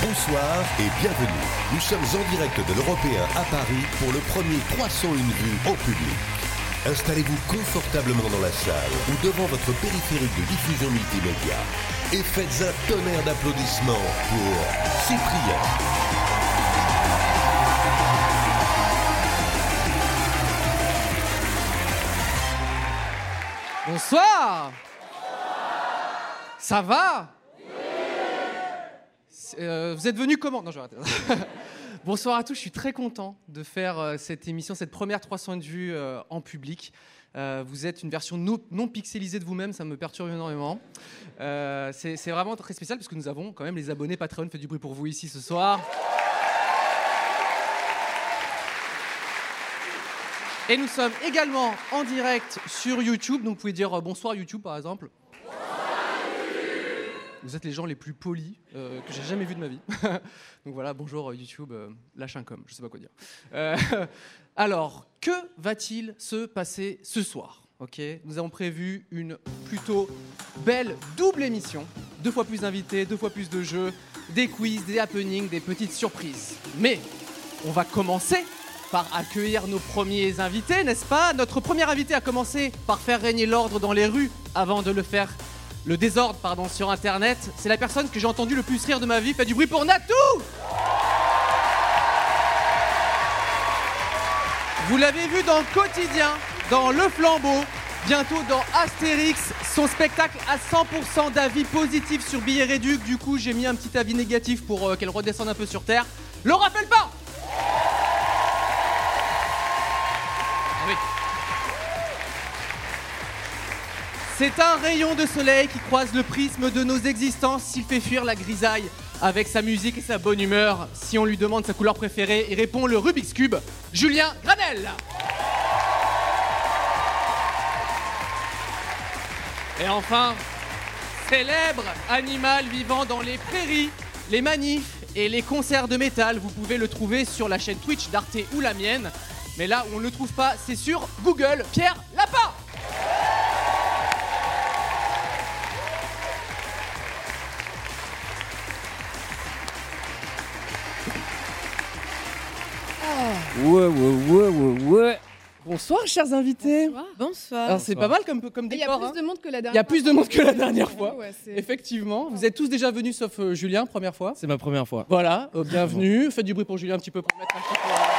Bonsoir et bienvenue. Nous sommes en direct de l'Européen à Paris pour le premier 301 vues au public. Installez-vous confortablement dans la salle ou devant votre périphérique de diffusion multimédia et faites un tonnerre d'applaudissements pour Cyprien, Bonsoir Ça va C'est- euh, Vous êtes venu comment Non, je vais arrêter. Bonsoir à tous, je suis très content de faire euh, cette émission, cette première 300 de vues euh, en public. Euh, vous êtes une version no- non pixelisée de vous-même, ça me perturbe énormément. Euh, C'est c'est vraiment très spécial parce que nous avons quand même les abonnés Patreon, fait du bruit pour vous ici ce soir. Et nous sommes également en direct sur YouTube, donc vous pouvez dire euh, bonsoir YouTube par exemple. Vous êtes les gens les plus polis euh, que j'ai jamais vus de ma vie. donc voilà, bonjour euh, YouTube, euh, lâche un com, je sais pas quoi dire. Euh, alors, que va-t-il se passer ce soir Ok, Nous avons prévu une plutôt belle double émission. Deux fois plus d'invités, deux fois plus de jeux, des quiz, des happenings, des petites surprises. Mais on va commencer par accueillir nos premiers invités, n'est-ce pas Notre premier invité a commencé par faire régner l'ordre dans les rues avant de le faire le désordre pardon sur internet. C'est la personne que j'ai entendu le plus rire de ma vie. Faites du bruit pour Natou Vous l'avez vu dans Quotidien, dans Le Flambeau, bientôt dans Astérix, son spectacle à 100% d'avis positifs sur Billet Réduc. Du coup, j'ai mis un petit avis négatif pour euh, qu'elle redescende un peu sur terre. Le rappelle pas Ah oui. C'est un rayon de soleil qui croise le prisme de nos existences. S'il fait fuir la grisaille avec sa musique et sa bonne humeur, si on lui demande sa couleur préférée, il répond le Rubik's Cube, Julien Granel. Et enfin, célèbre animal vivant dans les prairies, les manifs et les concerts de métal, vous pouvez le trouver sur la chaîne Twitch d'Arte ou la mienne. Mais là où on ne le trouve pas, c'est sur Google, Pierre Lapin Ouais, ouais, ouais, ouais, ouais. Bonsoir, chers invités. Bonsoir. Alors c'est pas mal comme, comme Il y a décor. plus hein. de monde que la dernière Il y a plus de monde que la dernière fois. Ouais, c'est- Effectivement, vous êtes tous déjà venus sauf euh, Julien, première fois. C'est ma première fois. Voilà, euh, bienvenue. Faites du bruit pour Julien un petit peu pour le mettre un petit peu. euh.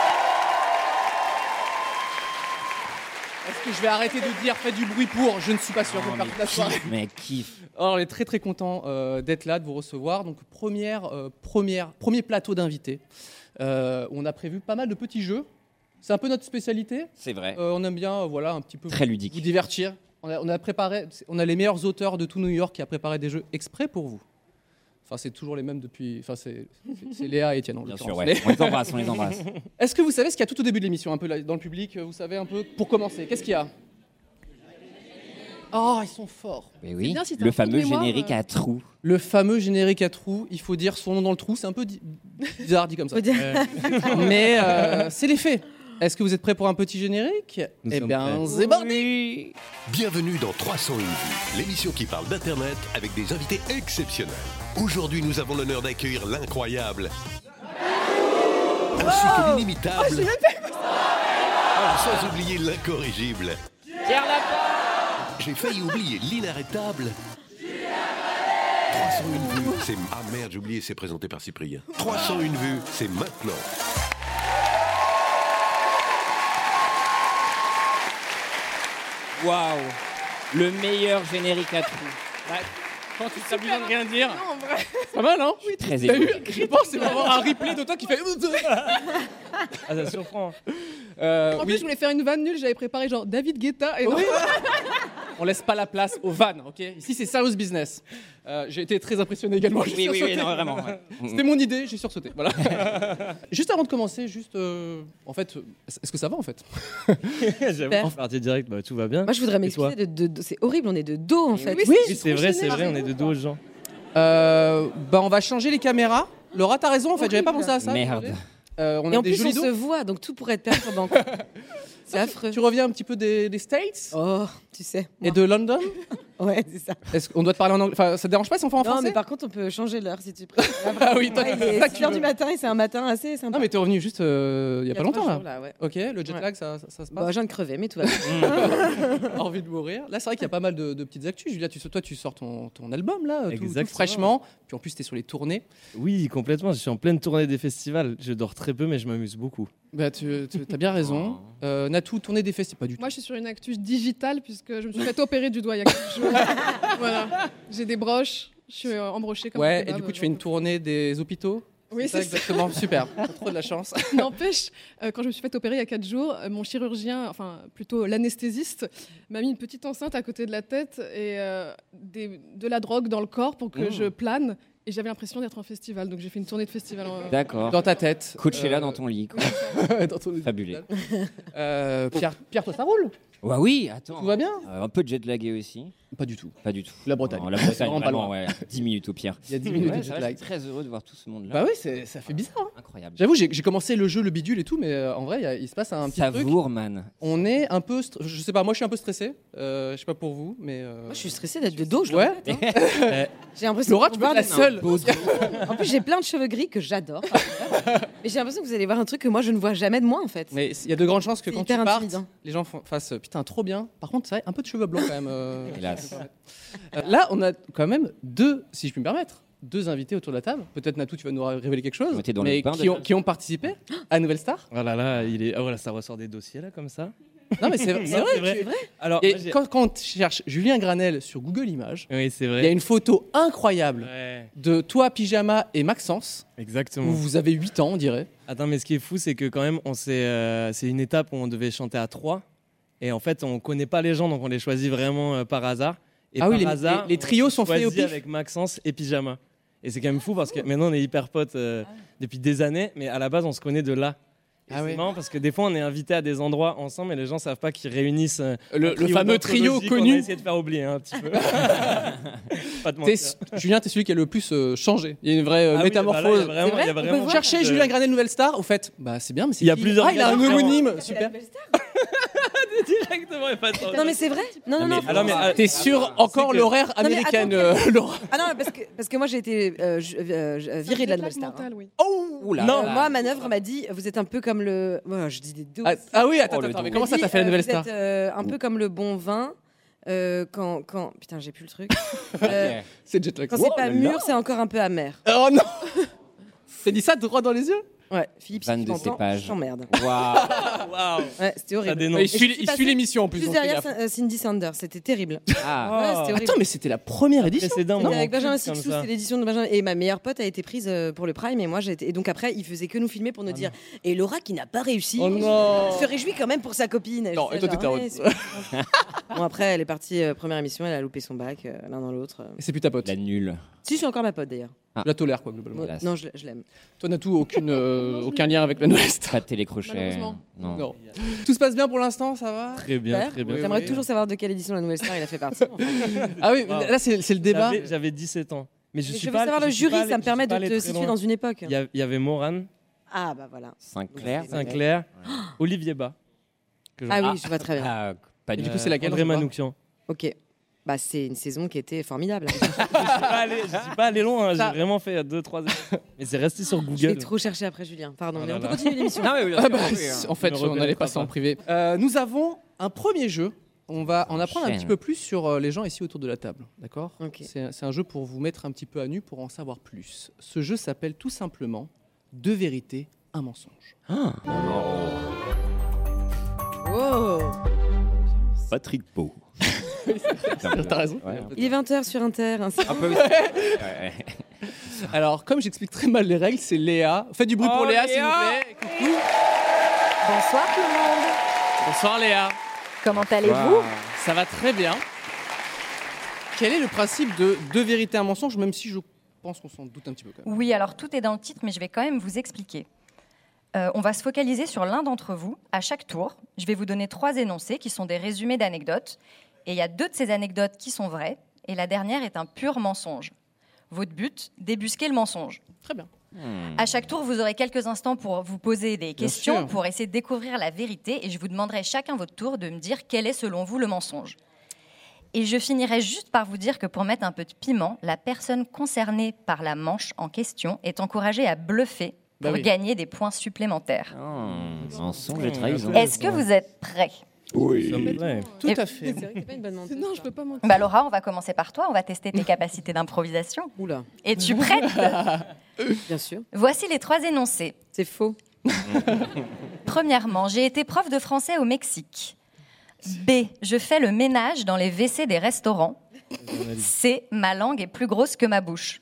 Est-ce que je vais arrêter de dire faites du bruit pour Je ne suis pas sûr de faire toute la soirée. Mais kiff. Alors, on est très très content euh, d'être là, de vous recevoir. Donc, première, euh, première, premier plateau d'invités. Euh, on a prévu pas mal de petits jeux. C'est un peu notre spécialité. C'est vrai. Euh, on aime bien, euh, voilà, un petit peu Très vous ludique. divertir. On a, on a préparé, on a les meilleurs auteurs de tout New York qui a préparé des jeux exprès pour vous. Enfin, c'est toujours les mêmes depuis. Enfin, c'est c'est- c'est Léa et Étienne. en Bien sûr, l'occurrence. ouais. Mais On les embrasse, on les embrasse. Est-ce que vous savez ce qu'il y a tout au début de l'émission, un peu là, dans le public euh, Vous savez un peu pour commencer. Qu'est-ce qu'il y a Oh, ils sont forts. Mais Eh oui. bien Ah, si t'as le un trou de fameux mémoire, générique euh. à trous. Le fameux générique à trous. Il faut dire son nom dans le trou. C'est un peu di- bizarre dit comme ça. Faut dire. Mais euh, c'est les faits. Est-ce que vous êtes prêts pour un petit générique Nous Eh sommes bien, prêts. c'est parti Bienvenue dans 301 vues, l'émission qui parle d'Internet avec des invités exceptionnels. Aujourd'hui, nous avons l'honneur d'accueillir l'incroyable, ainsi Oh. que l'inimitable, Ah, sans oublier l'incorrigible. J'ai failli oublier l'inarrêtable. 301 vues, c'est... Ah merde, j'ai oublié, c'est présenté par Cyprien. 301 vues, c'est maintenant. Waouh. Le meilleur générique à trous. Quand tu t'as besoin de rien dire. Non, en vrai. Pas mal, hein Très T'as eu élevé. Je pense c'est vraiment un replay de toi qui fait. Ah, ça surprend. Euh, En plus, je voulais faire une vanne nulle, j'avais préparé genre David Guetta et non. Oui. On laisse pas la place aux vannes, ok Ici, c'est serious business. Euh, j'ai été très impressionné également. j'ai Oui, oui, oui, sursauté. non, vraiment. ouais. C'était mon idée, j'ai sursauté. Voilà. juste avant de commencer, juste, euh, en fait, euh, est-ce que ça va en fait J'avoue, Super. on est parti direct, bah, tout va bien. Moi, je voudrais Et toi m'excuser. De, de- de- c'est horrible, on est de dos en fait. oui, Oui, c'est vrai, c'est vrai, on est de dos aux gens. Euh, Bah, on va changer les caméras. Laura, t'as raison. En fait, j'avais pas pensé à ça. Merde. Euh, on Et a en des plus, on jolis dos. se voit, donc tout pourrait être perturbant. c'est affreux. Tu reviens un petit peu des, des States Oh, tu sais. et de London. Ouais, c'est ça. Est-ce qu'on doit te parler en anglais Enfin, ça te dérange pas si on fait en non, mais français par contre, on peut changer l'heure si tu préfères. Ah oui, toi, Ouais, il est ça, 6 tu heures veux. du matin et c'est un matin assez sympa. Non, mais t'es revenu juste euh, il y a, pas trois longtemps là. jours, ouais. Ok, Eh, le jet Ouais. lag, ça, ça, ça se Bah, passe. je viens de crever, mais tout va bien. envie de mourir. Là, c'est vrai qu'il y a pas mal de, de petites actus. Julia, tu, toi, tu sors ton, ton album là, tout- tout, Exactement. fraîchement. Puis en plus, t'es sur les tournées. Oui, complètement. Je suis en pleine tournée des festivals. Je dors très peu, mais je m'amuse beaucoup. Bah, tu tu- t'as bien raison. Euh, Natou, tournée des festivals, pas du tout. Moi, je suis sur une actus digitale puisque je me suis fait opérer du doigt il y a quelques jours. voilà. J'ai des broches, je suis euh, embrochée comme un Ouais, et kebab, du coup, tu j'en fais une peux tournée des hôpitaux. plus. Oui, c'est ça. exactement. Super. T'as Trop de la chance. N'empêche, euh, quand je me suis fait opérer il y a 4 jours, euh, mon chirurgien, enfin plutôt l'anesthésiste, m'a mis une petite enceinte à côté de la tête et euh, des- de la drogue dans le corps pour que Mmh. je plane. Et j'avais l'impression d'être en festival, donc j'ai fait une tournée de festival. En... D'accord. Dans ta tête. Coachella Euh, dans ton lit. quoi. dans ton- Fabulé. Euh, Pierre, Pierre, toi, ça roule Ouais, Bah oui, attends. Tout va bien Euh, un peu jet lagué aussi. Pas du tout. Pas du tout. La Bretagne. Non, la Bretagne, Vraiment vraiment, pas ouais. 10 minutes au pire. Il y a 10 Ouais, minutes de c'est jet vrai, je suis lag. très heureux de voir tout ce monde-là. Bah oui, c'est- ça fait bizarre. hein. Ah, Incroyable. J'avoue, j'ai j'ai commencé le jeu, le bidule et tout, mais euh, en vrai, il y a- il se passe un petit truc. Savoure, man. On est un peu, str- je sais pas, moi je suis un peu stressé. Euh, je sais pas pour vous, mais. euh, Moi, je suis stressée d'être de dos. Je Ouais. dois le mettre, hein. Euh, J'ai l'impression Laura, qu'on tu peux va être la dans un seule. En plus, j'ai plein de cheveux gris que j'adore. par ailleurs. mais j'ai l'impression que vous allez voir un truc que moi, je ne vois jamais de moi, en fait. Mais il y a de grandes chances que C'est quand tu hyper partes, intimidant. les gens font- fassent euh, putain trop bien. Par contre, c'est vrai, un peu de cheveux blancs quand même. euh, Hélas. Euh, là, on a quand même deux, si je puis me permettre, deux invités autour de la table. Peut-être Natou, tu vas nous ra- révéler quelque chose, Vous mettez dans mais le bain qui déjà. ont, qui ont participé à Nouvelle Star. Oh là là, il est. Oh là, ça ressort des dossiers là comme ça. Non, mais c'est c'est Non, vrai. c'est vrai. tu- Alors, moi, Et j'ai- quand, quand tu cherches Julien Granel sur Google Images, oui, c'est il y a vrai. une photo incroyable Ouais, Ah de toi, pyjama et euh, Maxence, où exactement. vous avez 8 ans, on dirait. Attends, mais ce qui est fou, c'est que quand même, on s'est, euh, c'est une étape où on devait chanter à trois. Et en fait, on connaît pas les gens, donc on les choisit vraiment euh, par hasard. Et Ah oui, par les- hasard, les- les on trios s'est sont faits au choisi pif. avec Maxence et Pyjama. Et c'est quand même fou parce que maintenant, on est hyper potes euh, depuis des années, mais à la base, on se connaît de là. Et Ah c'est ouais. marrant parce que des fois, on est invité à des endroits ensemble et les gens savent pas qu'ils réunissent euh, Le, un le fameux trio d'anthologie qu'on a connu. essayé de faire oublier hein, un petit peu. pas de T'es- mentir. Julien, t'es celui qui a le plus euh, changé. Il y a une vraie euh, Ah oui, bah là, il y a métamorphose. vraiment- il y a vraiment- Vous Cherchez Je- Julien Granel, nouvelle star. Au fait, bah c'est bien, mais c'est Il y a qui plusieurs Ah, il a un gagnants. homonyme, super. Directement, et pas de Non, mais c'est vrai Non, Non, non, non. mais- faut- Alors, mais, ah, T'es sur encore que- l'horaire mais américaine, attends, euh, Laura. Ah non, parce que, parce que moi, j'ai été euh, ju- euh, ju- euh, C'est un virée de jet la lag Nouvelle Star. hein. mental, oui. Oh, Oula. Euh, moi, Manœuvre m'a dit Vous êtes un peu comme le. Voilà, je dis des dos. Ah, ah oui, attends, Oh, le attends, doux. mais comment ça Elle t'as dit, fait la euh, nouvelle vous star êtes, euh, Un peu comme le bon vin. euh, quand, quand. Putain, j'ai plus le truc. Euh, Ok. C'est jet lag. quand Wow. c'est pas mûr, c'est encore un peu amer. Oh non T'as dit ça droit dans les yeux Ouais, Philippe, si Vanne tu de m'entends, cépage. je t'emmerde. Waouh. Ouais, c'était Ça horrible. dénonce. Il suit, je suis il passée suit l'émission en plus. Juste donc fais derrière gaffe. euh, Cindy Sanders, c'était terrible. Ah. Ouais, c'était horrible. Attends, mais c'était la première édition. Précédent, C'était moi, avec on Benjamin clique comme Sixou, ça. c'est l'édition de Benjamin. Et ma meilleure pote a été prise euh, pour le Prime. Et moi, j'ai été. Et donc après, il faisait que nous filmer pour nous dire. Et Laura qui n'a pas réussi. Oh non se réjouit quand même pour sa copine. Non, Je et toi, sais, t'étais en ouais, mode- c'est- Bon, après, elle est partie, euh, première émission, elle a loupé son bac, euh, l'un dans l'autre. euh. Et C'est plus ta pote. La nulle. Si, je suis encore ma pote d'ailleurs. Je la tolère quoi globalement. Moi- Hélas. Non, je, je l'aime. Toi n'as tout aucune, euh, aucun lien avec la nouvelle star. Pas de télécrochet. Malheureusement. Non. Non. Tout se passe bien pour l'instant, ça va Très bien, Super. très bien. Oui, J'aimerais oui. toujours savoir de quelle édition la nouvelle star il a fait partie. en fait. Ah oui, Wow. là c'est c'est le débat. J'avais- J'avais 17 ans. Mais je, Mais suis Je veux pas- savoir je le suis pas jury, allé- ça me je permet suis pas de allé te très situer loin. dans une époque. Il y, a- il y avait Moran, Ah bah voilà. Sinclair. Sinclair, Olivier Bas. que je- Ah oui, je vois très bien. Ah, pas Et du du tout. coup, c'est laquelle, André on sait pas Manoukian. Ok. Bah, c'est une saison qui était formidable. Je suis pas allé- je suis pas allé loin, hein, Ça- j'ai vraiment fait 2-3 heures. Mais c'est resté sur je vais Google. trop chercher après Julien. Pardon, Oh mais là on peut là. continuer l'émission. Non, mais oui, bien Ah sûr, bah, oui, c'est- hein. en fait, me on allait reconnaîtra passer en pas. privé. Euh, nous avons un premier jeu. On va en apprendre un Enchaîne. petit peu plus sur euh, les gens ici autour de la table. D'accord Ok. C'est c'est un jeu pour vous mettre un petit peu à nu pour en savoir plus. Ce jeu s'appelle tout simplement Deux vérités, un mensonge. Ah, Wow. Patrick Pau. T'as raison. Ouais. Il est 20h sur Inter. hein, c'est- Un peu. Ouais. Alors, comme j'explique très mal les règles, c'est Léa. Faites du bruit Oh, pour Léa, s'il Léa vous plaît. Coucou. Bonsoir tout le monde. Bonsoir Léa. Comment allez-vous Ça va très bien. Quel est le principe de deux vérités, un mensonge, même si je pense qu'on s'en doute un petit peu quand même Oui, alors tout est dans le titre, mais je vais quand même vous expliquer. Euh, on va se focaliser sur l'un d'entre vous à chaque tour. Je vais vous donner trois énoncés qui sont des résumés d'anecdotes. Et il y a deux de ces anecdotes qui sont vraies, et la dernière est un pur mensonge. Votre but, débusquer le mensonge. Très bien. Hmm. À chaque tour, vous aurez quelques instants pour vous poser des sûr. questions, pour essayer de découvrir la vérité, et je vous demanderai chacun votre tour de me dire quel est selon vous le mensonge. Et je finirai juste par vous dire que pour mettre un peu de piment, la personne concernée par la manche en question est encouragée à bluffer Bah pour oui. gagner des points Oh, supplémentaires. Mensonge et hein. trahison. Est-ce que vous êtes prêts Oui. Tout Et- à fait. pas une bonne menteuse, Non, ça. je peux pas mentir. bah Laura, on va commencer par toi, on va tester tes capacités d'improvisation. Oula, Es-tu prête bien sûr. Voici les trois énoncés. C'est faux. Premièrement, j'ai été prof de français au Mexique. B. Je fais le ménage dans les WC des restaurants. C. Ma langue est plus grosse que ma bouche.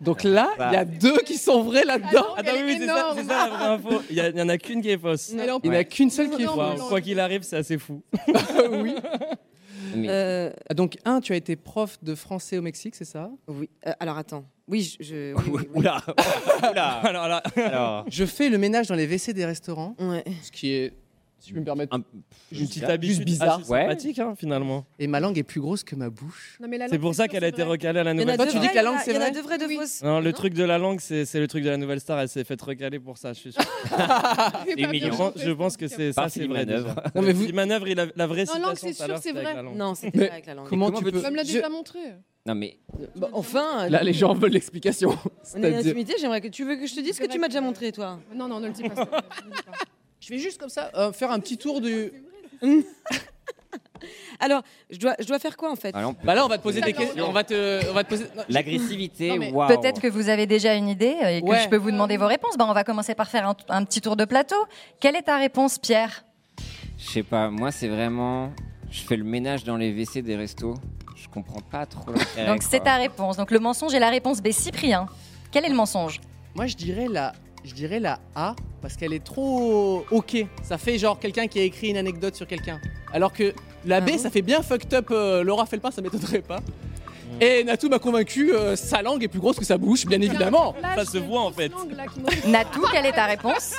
Donc là, il y a deux qui sont vrais là-dedans. Ah non, Elle est c'est ça, énorme. c'est ça la vraie info. Il y a- il y en a qu'une qui est fausse. Elle est en Il n'y en a qu'une seule qui est Non, Waouh, non. Quoi qu'il arrive, c'est assez fou. Mais- Euh, Ah, Donc, un, tu as été prof de français au Mexique, c'est ça oui. Euh, alors attends. Oui, je. je- oui, oui, oui. Oula. Oula. Alors là, Alors. Je fais le ménage dans les WC des restaurants, Ouais. ce qui est, si je peux me permettre, Un- une petite bizarre. habitude Juste bizarre. assez Ouais. sympathique hein, finalement. et ma langue est plus grosse que ma bouche. Non, mais la C'est langue, pour ça sûr, qu'elle c'est a été vrai. recalée à la Il y en nouvelle. a Toi, deux tu dis vraies, que la Ah, il y en a- langue, c'est Il y en a vrai deux vraies, deux Oui. fausses. Non, le truc de la langue, c'est c'est le truc de la nouvelle star. Elle s'est faite recaler pour ça. Je, suis sûr. C'est pas mignon. Je bien pense, chanté, je pense que c'est ça, Par c'est Philippe vrai. Manœuvre. Déjà. Non, mais vous- Philippe Manœuvre, il a- la vraie Non, langue, citation c'est tout à l'heure, sûr, c'est c'était avec vrai. la langue. Non, Mais c'était pas avec la langue. Comment, comment tu tu peux. Tu me l'as Je- déjà montré. Non mais Bah, enfin, Là, les gens veulent l'explication. on est C'est-à-dire- intimidé. J'aimerais que tu veux que je te dise ce que tu m'as déjà montré, toi. Non, non, ne le dis pas. ça. Ne le dis pas. Je vais juste comme ça euh, faire un petit tour du. Hum. Alors, je dois, je dois faire quoi en fait alors, Bah là, on va te poser Ça, des non. questions. On va te, on va te poser. non, l'agressivité, Non, mais waouh. Peut-être que vous avez déjà une idée euh, et que Ouais. je peux vous demander vos réponses. Bah, on va commencer par faire un, un petit tour de plateau. Quelle est ta réponse, Pierre Je sais pas, moi c'est vraiment. Je fais le ménage dans les WC des restos. Je comprends pas trop. l'intérêt, Donc c'est quoi. ta réponse. Donc le mensonge est la réponse B. Cyprien, quel est le mensonge Moi, je dirais la, je dirais la A parce qu'elle est trop ok. Ça fait genre quelqu'un qui a écrit une anecdote sur quelqu'un. Alors que la B, Ah bon ça fait bien fucked up. euh, Laura Felpin, ça m'étonnerait pas. Et Natou m'a convaincu, euh, sa langue est plus grosse que sa bouche, bien évidemment. Là, ça j'ai se une voit, en grosse fait. langue, là, qui me- Natou, quelle est ta réponse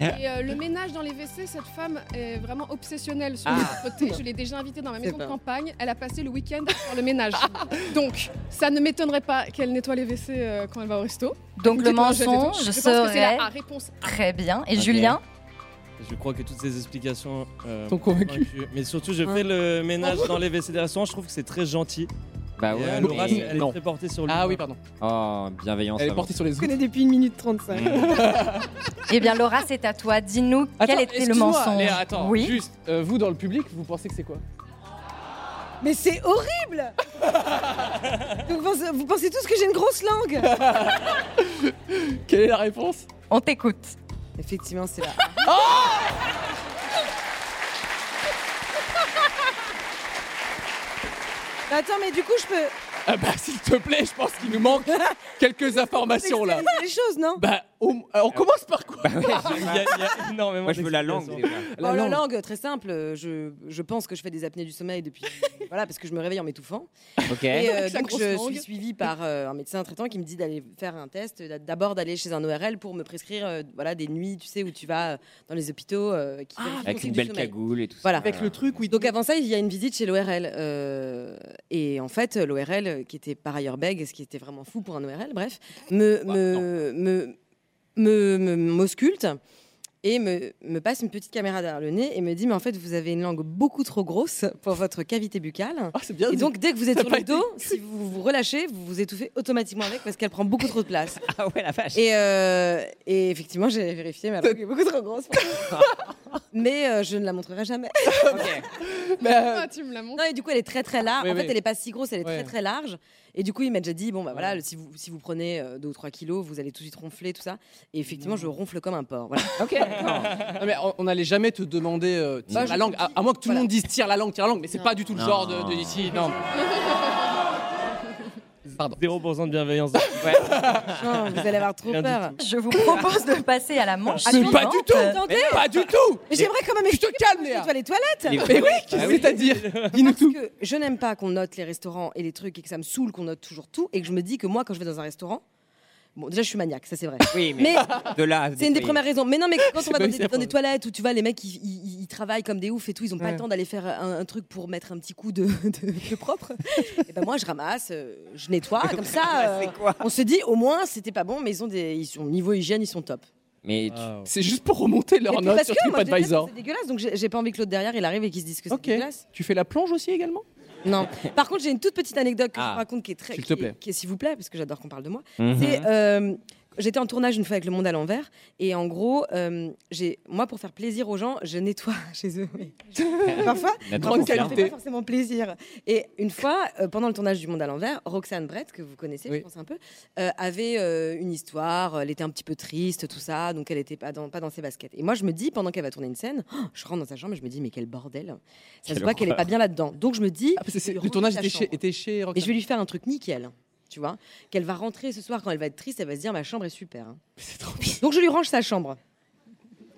Et euh, le ménage dans les WC, cette femme est vraiment obsessionnelle sur Ah. le côté. Je l'ai déjà invitée dans ma maison pas de vrai. campagne. Elle a passé le week-end à faire le ménage. Donc, ça ne m'étonnerait pas qu'elle nettoie les WC euh, quand elle va au resto. Donc Une le petite lingette et tout. mensonge Je pense que c'est serait la A, réponse très bien. Et Ok. Julien, Je crois que toutes ces explications. euh, T'ont m'ont convaincu. Ah. convaincu. Mais surtout, je fais le ménage dans les WC des restaurants. Je trouve que c'est très gentil. Bah Et, ouais, euh, mais- Laura, c'est- elle Non. est très portée sur lui. Ah oui, pardon. Oh, bienveillance. Elle est avant portée sur les Je autres. connais depuis une minute 35. eh bien Laura, c'est à toi. Dis-nous quel Attends, était le excuse-moi, mensonge. Léa, attends, oui. Juste, euh, vous dans le public, vous pensez que c'est quoi Mais c'est horrible Donc, vous, pensez- vous pensez tous que j'ai une grosse langue Quelle est la réponse On t'écoute. Effectivement, c'est là. Mais Attends, mais du coup, je peux Ah bah s'il te plaît, je pense qu'il nous manque quelques informations là. extérioriser les choses, non Bah au- euh, on commence par quoi Bah Il y a, il y a énormément Moi je veux la langue. d'explications. Bon, Oh La, langue. très simple. euh, Je, je pense que je fais des apnées du sommeil depuis. voilà, parce que je me réveille en m'étouffant. ok. Et euh, Avec la donc, grosse je langue. suis suivie par euh, un médecin traitant qui me dit d'aller faire un test, d'a- d'abord d'aller chez un ORL pour me prescrire euh, voilà, des nuits, tu sais, où tu vas euh, dans les hôpitaux. euh, qui vérifient ton Ah, Avec cycle une du belle sommeil. cagoule et tout Voilà. ça. Avec le truc, oui. Donc avant ça, il y a une visite chez l'ORL. euh, et en fait, l'ORL, euh, qui était par ailleurs bègue, ce qui était vraiment fou pour un ORL, bref, me, Bah, me, me, me, me- m'ausculte et me, me passe une petite caméra derrière le nez et me dit, mais en fait, vous avez une langue beaucoup trop grosse pour votre cavité buccale. Ah c'est bien. dit. Et donc, dès que vous êtes Ça sur a le pas été dos, si vous vous relâchez, vous vous étouffez automatiquement avec parce qu'elle prend beaucoup trop de place. Ah ouais, la vache. Et, euh, et effectivement, j'ai vérifié, ma langue est beaucoup trop grosse. Bah, mais euh, je ne la montrerai jamais. Ok. Bah, Ah, tu me l'as montré. Non, et du coup, elle est très très large. Oui, en fait, oui. elle est pas si grosse, elle est Ouais. très très large. Et du coup, il m'a déjà dit bon, bah voilà, Ouais. le- si, vous, si vous prenez 2 ou 3 kilos, vous allez tout de suite ronfler, tout ça. Et effectivement, je ronfle comme un porc. Voilà. Ok. d'accord. Non, mais on- on n'allait jamais te demander euh, tire Bah, la je- langue, à, à moins que tout le voilà. monde dise tire la langue, tire la langue, mais c'est Non. pas du tout le Non. genre de, de ici. Non. Pardon. 0% de bienveillance. Non, vous allez avoir trop Rien du peur. Je vous propose de passer à la manche Mais suivante. pas du tout Attendez, Pas du tout mais j'aimerais quand même Tu te calmes, que Léa tu les toilettes. Ah Les- Mais oui, c'est-à-dire Dis-nous Parce tout que je n'aime pas qu'on note les restaurants et les trucs et que ça me saoule qu'on note toujours tout et que je me dis que moi quand je vais dans un restaurant, bon déjà je suis maniaque, ça c'est vrai. Oui, mais, Mais de là. à se c'est une des déployer. premières raisons. Mais non mais quand on va pas dans une des, dans première. des toilettes où tu vois les mecs ils, ils- ils travaillent comme des oufs et tout, ils ont pas Ouais. le temps d'aller faire un, un truc pour mettre un petit coup de, de- de propre. et ben moi je ramasse, euh, je nettoie comme ça. euh, C'est quoi on se dit au moins c'était pas bon mais ils ont des ils sont niveau hygiène ils sont top. Mais tu- Waouh. C'est juste pour remonter Et leur puis note parce sur que moi, je déteste, TripAdvisor. c'est dégueulasse donc j'ai j'ai pas envie que l'autre derrière il arrive et qu'il se dise que c'est Ok. dégueulasse. Tu fais la plonge aussi également Non. Par contre, j'ai une toute petite anecdote que je Ah. vous raconte qui est très. S'il te qui est- plaît. qui est- S'il vous plaît, parce que j'adore qu'on parle de moi. Mhm. C'est, euh, J'étais en tournage une fois avec Le Monde à l'envers. Et en gros, euh, j'ai- moi, pour faire plaisir aux gens, je nettoie chez eux. Parfois, La Grande transparence. ça leur fait qualité. pas forcément plaisir. Et une fois, euh, pendant le tournage du Monde à l'envers, Roxane Brett, que vous connaissez, Oui. je pense un peu, euh, avait euh, une histoire. Elle était un petit peu triste, tout ça, donc elle n'était pas dans, pas dans ses baskets. Et moi, je me dis, pendant qu'elle va tourner une scène, oh, je rentre dans sa chambre et je me dis, mais quel bordel Ça Quelle se voit qu'elle n'est horreur. pas bien là-dedans. Donc je me dis, Ah, parce que c'est- Il Le range tournage sa était chambre. chez, était chez mais Roxane. je vais lui faire un truc nickel, tu vois, qu'elle va rentrer ce soir quand elle va être triste, elle va se dire, ma chambre est super. hein. C'est trop bien. Donc je lui range sa chambre.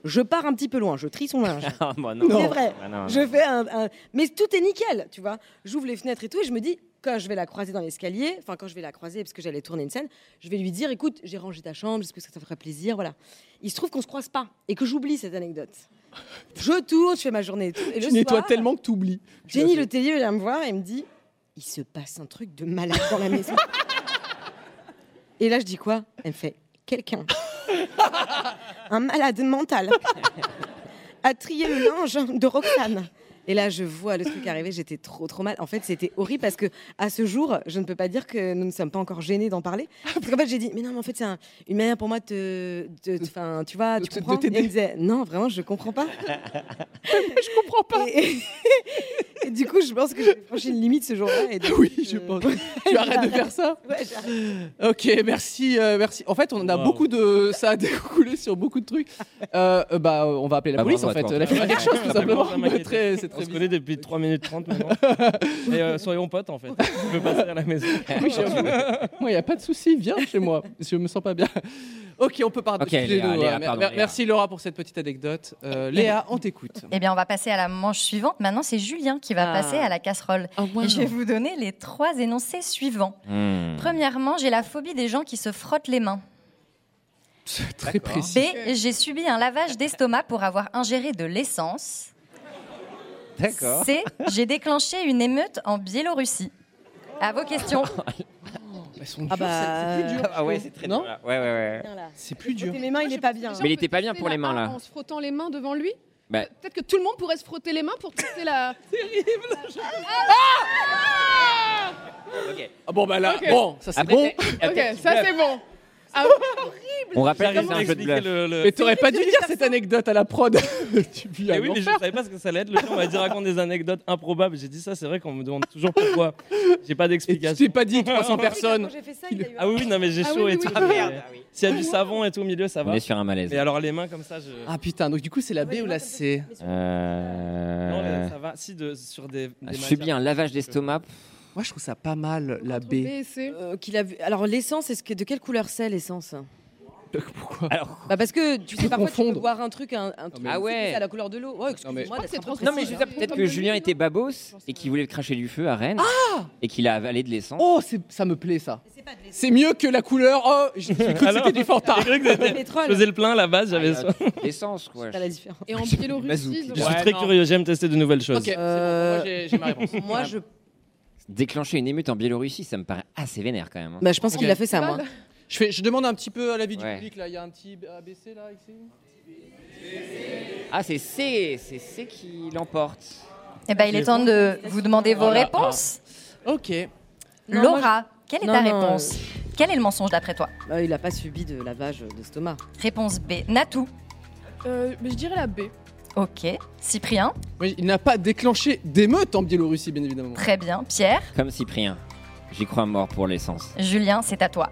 Je pars un petit peu loin, je trie son linge. Ah, bah C'est non. vrai. Ah, non, non. Je fais un, un- Mais tout est nickel, tu vois. J'ouvre les fenêtres et tout, et je me dis, quand je vais la croiser dans l'escalier, enfin, quand je vais la croiser, parce que j'allais tourner une scène, je vais lui dire, écoute, j'ai rangé ta chambre, est-ce que ça te ferait plaisir Voilà. Il se trouve qu'on se croise pas, et que j'oublie cette anecdote. Je tourne, je fais ma journée et tout. Et Tu le nettoies soir, tellement que t'oublies. Tu Jenny l'as le Tellier vient me voir et me dit Il se passe un truc de malade dans la maison. et là, je dis quoi Elle me fait Quelqu'un. un malade mental. a trié le linge de Roxane. Et là, je vois le truc arriver, j'étais trop trop mal. En fait, c'était horrible parce que à ce jour, je ne peux pas dire que nous ne sommes pas encore gênés d'en parler. Ah, Parce qu'en fait, j'ai dit, mais non, mais en fait, c'est un- une manière pour moi de, de- de- enfin, tu vois, De tu te- de comprends. Et t'aider. elle me disait, non, vraiment, je comprends pas. fait. Je comprends pas. Et, et- et du coup, je pense que j'ai franchi une limite ce jour-là. et donc, Oui, je pense. Tu arrêtes de faire ça. Ouais, j'ai- Ok, merci, euh, merci. En fait, on en a Wow. beaucoup de ça a découlé sur beaucoup de trucs. Euh, euh, bah, on va appeler la Ah, Bah, police bravo en à toi, fait. en La fait. fille quelque chose tout Ouais, simplement. vraiment, vraiment, Très- C'est On très se bien. connaît depuis 3 minutes 30 maintenant. Et euh, soyons potes en fait. Je peux passer à la maison. Moi, il n'y a pas de souci. Viens chez moi. Je me sens pas bien. Ok, on peut parler. Ok, Léa, Excusez-nous, Léa, hein. mer- pardon, mer- Léa. Merci Laura pour cette petite anecdote. Euh, Léa, on t'écoute. Eh bien, on va passer à la manche suivante. Maintenant, c'est Julien qui va Ah. passer à la casserole. Et je vais vous donner les trois énoncés suivants. Hmm. Premièrement, j'ai la phobie des gens qui se frottent les mains. C'est très précis. B. J'ai subi un lavage d'estomac pour avoir ingéré de l'essence. D'accord. C. J'ai déclenché une émeute en Biélorussie. À vos questions. Elles sont Ah dures, bah, c'est- c'est plus dur. Ah ouais, c'est très Non dur, là. Ouais, ouais, ouais. Tiens, là. C'est plus dur. Frotter mes mains, il Moi, est je pas pense que bien. déjà, Mais il on était peut pas bien tester pour la les mains, A là. En se frottant les mains devant lui. Bah. Pe- Peut-être que tout le monde pourrait se frotter les mains pour tester la. Ah bon, bah là, Ok. bon, ça c'est Après, bon. t'as- ok, après, tu ça bluffes. c'est bon. Ah, On rappelle que J'arrive c'est pas un à jeu de expliquer bluff. le. le- Euh, Mais t'aurais pas dû dire cette anecdote à la prod. tu vis Eh à oui, mais je l'enfer. savais pas ce que ça allait être. Le jour, on m'a dit raconte des anecdotes improbables. J'ai dit ça, c'est vrai qu'on me demande toujours pourquoi. J'ai pas Et tu d'explication. t'es pas dit 300 Quand personnes. j'ai fait ça, il a eu un- Ah oui, oui, non, mais j'ai Ah chaud oui, et oui, tout. oui. mais- euh, S'il y a du savon et tout au milieu, ça On va. est sur un malaise. Mais alors les mains comme ça, je. Ah putain, donc du coup, c'est la B ou la C Euh, Ah, Non, les- ça va. Si, de, sur des. des Je matières- subis un lavage d'estomac. Moi, je trouve ça pas mal, la B B. et C. Euh, qu'il a vu- Alors l'essence, est-ce que de quelle couleur c'est l'essence Pourquoi Alors, Bah parce que tu peux sais parfois tu confondre. peux boire un truc, un, un truc mais- Ah ouais. c'est à la couleur de l'eau. Ouais, excuse-moi. mais- Je crois que d'être c'est un peu transparent. non, mais je précis, c'est un veux dire, hein. peu peut-être comme que le Julien mien, était non babos pense et que- qu'il voulait cracher du feu à Rennes Ah et qu'il a avalé de l'essence. Oh, c'est- ça me plaît, ça. hein. C'est pas de l'essence. C'est mieux que la couleur. Oh, j'ai cru que Alors c'était du Fanta. J'ai cru que C'est c'était- du Je pétrole. faisais le plein à la base, Ah, j'avais il y a soif. L'essence, quoi. C'est pas la différence. Et en Mazouki. Biélorussie. ils ont- Je suis Ouais, très non. curieux, j'aime tester de nouvelles choses. Ok, c'est bon, Euh, moi, j'ai j'ai ma réponse. Moi je Déclencher une émeute en Biélorussie, ça me paraît assez vénère quand même. hein. bah, je pense Ok. qu'il a fait ça moi. Je, fais, je demande un petit peu à l'avis du Ouais. public, là. Il y a un petit ABC, là, ici Ah, c'est C, c'est C qui l'emporte. Eh ben, il est temps de vous demander vos Voilà. réponses. Ah. Ok. Non, Laura, quelle est Non, ta non, réponse Quel est le mensonge d'après toi Bah, il a pas subi de lavage d'estomac. Réponse B. Natou. Euh, mais je dirais la B. Ok. Cyprien. Oui, il n'a pas déclenché d'émeute en Biélorussie, bien évidemment. Très bien. Pierre. Comme Cyprien. J'y crois mort pour l'essence. Julien, c'est à toi.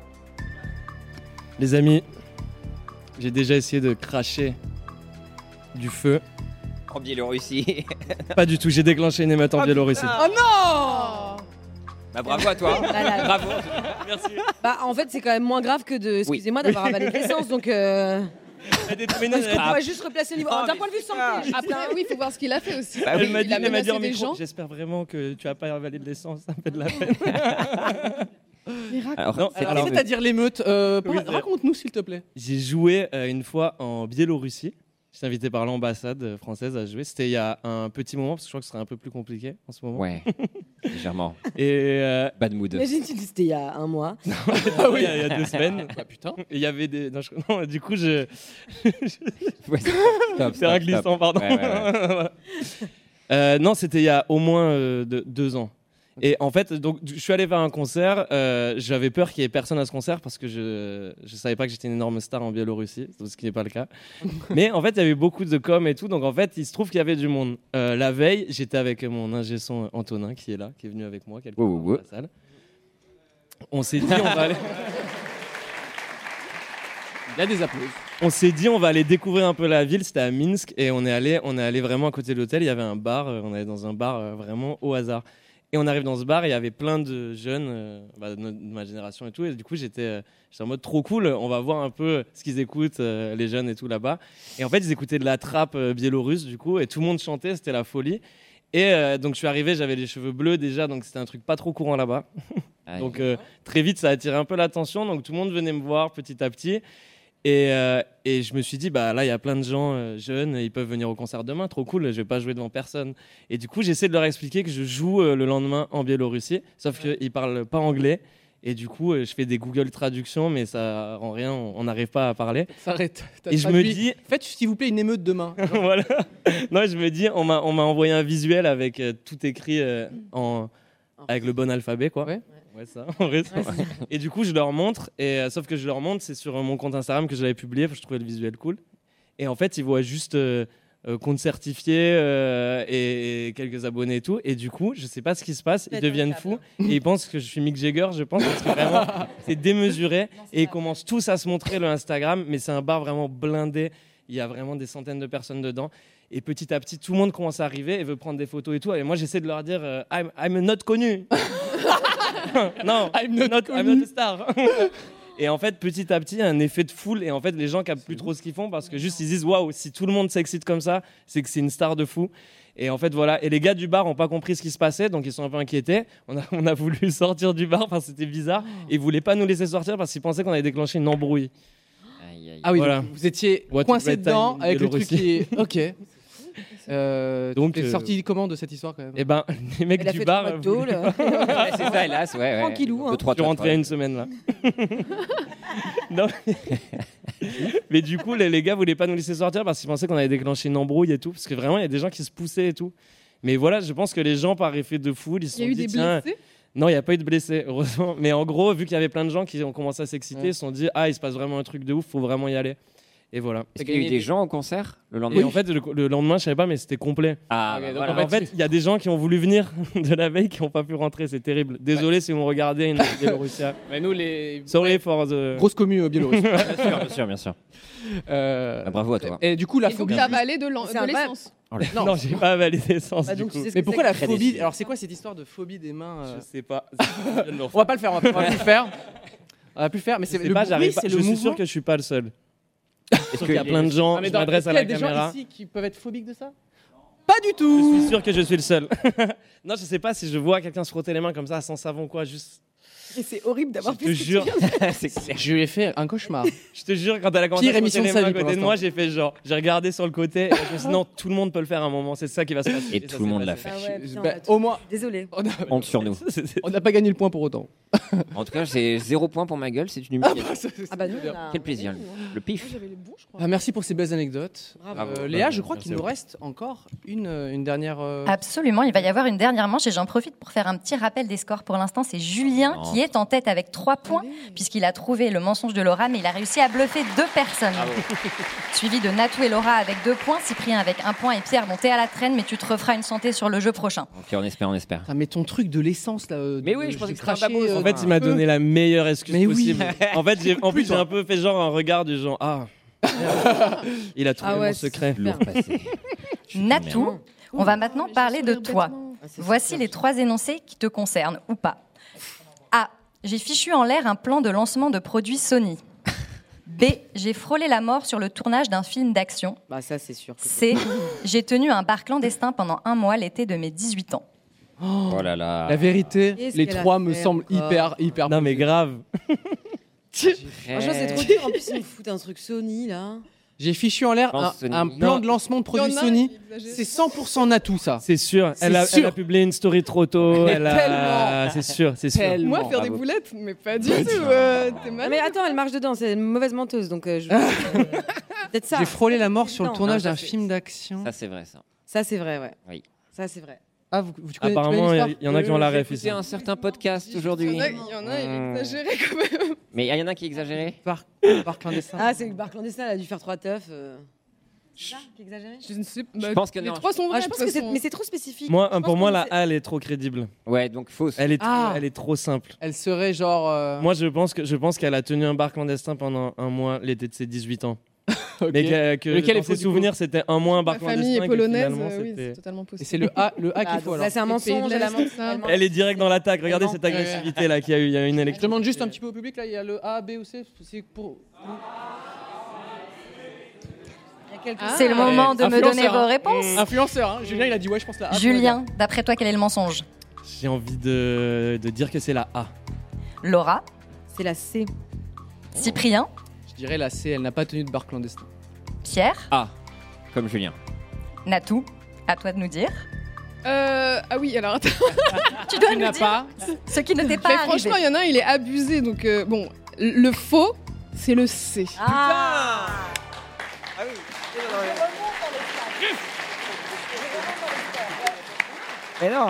Les amis, j'ai déjà essayé de cracher du feu. En Biélorussie. Ah, Ah. Oh Pas du tout, j'ai déclenché une émeute en Biélorussie. Oh non Bah, bravo à toi. Voilà. bravo. Merci. Bah, en fait, c'est quand même moins grave que de, excusez-moi, d'avoir avalé de l'essence. Donc, euh, Elle était ménage- on pourrait juste replacer le niveau. Non, D'un Ah, mais point de vue santé, Après, Ah, oui, il faut voir ce qu'il a fait aussi. Bah oui, Elle m'a il dit, a elle m'a dit en menacé des micro, gens. j'espère vraiment que tu vas pas avalé de l'essence, ça me fait de la peine. Mais raconte- Alors, Non, c'est- alors- c'est- C'est-à-dire l'émeute. euh, Oui, par- c'est- Raconte-nous, s'il te plaît. J'ai joué euh, une fois en Biélorussie. J'étais invité par l'ambassade euh, française à jouer. C'était il y a un petit moment, parce que je crois que ce serait un peu plus compliqué en ce moment. Ouais, légèrement. Et euh, Bad mood. imagine, tu dis c'était il y a un mois. ah oui, il y a- il y a deux semaines. Ah, Bah putain. Et Il y avait des. non, je- non, du coup, je... Ouais, stop, c'est un stop, stop. glissant, pardon. Ouais, ouais, ouais. Voilà. Euh, non, c'était il y a au moins euh, deux, deux ans. Et en fait, donc, je suis allé faire un concert. euh, J'avais peur qu'il y ait personne à ce concert parce que je je savais pas que j'étais une énorme star en Biélorussie, ce qui n'est pas le cas. Mais en fait, il y avait beaucoup de com et tout. Donc en fait, il se trouve qu'il y avait du monde. Euh, la veille, j'étais avec mon ingé son Antonin qui est là, qui est venu avec moi, quelqu'un Ouais, ouais, dans ouais. la salle. On s'est dit, on va aller. Il y a des applaudissements. On s'est dit on va aller découvrir un peu la ville, c'était à Minsk et on est allé on est allé vraiment à côté de l'hôtel, il y avait un bar, euh, on allait dans un bar euh, vraiment au hasard. Et on arrive dans ce bar, et il y avait plein de jeunes euh, bah, de, notre- de ma génération et tout et du coup j'étais euh, j'étais en mode trop cool, on va voir un peu ce qu'ils écoutent euh, les jeunes et tout là-bas. Et en fait, ils écoutaient de la trappe euh, biélorusse du coup et tout le monde chantait, c'était la folie. Et euh, donc je suis arrivé, j'avais les cheveux bleus déjà, donc c'était un truc pas trop courant là-bas. Aïe. Donc euh, très vite, ça a attiré un peu l'attention. Donc tout le monde venait me voir petit à petit. Et, euh, et je me suis dit, bah là, il y a plein de gens euh, jeunes, ils peuvent venir au concert demain, trop cool, je vais pas jouer devant personne. Et du coup, j'essaie de leur expliquer que je joue euh, le lendemain en Biélorussie, sauf qu'ils parlent pas anglais. Et du coup, euh, je fais des Google traductions, mais ça rend rien, on on n'arrive pas à parler. S'arrête. T'as Et je me traduit. dis, Faites, s'il vous plaît, une émeute demain. voilà. Non, je me dis, on m'a on m'a envoyé un visuel avec euh, tout écrit euh, en avec le bon alphabet, quoi. Ouais. Ouais, ça. en vrai, ça. Et du coup, je leur montre, et euh, sauf que je leur montre, c'est sur euh, mon compte Instagram que je l'avais publié, parce que je trouvais le visuel cool. Et en fait, ils voient juste euh, euh, compte certifié euh, et, et quelques abonnés et tout. Et du coup, je sais pas ce qui se passe, ils Pète un deviennent câble. fous et ils pensent que je suis Mick Jagger, je pense, parce que vraiment, c'est démesuré. Et ils commencent tous à se montrer le Instagram, mais c'est un bar vraiment blindé. Il y a vraiment des centaines de personnes dedans. Et petit à petit, tout le monde commence à arriver et veut prendre des photos et tout. Et moi, j'essaie de leur dire euh, I'm, I'm not connu. non, I'm not, I'm not a star. et en fait, petit à petit, il y a un effet de foule. Et en fait, les gens captent plus trop ce qu'ils font parce que juste ils disent Waouh, si tout le monde s'excite comme ça, c'est que c'est une star de fou. Et en fait, voilà. Et les gars du bar n'ont pas compris ce qui se passait, donc ils sont un peu inquiétés. On a, on a voulu sortir du bar parce que c'était bizarre. Et ils voulaient pas nous laisser sortir parce qu'ils pensaient qu'on avait déclenché une embrouille. Aïe, aïe. Ah oui, Voilà. donc vous étiez What coincé red dedans time avec le truc Biélorussie. qui est. Ok. Euh, Donc, donc, euh, sorti comment de cette histoire quand même Et ben, les mecs Elle a du fait bar. euh, ton voulaient- McDo, là. Ouais, c'est ça, hélas, ouais. ouais. Tranquillou, hein. Deux, trois Je suis toits, rentré il y a une semaine là. non. mais du coup, les, les gars voulaient pas nous laisser sortir parce qu'ils pensaient qu'on avait déclenché une embrouille et tout. Parce que vraiment, il y a des gens qui se poussaient et tout. Mais voilà, je pense que les gens, par effet de foule, ils se Il y sont a eu dit, des tiens, blessés. non, il n'y a pas eu de blessés, heureusement. Mais en gros, vu qu'il y avait plein de gens qui ont commencé à s'exciter, Ouais. ils se sont dit, ah, il se passe vraiment un truc de ouf, faut vraiment y aller. Et voilà. Est-ce qu'il y a eu gagné des des- gens au concert le Et lendemain en fait, le, le lendemain, je savais pas, mais c'était complet. Ah, Ok, bah, donc voilà. Alors, en fait, il y a des gens qui ont voulu venir de la veille qui n'ont pas pu rentrer, c'est terrible. Désolé si vous me regardez, une Biélorussia. ah. Mais nous, les. Sorry for the. Grosse commu euh, biélorusse. bien sûr, bien sûr, bien sûr. Euh, Ah, bravo à toi. Oh Et du coup, la Il faut phobie. que avalé de l'en- C'est de un l'essence. Non, j'ai pas validé sens Bah, du donc, coup. tu sais ce Mais que pourquoi c'est la que- phobie Alors, c'est quoi cette histoire de phobie des mains euh Je sais pas. On va pas le faire, on va, on va plus le faire. On va plus le faire, mais Je c'est sais le pas, bruit, j'arrive pas. c'est Je le suis mouvement. sûr que je suis pas le seul. Est-ce Il y a plein de gens. Ah, mais Je dans- m'adresse à est-ce la qu'il y a des gens caméra. ici qui peuvent être phobiques de ça Pas du tout. Je suis sûr que je suis le seul. non, je sais pas si je vois quelqu'un se frotter les mains comme ça sans savon quoi. Juste. Et c'est horrible Je d'avoir te jure. C'est clair. Je lui ai fait un cauchemar. Je te jure quand elle a commencé Pire à se émission frotter les mains de sa à vie pour côté de moi, j'ai fait genre. J'ai regardé sur le côté. Et je me suis dit, non, tout le monde peut le faire à un moment. C'est ça qui va se passer. Et ça tout le s'est monde l'a passé. Ah ouais, putain, Bah, là, tu- au moins, Désolée. on a- Honte sur nous. C'est- c'est- on n'a pas gagné le point pour autant. En tout cas, c'est zéro point pour ma gueule, c'est une humiliation. Ah bah non, on a- Quel plaisir. Moi, Le pif. j'avais les bons, je crois. Ah, merci pour ces belles anecdotes. Bravo. Euh, Léa, je crois Merci qu'il à nous vous. reste encore une, euh, une dernière. euh, Ah. Absolument, il va y avoir une dernière manche et j'en profite pour faire un petit rappel des scores. Pour l'instant, c'est Julien Non. qui est en tête avec 3 points puisqu'il a trouvé le mensonge de Laura, mais il a réussi à bluffer deux personnes. Suivi de Natou et Laura avec 2 points, Cyprien avec 1 point et Pierre, bon, t'es à la traîne, mais tu te referas une santé sur le jeu prochain. Ok, on espère, on espère. Putain, mais ton truc de l'essence là. euh, Mais de- oui, je pensais de que c'était un cracher, babose, euh, En fait, il m'a donné la meilleure excuse Mais oui. possible. En fait, j'ai- en plus, Plus, j'ai hein. un peu fait genre un regard du genre ah. Il a trouvé Ah ouais, mon secret. Lourd passé. Je suis Natou, merde. on va maintenant parler de toi. Ah, c'est Voici super. les trois énoncés qui te concernent, ou pas. A. J'ai fichu en l'air un plan de lancement de produits Sony. B. J'ai frôlé la mort sur le tournage d'un film d'action. Bah ça c'est sûr. que- C. J'ai tenu un bar clandestin pendant un mois l'été de mes 18 ans. Oh là là. La vérité, Qu'est-ce les qu'elle a trois me fait semblent encore hyper, hyper. Non, mais grave. Franchement, c'est trop dur. En plus, ils nous foutent un truc Sony, là. J'ai fichu en l'air un, Lance Sony. un plan Non. de lancement de produits Il y en a, Sony. il exagère. C'est 100% Natou, ça. C'est sûr. C'est Elle a, sûr. elle a publié une story trop tôt. Elle a... tellement. C'est sûr, c'est sûr. Tellement. Moi, faire des Bravo. boulettes, mais pas du tout. euh, T'es Ah, malade. mais attends, elle marche dedans. C'est une mauvaise menteuse, donc euh, je- euh, peut-être ça. J'ai frôlé la mort sur le Non, tournage non, ça, d'un c'est- film d'action. Ça, c'est vrai, ça. Ça, c'est vrai, ouais. Oui. Ça, c'est vrai. Ah, vous, vous connaissez- Euh, Apparemment, tu connais il y, en a qui ont la ref ici. Mmh. C'est un certain podcast Il aujourd'hui. y en a, il y en a, il est Mm. exagéré quand même. Mais il y en a qui exagéraient l'histoire Par, par clandestin. Ah, c'est le bar clandestin. Elle a dû faire trois teufs. euh. Je ne sais pas. Je pense que les non. trois sont Ah, vrais. je pense que c'est, mais c'est trop spécifique. Moi, Je pense pour moi, que la c'est- A, elle est trop crédible. Ouais, donc fausse. Elle est, trop- Ah. elle est trop simple. Elle serait genre. euh, Moi, je pense que je pense qu'elle a tenu un bar clandestin pendant un mois l'été de ses 18 ans. ok. Mais que, que Lequel est dans faux, ses du coup souvenirs, c'était un mois un bar Ma famille clandestin. est que polonaise, finalement, euh, oui, c'était- c'est totalement possible. Et c'est le A, le A Ah, qu'il faut donc alors. Là, c'est un Les pays mensonge. de Elle a l'Est, menti. c'est ça. Elle ment. Elle est direct dans l'attaque. Regardez Elle cette ment. agressivité là qu'il y a eu. Il y a eu une Je électrique. demande juste un petit peu au public, là, il y a le A, B ou C. C'est pour. Il y a quelques- Ah. C'est le moment de me donner Influenceur, hein. vos réponses. Influenceur, hein. Julien, il a dit ouais, je pense la A. Julien, d'après toi, quel est le mensonge J'ai envie de, de dire que c'est la A. Laura, C'est la C. Cyprien, Je dirais la C, elle n'a pas tenu de bar clandestin. Pierre, Ah, comme Julien. Natou. À toi de nous dire. Euh, ah oui, alors attends. Tu dois Tu nous n'as dire pas. ce qui ne t'est pas Mais arrivé. franchement, il y en a un, il est abusé. Donc, euh, bon, le faux, c'est le C. Ah. Mais non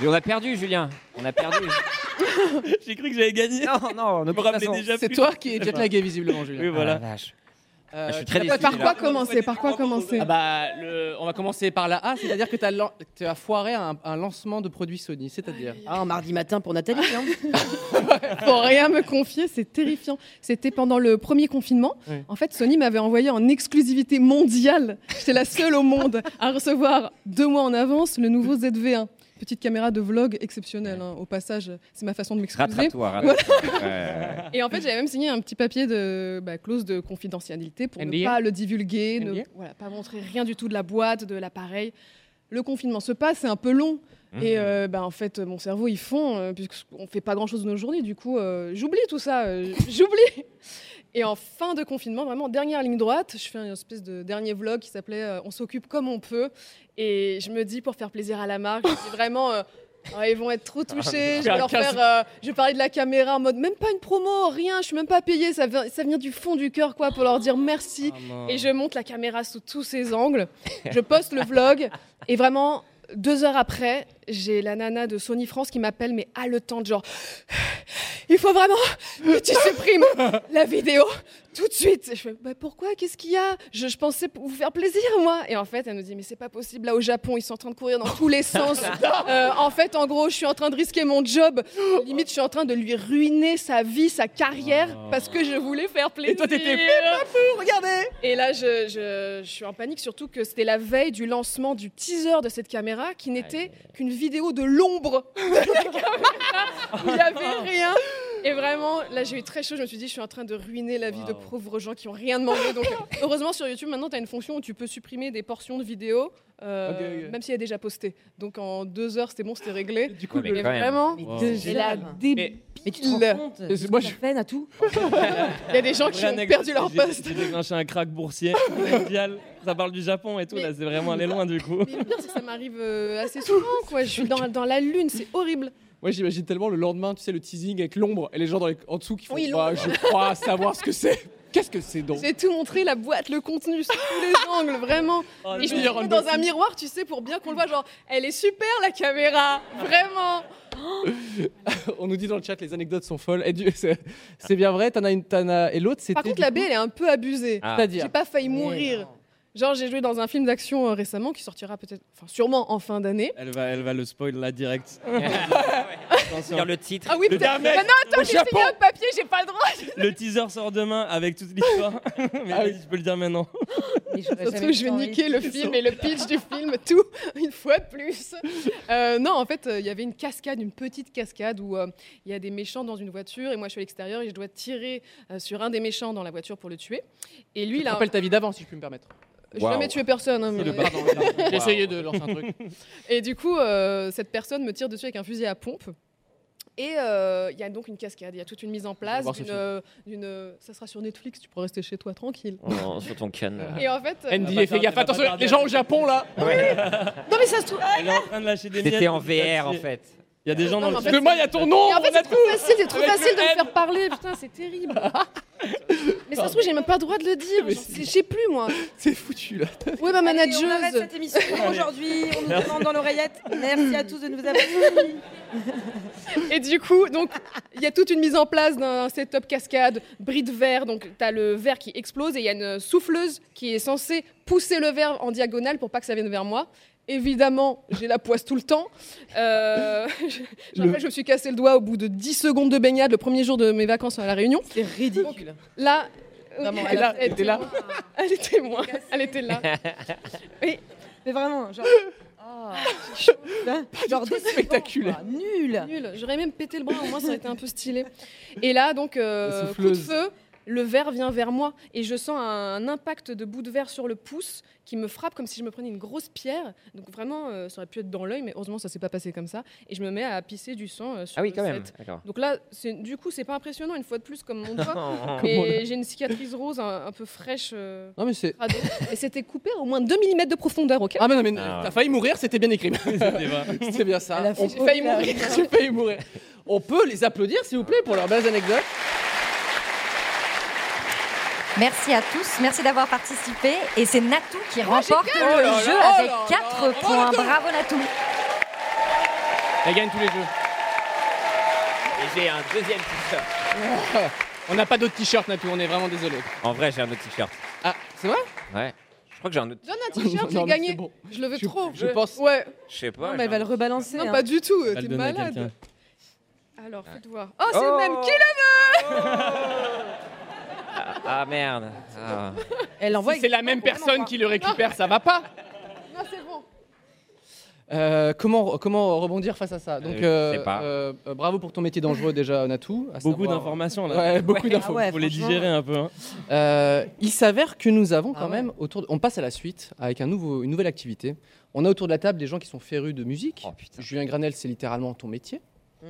Mais on a perdu, Julien. On a perdu. J'ai cru que j'avais gagné. non, non, on ne Je me rappelais déjà C'est plus. toi qui es jetlagué, visiblement, Julien. Ah Oui, voilà. Euh, Ah, Je suis tu très n'as déçu, pas- Par quoi commencer Par quoi commencer Ah bah, le- on va commencer par la A, c'est-à-dire que tu as, lan- tu as foiré un, un lancement de produits Sony, c'est-à-dire. Ah, un mardi matin pour Nathalie. hein. Pour rien me confier, c'est terrifiant. C'était pendant le premier confinement. Oui. En fait, Sony m'avait envoyé en exclusivité mondiale. J'étais la seule au monde à recevoir deux mois en avance le nouveau ZV1. Petite caméra de vlog exceptionnelle, hein. au passage. C'est ma façon de m'excuser. Rattrape-toi, rattrape-toi. Ouais. Et en fait, j'avais même signé un petit papier de bah, clause de confidentialité pour ne NDA. pas le divulguer, ne NDA. voilà, pas montrer rien du tout de la boîte, de l'appareil. Le confinement se passe, c'est un peu long. Et euh, bah, en fait, mon cerveau, il fond, euh, puisqu'on ne fait pas grand-chose de nos journées. Du coup, euh, j'oublie tout ça, euh, j'oublie. Et en fin de confinement, vraiment, dernière ligne droite, je fais une espèce de dernier vlog qui s'appelait euh, On s'occupe comme on peut. Et je me dis, pour faire plaisir à la marque, je dis vraiment... euh, Ah, ils vont être trop touchés. Je vais, leur faire, euh, je vais parler de la caméra en mode même pas une promo, rien. Je suis même pas payée. Ça vient, ça vient du fond du cœur, quoi, pour leur dire merci. Et je monte la caméra sous tous ses angles. Je poste le vlog. Et vraiment, deux heures après, j'ai la nana de Sony France qui m'appelle, mais haletante, genre Il faut vraiment que tu supprimes la vidéo tout de suite. Et je fais bah, Pourquoi Qu'est-ce qu'il y a je, je pensais p- vous faire plaisir, moi. Et en fait, elle nous dit Mais c'est pas possible. Là, au Japon, ils sont en train de courir dans tous les sens. Euh, en fait, en gros, je suis en train de risquer mon job. Limite, je suis en train de lui ruiner sa vie, sa carrière, parce que je voulais faire plaisir. Ah. toi, t'étais Regardez Et là, je, je- je suis en panique, surtout que c'était la veille du lancement du teaser de cette caméra qui n'était qu'une vidéo de l'ombre de la caméra. Il n'y avait rien. Et vraiment, là, j'ai eu très chaud. Je me suis dit, je suis en train de ruiner la vie de pauvres gens qui ont rien demandé. Donc, heureusement, sur YouTube, maintenant, tu as une fonction où tu peux supprimer des portions de vidéos, euh, Ok, ok. même si elle est déjà postée. Donc, en deux heures, c'était bon, c'était réglé. Du Ouais, mais Mais quand même. vraiment, Mais Wow. deux j'ai la jambes. débile. Mais tu te rends compte de ce Moi, que je- t'as fait, Natou Il y a des gens qui ont perdu leur poste. J'ai déclenché un crack boursier mondial. Ça parle du Japon et tout. Mais- Là, c'est vraiment allé loin du coup. Mais le pire, c'est que ça m'arrive euh, assez souvent, quoi. Je suis dans, dans la lune, c'est horrible. Moi, j'imagine tellement le lendemain, tu sais, le teasing avec l'ombre et les gens dans les- en dessous qui font Oui, Bah, Je crois savoir ce que c'est. Qu'est-ce que c'est donc J'ai tout montré, la boîte, le contenu, sous tous les angles, vraiment. Oh, Et je me le- trouve dans un miroir, tu sais, pour bien qu'on le voit, genre, elle est super la caméra, vraiment. On nous dit dans le chat, les anecdotes sont folles. Et du- C'est c'est bien vrai, t'en as une. t'en as- Et l'autre, c'était. Par contre, du la coup- B, elle est un peu abusée. Ah. J'ai C'est-à-dire. pas failli mourir. Genre, j'ai joué dans un film d'action euh, récemment qui sortira peut-être, enfin, sûrement en fin d'année. Elle va, elle va le spoil là direct. Attention. Dire le titre. Ah oui, Le peut-être. mec Mais non, attends, au j'ai Japon. signé un papier, j'ai pas le droit. Le teaser sort demain avec toute l'histoire. Mais Ah oui. vas-y, je peux le dire maintenant. Et j'aurais Surtout, jamais que je vais envie. niquer le film et le pitch du film, tout, une fois de plus. Euh, non, en fait, euh, il y avait une cascade, une petite cascade où euh, il y a des méchants dans une voiture et moi je suis à l'extérieur et je dois tirer euh, sur un des méchants dans la voiture pour le tuer. Et lui, Je là, hein. rappelle ta vie d'avant, si je puis me permettre. je n'ai jamais Waouh. tué personne. hein, mais- Pardon, j'ai essayé de lancer un truc. Et du coup, euh, cette personne me tire dessus avec un fusil à pompe. Et euh, il y a donc une cascade, il y a toute une mise en place. voir ce d'une- euh, d'une- ça sera sur Netflix, tu pourras rester chez toi tranquille. Oh, sur ton canne. Et en fait, euh, Ah, bah, NDA, fais gaffe, attention, les gens au Japon là, Ah non mais ça se Ah, trouve. Elle est en train de lâcher des miettes. C'était en VR en fait. Il y a des gens Non, dans le mais en fait, demain il y a ton nom, Et en fait, on a c'est tout. trop facile, c'est trop Avec le facile de me M. faire parler, putain, c'est terrible. Mais ça se trouve, j'ai même pas le droit de le dire. Mais j'en sais- Je sais plus, moi. C'est foutu là. Ouais, ma Allez, on arrête manageuse. cette émission aujourd'hui. On nous demande dans l'oreillette. Merci à tous de nous avoir suivis. Et du coup, donc, il y a toute une mise en place d'un setup cascade, bris de verre. Donc, t'as le verre qui explose et il y a une souffleuse qui est censée pousser le verre en diagonale pour pas que ça vienne vers moi. Évidemment, j'ai la poisse tout le temps. Euh, je, je rappelle, je me suis cassé le doigt au bout de 10 secondes de baignade le premier jour de mes vacances à La Réunion. C'est ridicule. Là, euh, Vraiment, elle, elle a- était là. Elle était moi. Elle était là. Mais vraiment, genre. Hein, genre décevant, spectaculaire. quoi. Nul. Oh, Nul. J'aurais même pété le bras, au moins ça aurait été un peu stylé. Et là, donc, euh, La coup de souffleuse. feu, le verre vient vers moi et je sens un impact de bout de verre sur le pouce qui me frappe comme si je me prenais une grosse pierre. Donc vraiment, euh, ça aurait pu être dans l'œil, mais heureusement ça s'est pas passé comme ça. Et je me mets à pisser du sang euh, sur Ah oui le quand même. set. D'accord. Donc là, c'est- du coup, c'est pas impressionnant une fois de plus comme mon doigt. Oh. Mais j'ai une cicatrice rose un, un peu fraîche. euh, Non mais c'est. crado. Et c'était coupé à au moins 2 mm de profondeur, ok Ah mais non mais Ah. t'as failli mourir, c'était bien écrit. C'était bien Elle ça. a fait- J'ai failli mourir. J'ai failli mourir. On peut les applaudir s'il vous plaît pour leurs belles anecdotes. Merci à tous, merci d'avoir participé. Et c'est Natou qui remporte gagné. Oh le là là, jeu oh avec là là. 4 Bravo, points. Natou. Bravo Natou. Elle gagne tous les jeux. Et j'ai un deuxième t-shirt. On n'a pas d'autres t-shirts Natou, on est vraiment désolé. En vrai, j'ai un autre t-shirt. Ah c'est vrai Ouais. Je crois que j'ai un autre. Donne un t-shirt, Non, j'ai mais gagné. c'est bon. Je le veux Je- trop. je pense- Ouais. Je sais pas. Non, mais elle va le rebalancer. Non, hein. pas du tout, Elle t'es donne à malade. quelqu'un. Alors, faites voir. Oh, c'est le même qui le Ah. veut Ah merde. Ah. Elle l'envoie. Si c'est la même personne qui le récupère, ça va pas. Non, c'est bon. Euh, comment, comment rebondir face à ça Donc, Euh, je euh, sais pas. euh, euh, bravo pour ton métier dangereux déjà, Natou. à Beaucoup savoir- d'informations là. Ouais, beaucoup d'infos. Ah ouais, Faut les franchement. digérer un peu. hein. Euh, il s'avère que nous avons Ah quand ouais. même autour. De... On passe à la suite avec un nouveau, une nouvelle activité. On a autour de la table des gens qui sont férus de musique. Oh putain. Julien Granel, c'est littéralement ton métier. Mm.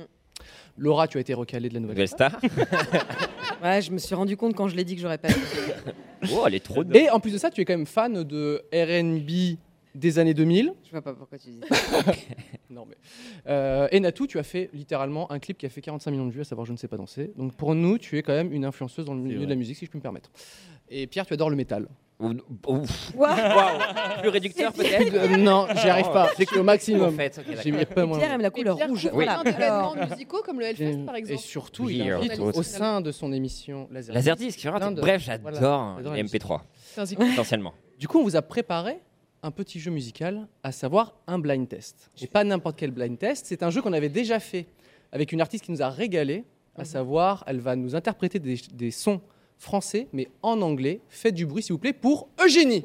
Laura, tu as été recalée de la nouvelle. Nouvelle star. Ouais, je me suis rendu compte quand je l'ai dit que j'aurais pas. Oh, elle est trop Et en plus de ça, tu es quand même fan de RB des années 2000. Je vois pas pourquoi tu dis. ça. Non, mais... Euh, et Natou, tu as fait littéralement un clip qui a fait 45 millions de vues, à savoir Je ne sais pas danser. Donc pour nous, tu es quand même une influenceuse dans le milieu vrai. de la musique, si je puis me permettre. Et Pierre, tu adores le métal. Ouf. Waouh. Waouh. Plus réducteur peut-être. Euh, non, j'y arrive pas. C'est au Oh. En maximum. fait. Ok, d'accord. J'ai mis pas moins. Pierre aime la couleur rouge. Oui. Voilà. Alors, d'événements musicaux comme le Hellfest, par Et exemple. surtout, Oui, il euh, invite autre. au sein de son émission Laser. Laserdisc, j'ai raté. Plein de- Bref, j'adore voilà, j'adore les la MP3, C'est un zig- essentiellement. Du coup, on vous a préparé un petit jeu musical, à savoir un blind test. Et pas n'importe quel blind test, c'est un jeu qu'on avait déjà fait avec une artiste qui nous a régalé, à savoir, elle va nous interpréter des, des sons français, mais en anglais. Faites du bruit, s'il vous plaît, pour Eugénie.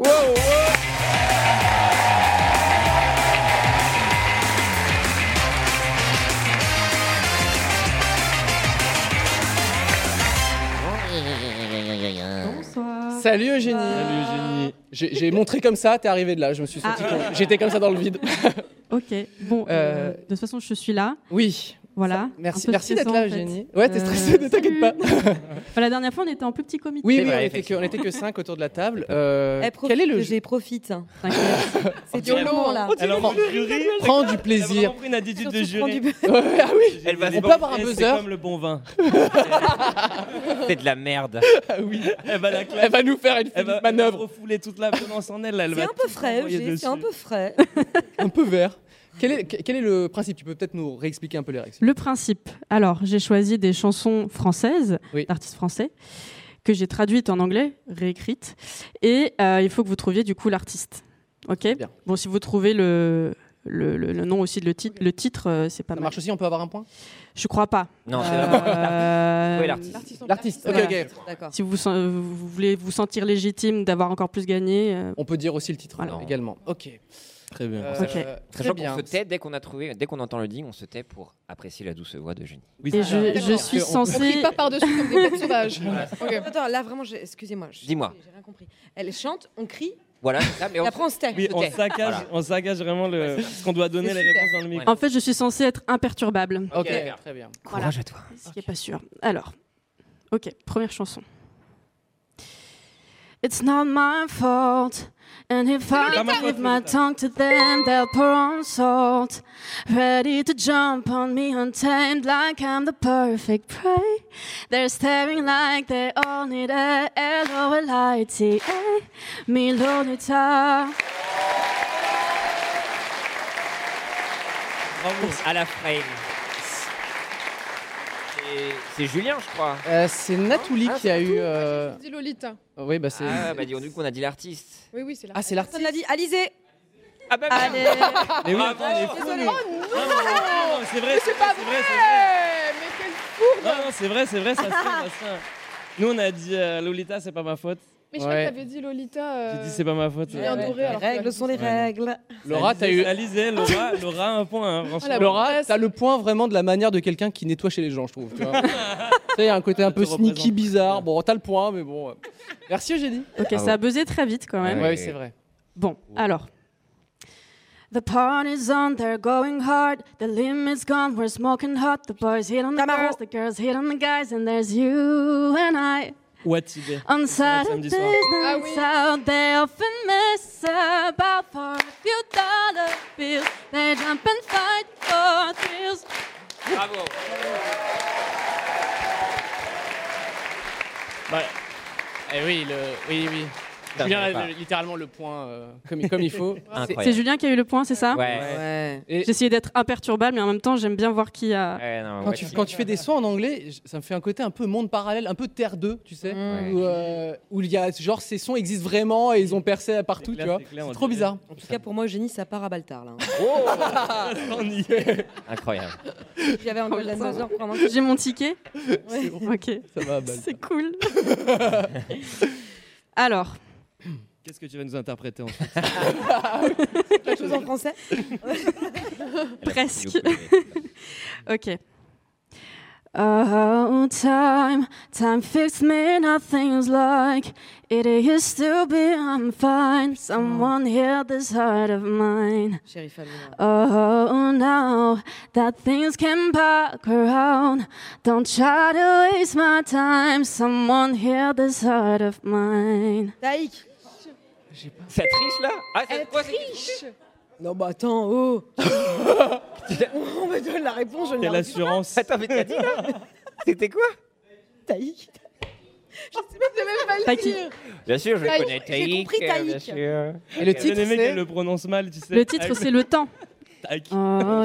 Salut Eugénie. Salut Eugénie. J'ai j'ai montré comme ça, t'es arrivé de là, je me suis senti con- J'étais comme ça dans le vide. Ok, bon, Euh, euh, de toute façon, je suis là. Oui, Voilà. Un merci, peu merci d'être stressant, là, en fait. Eugénie. Ouais, t'es Euh, stressée, ne t'inquiète pas. Enfin, la dernière fois, on était en plus petit comité. Oui, C'est oui, vrai, on était que- on était que 5 autour de la table. Euh, eh, profite quel est le que jeu J'ai profite. hein. T'inquiète. C'est dirait- violent là. Elle a vraiment juré. Prends du Elle a plaisir. vraiment pris une attitude de Surtout, prends jury. du- Ouais, ah oui, Elle va On peut avoir un C'est buzzer. comme le bon vin. C'est de la merde. ah oui. Elle va la claquer. Elle va nous faire une Elle va petite manœuvre. refouler toute la violence en elle. elle C'est va un peu tout frais, envoyer Eugé, c'est un dessus. peu frais. Un peu vert. Quel est, quel est le principe Tu peux peut-être nous réexpliquer un peu les règles. Le principe. Alors, j'ai choisi des chansons françaises, Oui. d'artistes français, que j'ai traduites en anglais, réécrites. Et euh, il faut que vous trouviez du coup l'artiste. Ok Bien. Bon, si vous trouvez le, le, le- le nom aussi de le titre. Le titre, euh, c'est pas Ça mal. marche aussi, on peut avoir un point Je crois pas. Non, c'est Euh, vraiment l'artiste. Oui, l'artiste. L'artiste, L'artiste, ok, voilà. ok. D'accord. Si vous, sen- vous voulez vous sentir légitime d'avoir encore plus gagné. euh, On peut dire aussi le titre également. Ok. Euh, Très Euh, bien. Ok. Très bien. On se tait dès qu'on a trouvé, dès qu'on entend le ding, on se tait pour apprécier la douce voix de Junie. Et je, je suis On censée. crie pas par-dessus comme des bêtes sauvages. Voilà. Ok. Attends, là vraiment, j'ai- excusez-moi. je- Dis-moi. J'ai rien compris. Elle chante, on crie. Voilà, c'est ça, mais Et après, on se tait. Oui, Je on tais. saccage, Voilà. on saccage vraiment le, ce qu'on doit donner C'est les super. réponses dans le micro. En fait, je suis censée être imperturbable. Ok, d'accord. très bien. Voilà. Courage à toi. Ce qui n'est pas sûr. Alors, ok, première chanson. It's not my fault. And if I Lolita. give my tongue to them, they'll pour on salt. Ready to jump on me untamed like I'm the perfect prey. They're staring like they all need a L-O-L-I-T-A. Me Lolita. Bravo. À la frame. C'est- C'est Julien, je crois. Euh, c'est Natouli qui a eu. euh, Dis Lolita. Oui, bah c'est. Ah, bah, dis- du coup, on a dit l'artiste. Oui, oui, c'est là. Ah, c'est l'artiste. Personne l'a dit. Alizé. Ah, bah, Allez. Mais Ah, oui, attends, elle est fou, nous. Désolée. Non, non, non, non, c'est vrai, c'est vrai, c'est vrai, c'est vrai. Mais quel four Non, non, c'est vrai, c'est vrai, ça se fait, ça se fait. Nous, on a dit euh, Lolita, c'est pas ma faute. Mais je crois que Ouais. t'avais dit Lolita. euh, J'ai dit c'est pas ma faute. euh, Julien Ouais. Doré, Les alors que- règles sont les règles. Laura, t'as eu. Alizé, Laura, Laura un point. hein, franchement. Ah, la Laura, presse. t'as le point vraiment de la manière de quelqu'un qui nettoie chez les gens, je trouve. Tu vois. Tu sais, il y a un côté un peu te représente. sneaky, bizarre. Bon, t'as le point, mais bon. euh. Merci, Eugénie. Ok, Ah ça a buzzé très vite quand même. Oui, Ouais. c'est vrai. Bon, alors. The party's on, they're going hard. The limit's gone, we're smoking hot. The boys hit on the Camaro. girls, the girls hit on the guys, and there's you and I. What idée. On samedi Saturdays soir. Ah nights oui. out, they often mess about for a few dollar bills. They jump and fight for thrills. Bravo. Eh oui, le... oui, oui. Non, Julien j'en ai a pas. littéralement le point euh, comme, comme il faut. C'est Incroyable. Julien qui a eu le point, c'est ça Ouais. Ouais. Et J'essayais d'être imperturbable, mais en même temps, j'aime bien voir qui a. Ouais, non, Ah. quand ouais, tu, c'est- quand tu fais des sons en anglais, j- ça me fait un côté un peu monde parallèle, un peu Terre 2, tu sais, Mmh. Ouais. où, euh, où il y a genre ces sons existent vraiment et ils ont percé partout, clair, tu vois. c'est clair, on C'est trop dirait. bizarre. En tout cas, pour moi, Eugénie, ça part à Baltar hein. là. On y est. Incroyable. J'avais un Golden Buzzer pour un moment. J'ai mon ticket Ok. Ça va, balle. C'est cool. Alors, Qu'est-ce que tu vas nous interpréter ensuite Quelque chose en français. Elle a Presque. fait du coup, mais- ok. Oh, time, time fixed me, nothing's like it used to be. I'm fine. Someone healed this heart of mine. Mm. Chérie Fabien. Oh, now that things can back around, don't try to waste my time. Someone healed this heart of mine. Taïk. Ça triche là Ah, c'est quoi c'est- Non, bah attends, oh On me donne la réponse, je ne Quelle la assurance Attends, mais t'as dit là C'était quoi Taïk. Pas qui Bien sûr, je Taïk, connais j'ai Taïk. compris euh, bien Taïk. sûr. Et le Bien titre, aimé c'est qu'elle le prononce mal, tu sais. Le titre, c'est Le temps. Tac. Oh,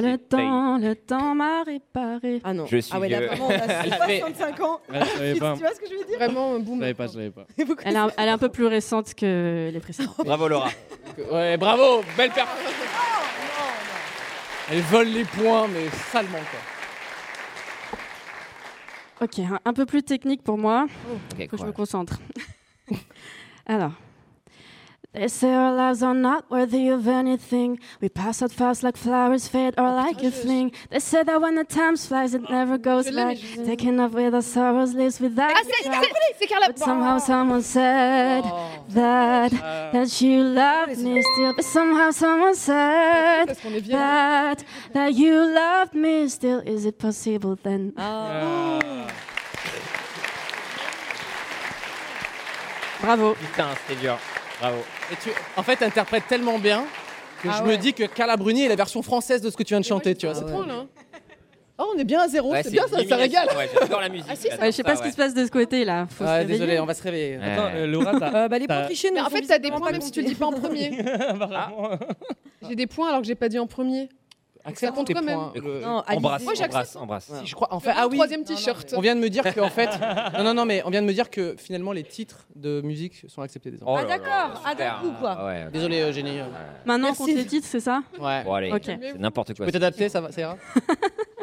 le Taïk. temps, le temps m'a réparé. Ah non. Je suis ah ouais, là, vieux. vraiment, on a Mais- 65 ans. Ouais, je savais Tu pas. vois ce que je veux dire Vraiment, Je boum. savais pas, je savais pas. Vous Elle est, un, elle est un peu plus récente que les précédentes. Bravo Laura. Ouais, bravo, belle performance. Elle vole les points, mais salement quoi. Ok, un, un peu plus technique pour moi. Ok, Faut que je me cool. concentre. Alors. They say our lives are not worthy of anything. We pass out fast like flowers fade or like a fling. They say that when the time flies, it never goes Oh, Je l'ai, mais back. je- Ah, Taking off with our sorrows, lives without regret. C'est Carla. Oh. But somehow someone said that that you loved me still. But somehow someone said Parce qu'on est vieille. that that you loved me still. Is it possible then? Ah. Bravo. Putain, c'était dur. Bravo. Et tu, en fait, interprètes tellement bien que Ah je ouais. me dis que Carla Bruni est la version française de ce que tu viens de chanter, tu vois. C'est C'est- drôle, hein. Oh, on est bien à zéro, Ouais, c'est bien, une ça, ça illumination. régale. Ouais, j'adore la musique. Ah, si, ça- Ouais, je sais pas ce qui se passe de ce côté là. Faut se Ouais, réveiller. désolé, on va se réveiller. Ouais. Attends, euh, Laura, t'as. Euh, bah, les points t'as- trichés, Mais nous en font fait, t'as des visiblement points pas même si tu le compter. dis pas en premier. Apparemment. J'ai des points alors que j'ai pas dit en premier. Ah, Ça compte tes quand même. points, le- Non, Alizé. embrasse, Moi, j'accepte. embrasse, embrasse. Si, je crois. Enfin, Le ah oui. troisième t-shirt. On vient de me dire que en fait, non, non, non, mais on vient de me dire que finalement les titres de musique sont acceptés désormais. Oh là Ah, là, d'accord, à super. d'un coup, Ah quoi. Ouais, ok. Désolé, euh, Génie. euh. Maintenant, on compte les titres, c'est ça Ouais. Bon, allez, Ok. c'est n'importe Tu quoi. peux t'adapter, ça va, ça ira.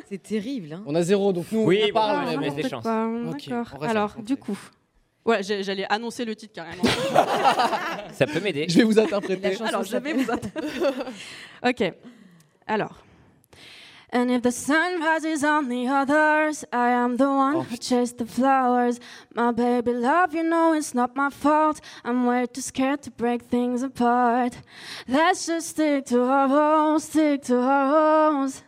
C'est terrible. Hein. On a zéro, donc nous Oui, on parle. bon, mais on laisse bon. des chances. Ok, D'accord. on reste Alors, du coup. Ouais, j'ai- j'allais annoncer le titre carrément. Ça peut m'aider. Je vais vous interpréter. Alors, je vais vous attendre. ok. Alors. And if the sun rises on the others, I am the one who Oh. chased the flowers. My baby love, you know it's not my fault. I'm way too scared to break things apart. Let's just stick to our homes, stick to our homes.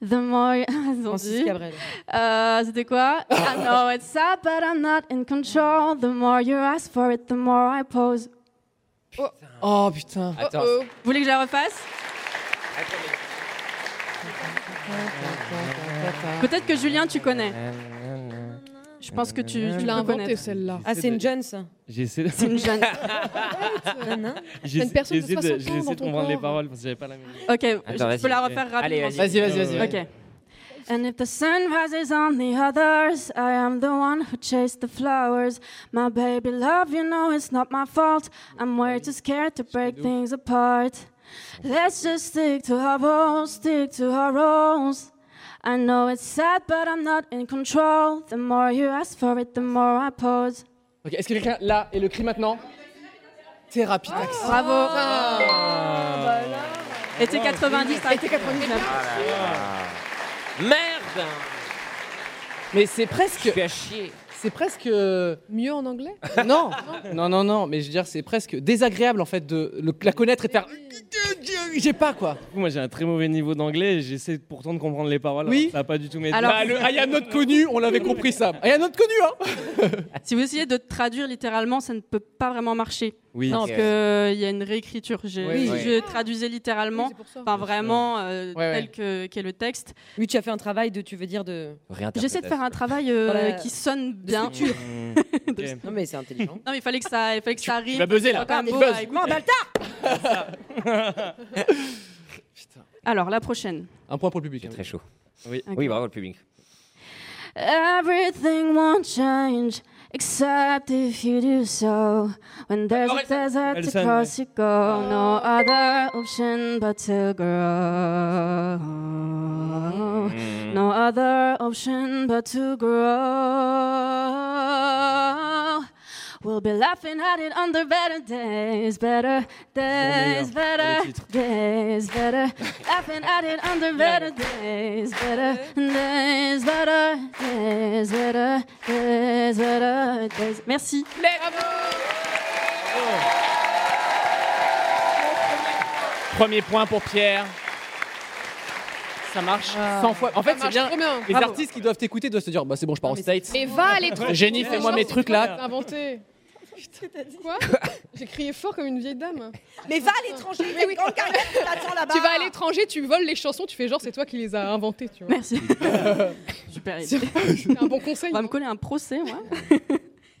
The more you- Ils ont Francis dit. Cabrel. Euh, C'était quoi? I know it's sad, but I'm not in control. The more you ask for it, the more I pose. Oh putain. Attends. Vous voulez que je la refasse Peut-être que Julien, tu connais. Je pense que tu, tu l'as peux inventée, connaître. celle-là. Ah, c'est une jeune, ça. J'essaie C'est une jeune. Euh, j'essaie- une personne de j'essaie 60 ans j'essaie dans de ton comprendre les corps. paroles parce que j'avais pas la même. Ok, je vas-y. peux la refaire rapidement. Allez, vas-y. Vas-y, vas-y, vas-y. Ok. And if the sun rises on the others, I am the one who chased the flowers. My baby love, you know it's not my fault. I'm way too scared to break things apart. Let's just stick to our roles, stick to our roles. I know it's sad, but I'm not in control. The more you ask for it, the more I pose. Ok, est-ce que quelqu'un là et le cri maintenant Thérapie taxi. Bravo. Ah. Ah. Et t'es 90, t'as été 99. Ah Merde Mais c'est presque. Je suis à chier. C'est presque. euh, Mieux en anglais Non, non, non, non, mais je veux dire, c'est presque désagréable en fait de le- la connaître et de faire. J'ai pas quoi. Du coup, Moi, j'ai un très mauvais niveau d'anglais. et J'essaie pourtant de comprendre les paroles. Oui. alors Ça a pas du tout m'aider. Alors- Bah, le Ayanote connu, on l'avait compris ça. Ayanote connu, hein Si vous essayez de traduire littéralement, ça ne peut pas vraiment marcher. Oui. Parce Ok. qu'il y a une réécriture. J'ai- Oui, si oui. je traduisais littéralement, C'est pour ça. enfin vraiment euh, Ouais, ouais. tel que- qu'est le texte. Oui, tu as fait un travail de, tu veux dire, de. J'essaie de faire un travail euh, Voilà. qui sonne bien. structure. Mmh. Ok. Non, mais c'est intelligent. Non, mais il fallait que ça, il fallait que ça arrive. Tu vas buzzer Faut là. quand même Il beau buzz. à écouter. Bon, Alors, la prochaine. Un point pour le public. J'ai hein. très chaud. Oui. Oui, bravo le public. Everything won't change except if you do so. When there's a desert to Orelsan, cross, you go. No other option but to grow. No other option but to grow. We'll be laughing at it on the better days, better days, Toujours meilleur pour les better titres. days, better. laughing at it on the better days, better days, better days, better days, better days. Merci. Premier point pour Pierre. Ça marche 100 fois. En fait, c'est bien. Ah. Trop bien. Ah, Les artistes qui doivent t'écouter doivent se dire Bah, c'est bon, je pars aux States. Mais va aller trop Jenny, vite, fais-moi les mes gens, trucs, c'est toi là. qui t'as inventé. Quoi J'ai crié fort comme une vieille dame. Mais va à l'étranger, t'as une grande carrière qui t'attend là-bas. Tu vas à l'étranger, tu voles les chansons, tu fais genre c'est toi qui les as inventées, tu vois. Merci. Super idée. C'est un bon conseil. On va me coller un procès, moi.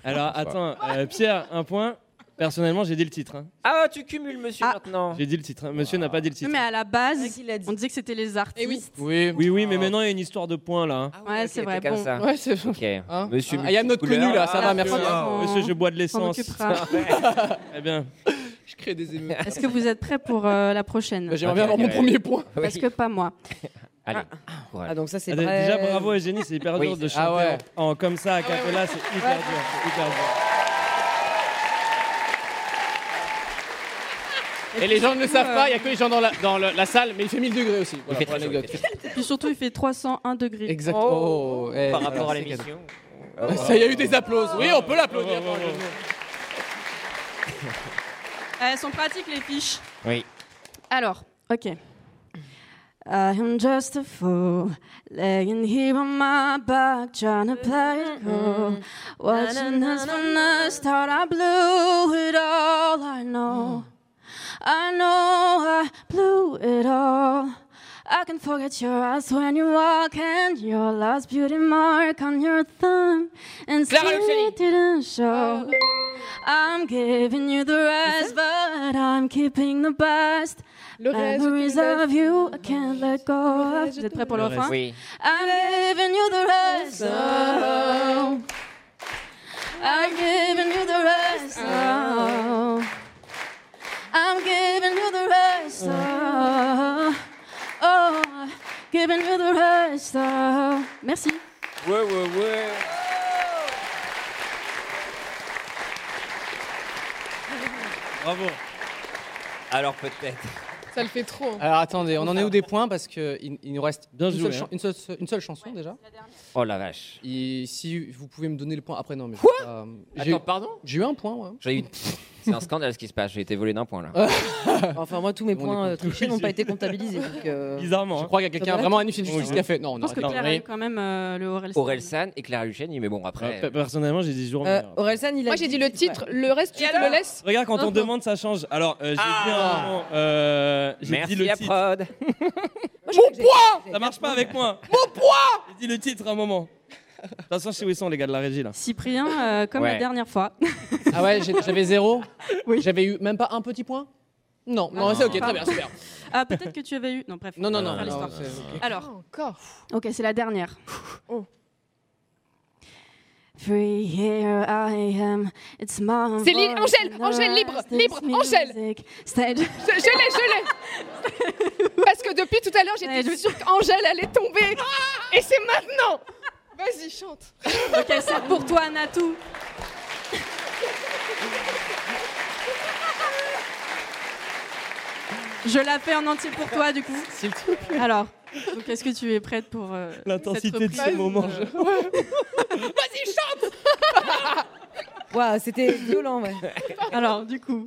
Alors, attends, euh, Pierre, un point. Personnellement, j'ai dit le titre. hein. Ah, tu cumules, monsieur, maintenant. J'ai dit le titre. hein. Monsieur n'a pas dit le titre. Mais à la C'est vrai base, qu'il l'a dit. on disait que c'était les Eh artistes. Oui, Oui, oui, mais maintenant, il y a une histoire de points là. hein. Ah Ouais, ok, c'est t'es vrai, Comme bon. ça. Ouais, c'est Ok. Hein Monsieur. Ah, il y a notre multicouleur. connu, là, ça va, Ah, merci. monsieur, Ah. Monsieur, je bois de On s'en l'essence. occupera. Très bien. Je crée des émeutes. Est-ce que vous êtes prêts pour euh, la prochaine Bah, J'aimerais bien avoir mon Ouais. premier point. oui. Parce que pas moi. Allez. Ah, donc ça, c'est Ah, vrai. Déjà, bravo à Génie, c'est hyper Oui, dur de c'est- ah chanter ouais. en, en comme ça, à cappella, c'est hyper dur. c'est hyper dur. Et les gens ne le savent pas, il y a que les gens dans la, dans le- la salle, mais il fait 1000 degrés aussi. Voilà, fait pour très chaud, l'anecdote. il Et puis surtout, il fait 301 degrés. Exact. Oh, eh, Par voilà, rapport à c'est l'émission. Oh, cadeau. Ça, il y a eu des applaudissements. Oui, on peut l'applaudir. Oh, oh, oh, oh, Elles Eh, sont pratiques, les fiches. Oui. Alors, ok. I am just a fool, laying here on my back, trying to play it cool. Watching us from the start, I blew it all, I know. I know I blew it all. I can forget your eyes when you walk and your last beauty mark on your thumb. And Clara still Luciani. it didn't show. I'm giving you the rest, but but I'm keeping the best. Le reste, Memories je te laisse. of you, I can't let go. Vous êtes prêts pour le Le reste. refrain Oui. I'm giving you the rest. oh. I'm giving you the rest. oh. I'm giving you the rest. Oh, oh. giving you the rest. Oh. Merci. Ouais, ouais, ouais. Bravo. Alors peut-être. Ça le fait oh. trop. hein. Alors attendez, on en est où des points Parce qu'il il nous reste Bien une, joué, seule hein. chan- une, seule, une seule chanson déjà. Oh la vache. Et si vous pouvez me donner le point après, non mais. Quoi euh, Attends, j'ai eu- pardon J'ai eu un point, ouais. J'ai eu. C'est un scandale ce qui se passe. J'ai été volé d'un point là. Enfin, moi, tous mes On est points euh, contre- trichés n'ont pas été comptabilisés. donc, euh, Bizarrement. Je crois qu'il y a quelqu'un vraiment un injustice Oui. qui a fait. Non, Je non, pense que non, Claire mais- aime quand même euh, le Orelsan. Aurel San et Clara Luciani, mais bon après. Pe- Personnellement, j'ai dit jour. Euh, Orelsan, il a Moi, j'ai dit le titre, le reste, tu te le laisses. Ah Regarde, quand Non, on Oh. non. demande, ça change. Alors, euh, j'ai dit Ah. un moment, euh, j'ai dit Merci le à titre. prod. Ça marche pas avec moi. Mon poids J'ai dit le titre un moment. De toute façon, je sais où ils sont, les gars de la régie, là. Cyprien, euh, comme Ouais. la dernière fois. Ah ouais, j'ai- j'avais zéro J'avais eu même pas un petit point Non, non, Ah, c'est ok, non. très bien, super. Ah, peut-être que tu avais eu. Non, bref. Non, non, on va non, faire non, l'histoire. c'est- ok. Alors. Ah, Encore. Ok, c'est la dernière. Oh. Free here I am. It's my C'est Lil- voice Angèle, and the Angèle, libre, rest libre, is Angèle. music. Stage. Je, je l'ai, je l'ai. Parce que depuis tout à l'heure, j'étais sûre qu'Angèle allait tomber. Et c'est maintenant. Vas-y, chante. Ok, c'est pour toi, Natou. Je la fais en entier pour toi, du coup. S'il te plaît. Alors, donc est-ce que tu es prête pour euh, L'intensité cette de ces reprise moments. Vas-y, chante. Waouh, c'était violent, ouais. Alors, du coup.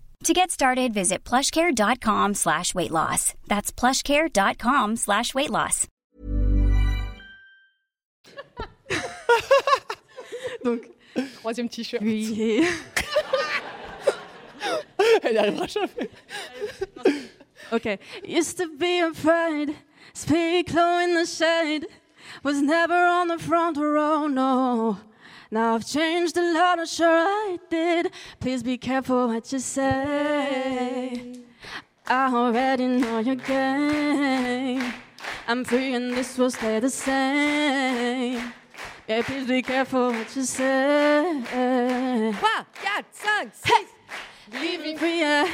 To get started, visit plushcare.com slash weight loss. That's plushcare.com slash weight loss. Donc, troisième t-shirt. Oui. Elle y arrivera jamais. Okay. Used to be afraid, speak low in the shade. Was never on the front row, no. Now I've changed a lot, I'm sure I did. Please be careful what you say. I already know your game. I'm free and this will stay the same. Yeah, please be careful what you say. 4, 5, 6. Leaving free, yeah.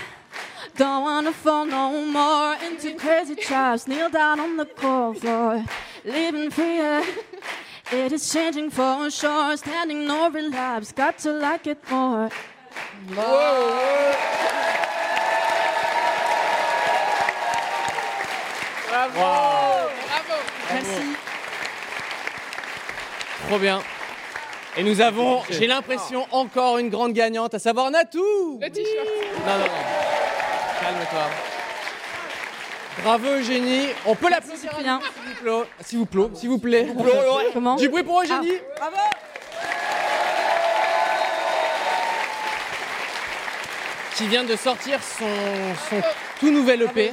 Don't wanna fall no more into crazy traps. Kneel down on the cold floor. Living free, yeah. It is changing for sure. Standing no relapse. Got to like it more. Ah. Bravo Bravo. Merci. Trop bien. Et nous avons, j'ai l'impression, encore une grande gagnante, à savoir Natou Le t-shirt. Non, non, non. Calme-toi. Bravo Eugénie. On peut l'applaudir à nouveau, s'il vous plaît. S'il vous plaît, s'il vous plaît. Comment Du bruit pour Eugénie. Ah, Qui vient de sortir son, son tout nouvel E EP.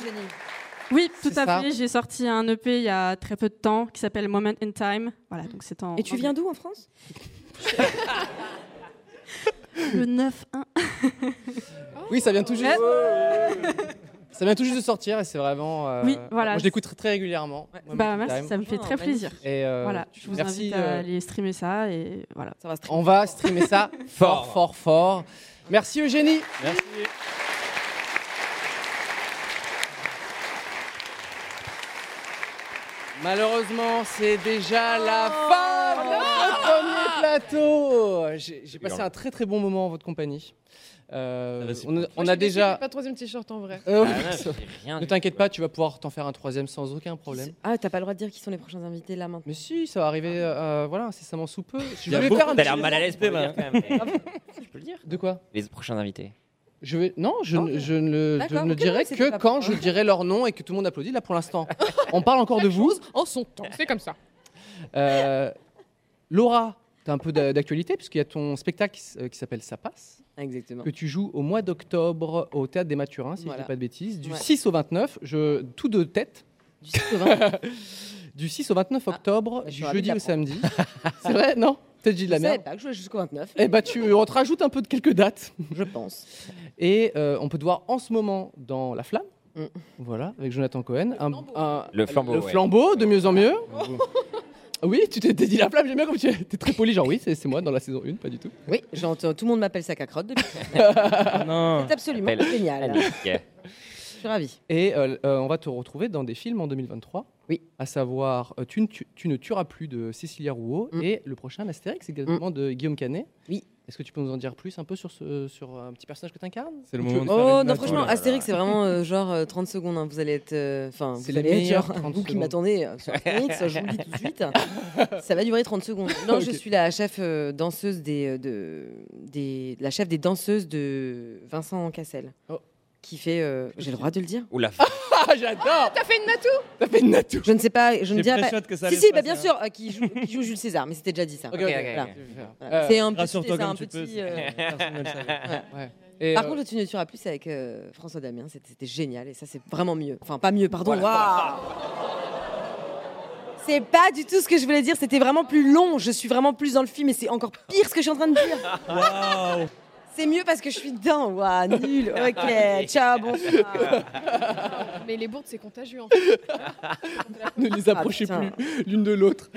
Oui, tout à ça. fait. J'ai sorti un EP il y a très peu de temps qui s'appelle Moment in Time. Voilà, donc c'est en. Et tu viens d'où en France Le 9 Oui, ça vient tout juste. Ça vient tout juste de sortir et c'est vraiment. euh, Oui, voilà. Moi, je l'écoute très, très régulièrement. Moi, Bah, Monkey merci, Time. Ah, ça me fait très plaisir. Et, euh, voilà, je vous merci, invite à euh, aller streamer ça et voilà. Ça va On va streamer ça fort, fort, fort. Merci Eugénie. Merci. Malheureusement, c'est déjà la Oh. fin Ah. de notre premier plateau. J'ai j'ai passé un très très bon moment en votre compagnie. Euh, bah, on a, on a Moi, je suis déçue, j'ai déjà. Pas de troisième t-shirt en vrai. Euh, Ah, là, j'ai rien ne du t'inquiète pas, tu vas pouvoir t'en faire un troisième sans aucun problème. Ah, t'as pas le droit de dire qui sont les prochains invités là maintenant. Mais si, ça va arriver, euh, voilà, incessamment sous peu. Je Il y a voulais beaucoup- faire un T'as petit- l'air mal à l'aise pour le dire, quand même. De quoi Les prochains invités. Je vais... Non, je, ne- je ne, le- je D'accord, ne ok, dirai oui, c'était que pas quand pour- je dirai leur nom et que tout le monde applaudit. Là, pour l'instant, on parle encore de vous. En son temps, c'est comme ça. Euh, Laura, tu as un peu d'a- d'actualité, puisqu'il y a ton spectacle qui s- euh, qui s'appelle Ça passe, Exactement. que tu joues au mois d'octobre au Théâtre des Mathurins, si je Voilà. ne dis pas de bêtises, du Ouais. 6 au 29, je, tout de tête. Du 6 au 29, octobre, bah, je du suis ravie jeudi de au l'apprendre. samedi. C'est vrai, non Peut-être que je dis de la Je merde. savais pas que je jouais jusqu'au 29. Eh bah, tu on te rajoute un peu de quelques dates. Je pense. Et euh, on peut te voir en ce moment dans La Flamme. Mm. Voilà, avec Jonathan Cohen. Un- un- Le flambeau, ouais. flambeau, de mieux en mieux. Oh. oui, tu t'es t'es dit La Flamme, j'aime bien comme tu es t'es très poli, genre oui, c'est c'est moi dans la saison 1, pas du tout. Oui, j'entends, tout le monde m'appelle sac à crotte depuis. non. C'est absolument Appelle- génial. Yeah. Je suis ravie. Et euh, euh, on va te retrouver dans des films en 2023. Oui. À savoir euh, tu, ne tu- tu ne tueras plus de Cécilia Rouault et le prochain Astérix également de Guillaume Canet. Mm. Oui. Est-ce que tu peux nous en dire plus un peu sur, ce, sur un petit personnage que tu incarnes C'est le Ou tu moment veux- de faire une Oh non, note, franchement, oh là là. Astérix, c'est vraiment euh, genre euh, 30 secondes. hein, Vous allez être. euh, Enfin, C'est vous les allez être meilleures genre, 30 vous qui secondes. m'attendez euh, sur Astérix, je vous le dis tout de suite. Ça va durer 30 secondes. Non, je Ok. suis la chef euh, danseuse des, euh, de, des. La chef des danseuses de Vincent Cassel. Qui fait. euh, J'ai le droit de le dire Ou la Oh. Ah, j'adore T'as fait une natou T'as fait une natou Je ne sais pas, je ne J'ai dirais pas. pré-shot que ça si, allait si, se bah, passer, hein. bien hein. sûr, euh, qui, joue, qui joue Jules César, mais c'était déjà dit ça. Ok, ok, ok. Voilà. Euh, Voilà. C'est un petit. rassure-toi c'est un comme tu peux, petit, c'est- euh, personne ne le savait. voilà. Ouais. Et, Par euh, contre, tu ne tueras plus avec euh, François Damien, c'était c'était génial et ça, c'est vraiment mieux. Enfin, pas mieux, pardon. Voilà. Waouh c'est pas du tout ce que je voulais dire, c'était vraiment plus long, je suis vraiment plus dans le film et c'est encore pire ce que je suis en train de dire. Waouh C'est mieux parce que je suis dedans. Waouh, nul. Ah, Ok, ciao, bonsoir. Mais les bourdes, c'est contagieux en fait. ne Ah, les approchez plus l'une de l'autre.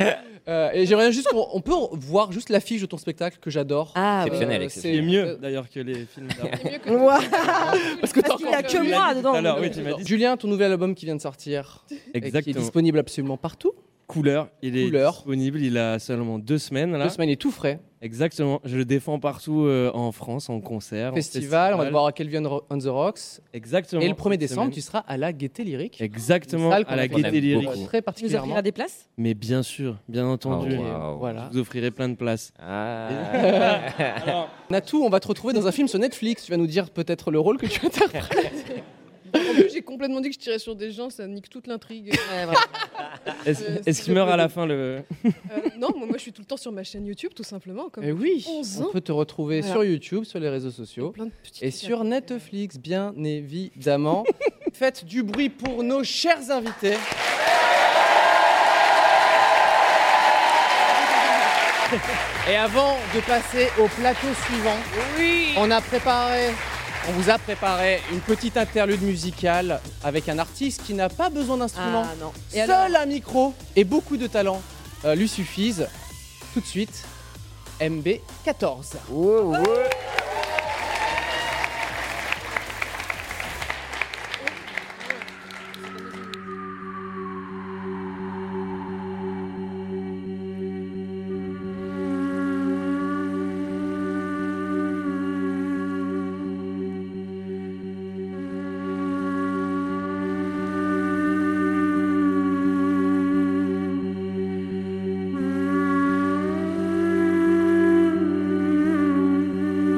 Euh, et j'aimerais juste qu'on on peut voir juste l'affiche de ton spectacle que j'adore. Ah, oui. Exceptionnel, exceptionnel. C'est mieux, euh, d'ailleurs que les films Waouh. Parce que t'as qu'il y a encore- que tu l'as moi dit tout dedans. à l'heure, oui, oui, tu m'as dit. Julien, ton nouvel album qui vient de sortir, et qui est Exactement. disponible absolument partout. Couleur, il est Couleur. disponible, il a seulement deux semaines. Là. Deux semaines, il est tout frais. Exactement, je le défends partout euh, en France, en concert, en Festival, on va te voir à Kelvin Ro- on the Rocks. Exactement. Et le 1er cette décembre, semaine. tu seras à la Gaieté Lyrique. Exactement, Une salle qu'on à la a fait Gaieté Lyrique. beaucoup. Très Tu nous particulièrement. offriras des places Mais bien sûr, bien entendu, Ah, wow. Voilà. Ah. je vous offrirai plein de places. Ah. Alors, Natou, on va te retrouver dans un film sur Netflix. Tu vas nous dire peut-être le rôle que tu interprètes. En plus, j'ai complètement dit que je tirais sur des gens, ça nique toute l'intrigue. Est-ce Euh, est-ce qu'il meurt à la fin le... Euh, non, moi, moi, je suis tout le temps sur ma chaîne YouTube, tout simplement. Comme Et Eh oui, 11 ans. on peut te retrouver Voilà. sur YouTube, sur les réseaux sociaux et sur Netflix, bien évidemment. Faites du bruit pour nos chers invités. Et avant de passer au plateau suivant, on a préparé, on vous a préparé une petite interlude musicale avec un artiste qui n'a pas besoin d'instrument. Ah, non. Et Seul alors un micro et beaucoup de talent euh, lui suffisent. Tout de suite, MB14. Thank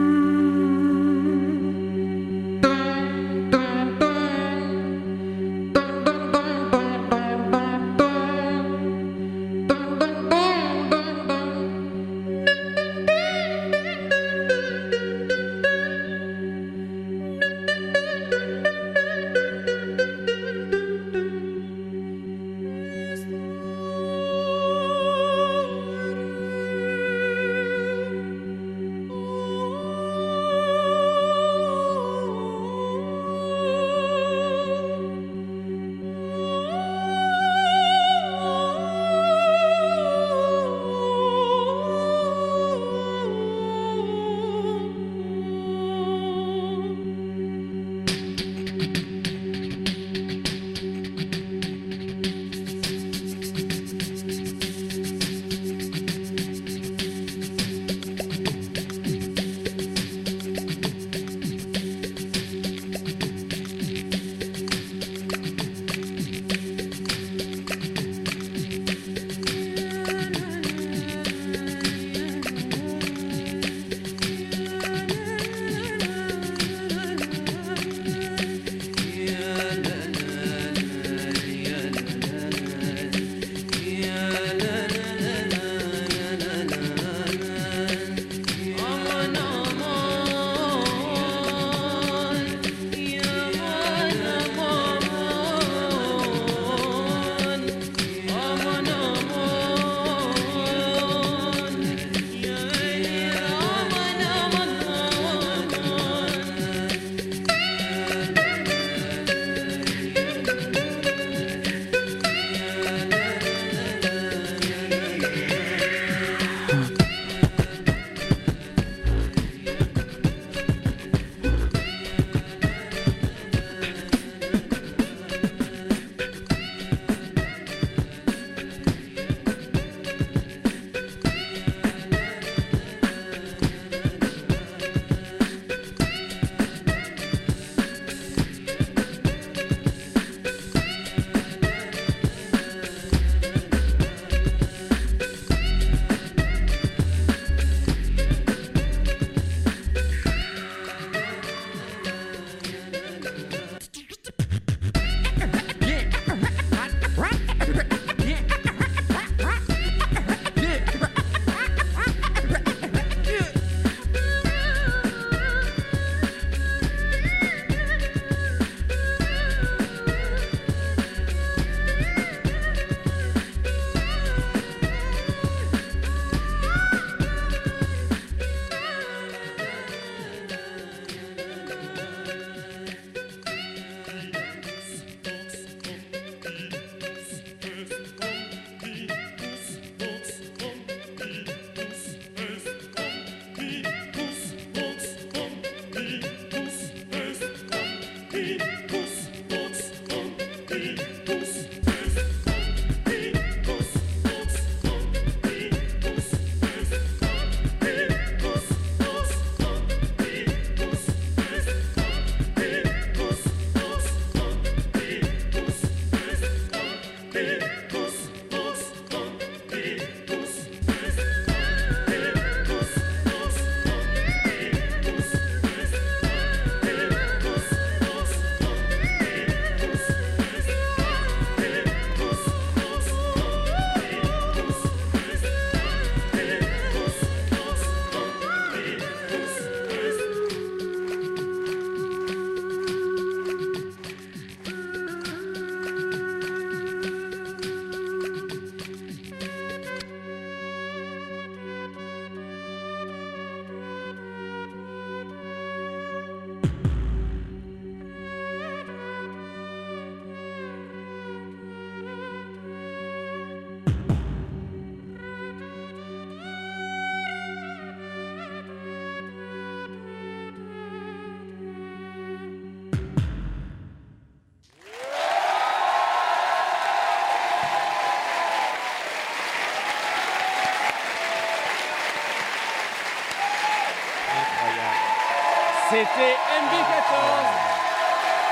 C'était MB14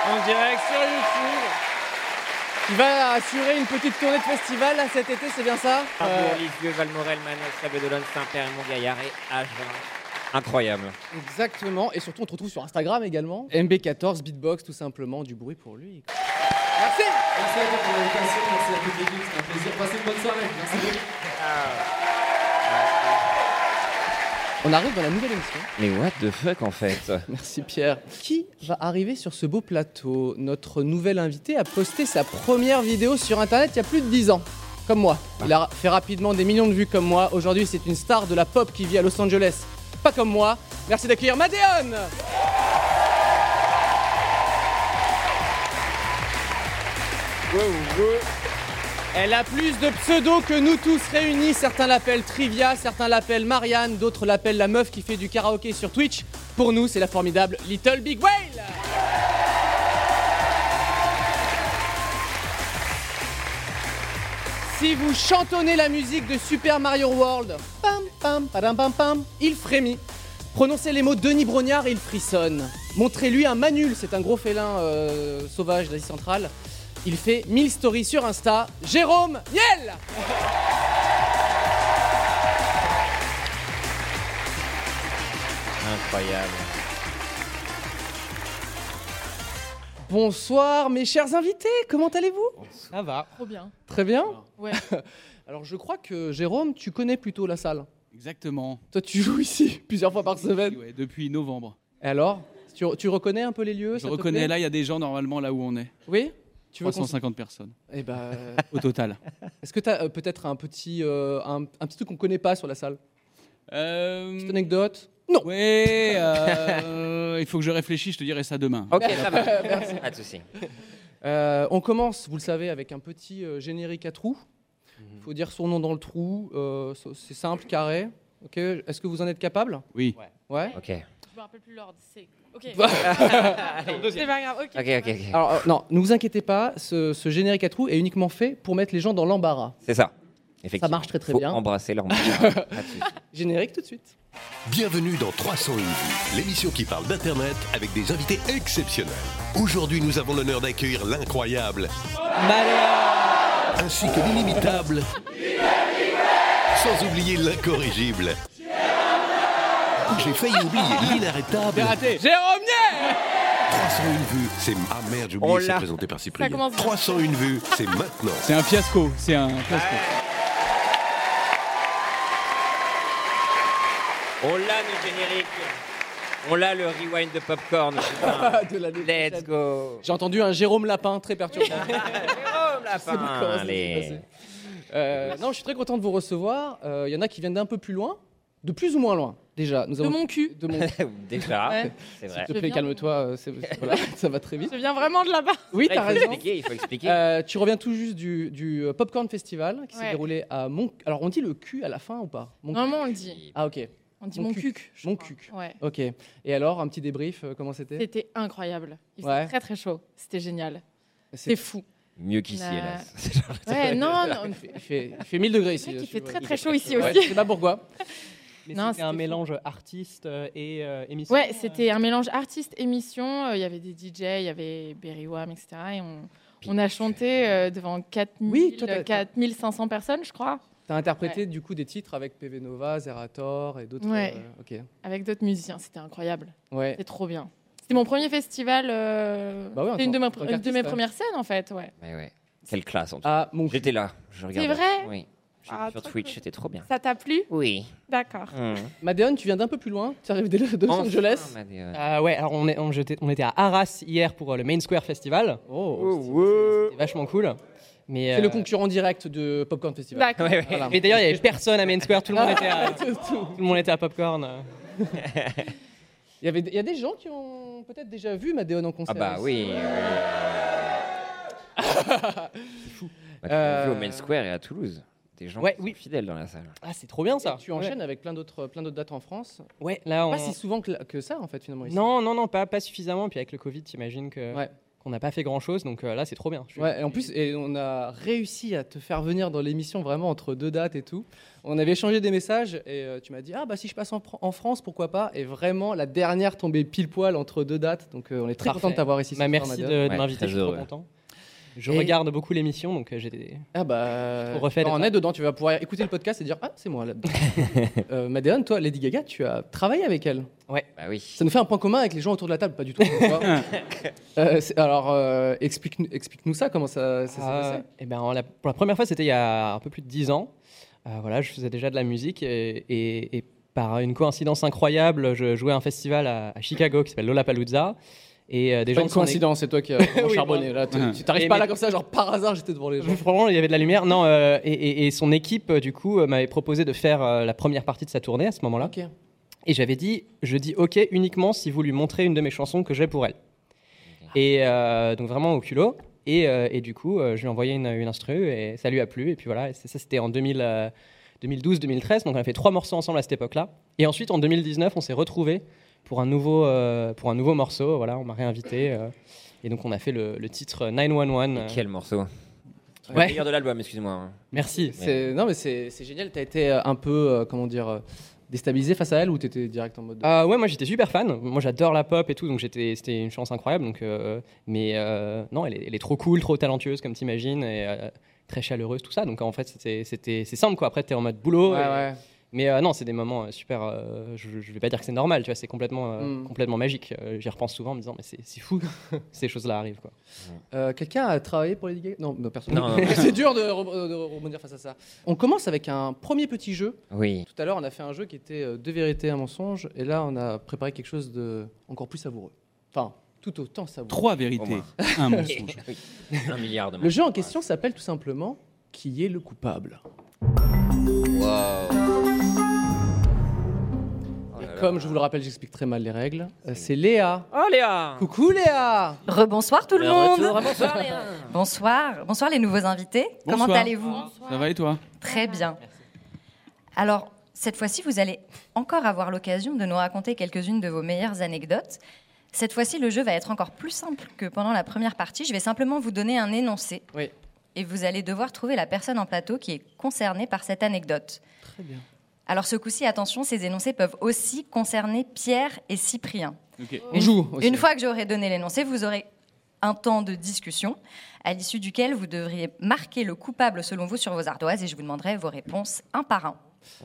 en direct sur YouTube. Qui va assurer une petite tournée de festival là, cet été, c'est bien ça Euh, Arbour, Lisieux, Valmorel, Manos, Sabedelon, Saint-Père, Montgaillard et Agen. Incroyable. Euh, Exactement, et surtout on te retrouve sur Instagram également. MB14, beatbox tout simplement, du bruit pour lui. Merci Merci à vous pour l'invitation, merci à toute l'équipe, c'est un plaisir. Passez une bonne soirée. Merci. Ah. On arrive dans la nouvelle émission. Mais what the fuck en fait Merci Pierre. Qui va arriver sur ce beau plateau Notre nouvel invité a posté sa première vidéo sur internet il y a plus de 10 ans. Comme moi. Ah. Il a fait rapidement des millions de vues comme moi. Aujourd'hui, c'est une star de la pop qui vit à Los Angeles. Pas comme moi. Merci d'accueillir Madéon Elle a plus de pseudos que nous tous réunis. Certains l'appellent Trivia, certains l'appellent Marianne, d'autres l'appellent la meuf qui fait du karaoké sur Twitch. Pour nous, c'est la formidable Little Big Whale. Si vous chantonnez la musique de Super Mario World, pam pam padam, pam pam, il frémit. Prononcez les mots Denis Brognard, il frissonne. Montrez-lui un manul, c'est un gros félin euh, sauvage d'Asie centrale. Il fait 1000 stories sur Insta. Jérôme Niel Incroyable. Bonsoir mes chers invités, comment allez-vous Ça va. Trop bien. Très bien Ouais. Alors je crois que Jérôme, tu connais plutôt la salle. Exactement. Toi tu joues ici plusieurs fois par semaine. Ouais, depuis novembre. Et alors tu, tu reconnais un peu les lieux Je reconnais là, il y a des gens normalement là où on est. Oui Tu veux qu'on- 350 personnes. Eh ben, Au total. Est-ce que tu as peut-être un petit, euh, un, un petit truc qu'on connaît pas sur la salle Petite anecdote Non. Oui. Euh, il faut que je réfléchisse, je te dirai ça demain. Ok, ça va. Merci. Euh, Pas de soucis. on commence, vous le savez, avec un petit euh, générique à trous. Il faut dire son nom dans le trou. euh, so- c'est simple, carré. Ok. Est-ce que vous en êtes capable Oui. Ouais. Ok. Je me rappelle plus l'ordre, c'est. Ok. Allez. c'est pas grave, ok. Alors, euh, non, ne vous inquiétez pas, ce, ce générique à trous est uniquement fait pour mettre les gens dans l'embarras. C'est ça. Effectivement. marche très, très Faut bien. Embrasser leur Générique tout de suite. Bienvenue dans 301 vues, l'émission qui parle d'Internet avec des invités exceptionnels. Aujourd'hui, nous avons l'honneur d'accueillir l'incroyable ainsi que l'inimitable, sans oublier l'incorrigible. J'ai failli oublier l'inarrêtable. Jérôme Niel 301 vues, c'est ah merde, j'ai oublié, c'est présenté par Cyprien. Ça commence bien. 301 vues, c'est maintenant. C'est un fiasco. C'est un fiasco. On l'a le générique. On l'a le rewind de popcorn. De l'année Let's Oh. go. J'ai entendu un Jérôme Lapin très perturbant. Jérôme sais pas comment ça s'est Allez. Euh, non, je suis très content de vous recevoir. Euh, Il y en a qui viennent d'un peu plus loin, de plus ou moins loin. Déjà, nous De avons mon cul. De mon cul. Déjà, Ouais. c'est vrai. S'il te plaît, calme-toi, euh, c'est- c'est- voilà, ça va très vite. Je viens vraiment de là-bas. Oui, t'as il faut raison. expliquer, il faut expliquer. Euh, tu reviens tout juste du, du, euh, Popcorn Festival qui s'est Ouais. déroulé à Mon. Alors, on dit le cul à la fin ou pas Mon- Normalement, on le dit. Ah, ok. On dit mon cuc, Mon cuc. Ouais. Ok. Et alors, un petit débrief, euh, comment c'était C'était incroyable. Il faisait Ouais. très très chaud. C'était génial. C'est- C'était fou. Mieux qu'ici, Euh, hélas. Ouais, non, non. Il fait, il fait- il fait 1000 degrés ici. Il je suis- fait très ouais. très chaud ici euh, Ouais, aussi. Je sais pas pourquoi. Mais Non, c'était un c'était mélange artiste euh, et euh, émission. Ouais, c'était un mélange artiste-émission. Il y avait des DJ, il y avait Berry Wham, etc. Et on, on a chanté euh, devant 4000, toi, t'as- 4500 personnes, je crois, T'as interprété Ouais. du coup des titres avec PV Nova, Zerator et d'autres. Ouais. euh, ok. avec d'autres musiciens. C'était incroyable. Ouais. C'était trop bien. C'était mon premier festival. euh, Bah ouais, en c'était une de, tant- ma- en tant une de qu'artiste, mes ouais. premières scènes, en fait. Ouais. Mais ouais. Quelle classe en tout Ah, cas. J'étais là. Je regardais. vrai Oui. J'étais Ah, sur trop Twitch, c'était trop bien. Ça t'a plu Ah. Oui. Hmm. D'accord. Madéon, tu viens d'un peu plus loin. Tu arrives de de Los Mmh. Enfin, Angeles. Madéon. Ah ouais, alors on, est, on, j'étais- on était à Arras hier pour euh, le Main Square Festival. Oh, c'était vachement cool. Mais C'est le euh, concurrent direct de Popcorn Festival. D'accord. Ouais, ouais. Voilà. Mais d'ailleurs, il n'y avait personne à Main Square, tout le monde était à, Tout- tout. tout le monde était à Popcorn. euh. Il y, avait, il y a des gens qui ont peut-être déjà vu Madéon en concert. Ah bah ici. oui. Bah, tu l'as vu au Euh. Main Square et à Toulouse. Des gens Ouais, qui sont fidèles dans la salle. Ah, c'est trop bien ça. Et tu enchaînes avec plein d'autres plein d'autres dates en France. Ouais, là, Pas on- si souvent que, la- que ça en fait finalement. ici. Non, non, non, pas, pas suffisamment. Puis avec le Covid, t'imagines que. Ouais. Qu'on On n'a pas fait grand chose, donc euh, là c'est trop bien. Je suis- Ouais, et en plus, et on a réussi à te faire venir dans l'émission vraiment entre deux dates et tout. On avait échangé des messages et euh, tu m'as dit Ah, bah si je passe en, Fran- en France, pourquoi pas Et vraiment, la dernière tombée pile poil entre deux dates. Donc euh, on est très Parfait. content de t'avoir ici. ce Bah, soir, merci Nadia. de, de m'inviter, je suis trop content. Je Et- regarde beaucoup l'émission, donc euh, j'ai des. Ah bah, On refait bah, les on dates. est dedans, tu vas pouvoir écouter le podcast et dire Ah, c'est moi là-dedans. euh, Madeline, toi, Lady Gaga, tu as travaillé avec elle. Ouais. Bah oui. Ça nous fait un point commun avec les gens autour de la table, pas du tout. tu vois. Euh, c'est- alors, euh, explique-nous explique-nous ça, comment ça, ça s'est Euh, passé eh ben, la- pour la première fois, c'était il y a un peu plus de 10 ans. Euh, voilà, je faisais déjà de la musique et, et- et par une coïncidence incroyable, je jouais à un festival à, à Chicago qui s'appelle Lollapalooza. Et euh, des gens Pas une qui sont nés- coïncidence, c'est toi qui as vraiment Oui, charbonné. moi. Là, tu Ouais. tu t'arrives Et pas mes- là comme ça, genre par hasard, j'étais devant les gens. Franchement, il y avait de la lumière. Non, euh, et, et- et son équipe, euh, du coup, euh, m'avait proposé de faire euh, la première partie de sa tournée à ce moment-là. Et j'avais dit, je dis OK uniquement si vous lui montrez une de mes chansons que j'ai pour elle. Et euh, donc vraiment au culot. Et, euh, et du coup, euh, je lui ai envoyé une, une instru et ça lui a plu. Et puis voilà, et c'est- ça c'était en 2000, euh, 2012-2013. Donc on a fait trois morceaux ensemble à cette époque-là. Et ensuite, en 2019, on s'est retrouvés pour un nouveau, euh, pour un nouveau morceau. Voilà, on m'a réinvité. euh, et donc on a fait le, le titre 911. Et quel morceau Ouais. Le meilleur de l'album, excuse-moi. hein. Merci. C'est- Non, mais c'est c'est génial. T'as été euh, un peu, euh, comment dire, euh, déstabilisé face à elle ou t'étais direct en mode. Euh, ouais, moi j'étais super fan. Moi j'adore la pop et tout, donc j'étais, c'était une chance incroyable. Donc, euh, mais euh, non, elle est, elle est trop cool, trop talentueuse, comme t'imagines, et euh, très chaleureuse, tout ça. Donc en fait, c'était, c'était, c'est simple quoi. Après, t'es en mode boulot. Ouais, et- ouais. Mais euh, non, c'est des moments euh, super. euh, je, je vais pas dire que c'est normal, tu vois, c'est complètement, euh, Mm. complètement magique. Euh, j'y repense souvent en me disant, mais c'est, c'est fou, ces choses-là arrivent quoi. Euh, Quelqu'un a travaillé pour Lady Gaga Non, non, personne. Non, non, non. c'est dur de, re- de rebondir face à ça. On commence avec un premier petit jeu. Oui. Tout à l'heure, on a fait un jeu qui était euh, deux vérités, un mensonge. Et là, on a préparé quelque chose de encore plus savoureux. Enfin, tout autant savoureux. Trois vérités, Au moins. un mensonge. Oui. Un milliard de Le jeu en question s'appelle tout simplement Qui est le coupable Comme je vous le rappelle, j'explique très mal les règles. Euh, C'est Léa. Oh Léa Coucou Léa Rebonsoir tout le monde retour, bonsoir, bonsoir, bonsoir les nouveaux invités. Comment Bonsoir. allez-vous Ça va et toi Très bien. Alors, cette fois-ci, vous allez encore avoir l'occasion de nous raconter quelques-unes de vos meilleures anecdotes. Cette fois-ci, le jeu va être encore plus simple que pendant la première partie. Je vais simplement vous donner un énoncé. Oui. Et vous allez devoir trouver la personne en plateau qui est concernée par cette anecdote. Très bien. Alors, ce coup-ci, attention, ces énoncés peuvent aussi concerner Pierre et Cyprien. Ok. Une- Une fois que j'aurai donné l'énoncé, vous aurez un temps de discussion, à l'issue duquel vous devriez marquer le coupable selon vous sur vos ardoises et je vous demanderai vos réponses un par un.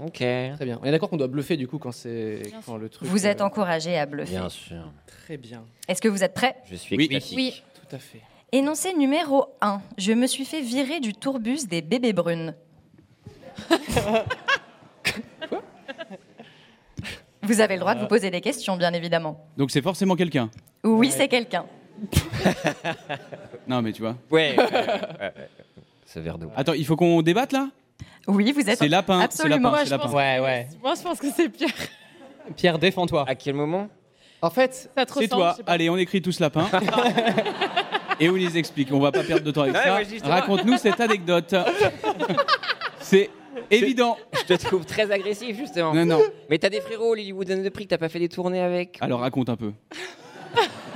Ok. Très bien. On est d'accord qu'on doit bluffer du coup quand c'est quand le truc. Vous euh, êtes encouragé à bluffer. Bien sûr. Très bien. Est-ce que vous êtes prêts Je suis Oui. extatique. Oui. Tout à fait. Énoncé numéro 1. Je me suis fait virer du tourbus des bébés brunes. vous avez le droit de vous poser des questions, bien évidemment. Donc c'est forcément quelqu'un. Oui, c'est quelqu'un. Non, mais tu vois. Ouais. ouais, ouais, ouais. Ce verre d'eau. Attends, il faut qu'on débatte là Oui, vous êtes. C'est lapin, c'est Absolument. lapin, c'est lapin. Ouais, ouais. Moi, je pense que c'est Pierre. Pierre, défends-toi. À quel moment En fait, Ça te c'est ressemble, toi. je sais pas. Allez, on écrit tous lapin. Et on les explique. On va pas perdre de temps avec Ouais, ça. ouais, justement. Raconte-nous cette anecdote. c'est évident. Je te trouve très agressif, justement. Non, non. Mais t'as des frérots, Lilywood and the Prix, que t'as pas fait des tournées avec. Alors raconte un peu.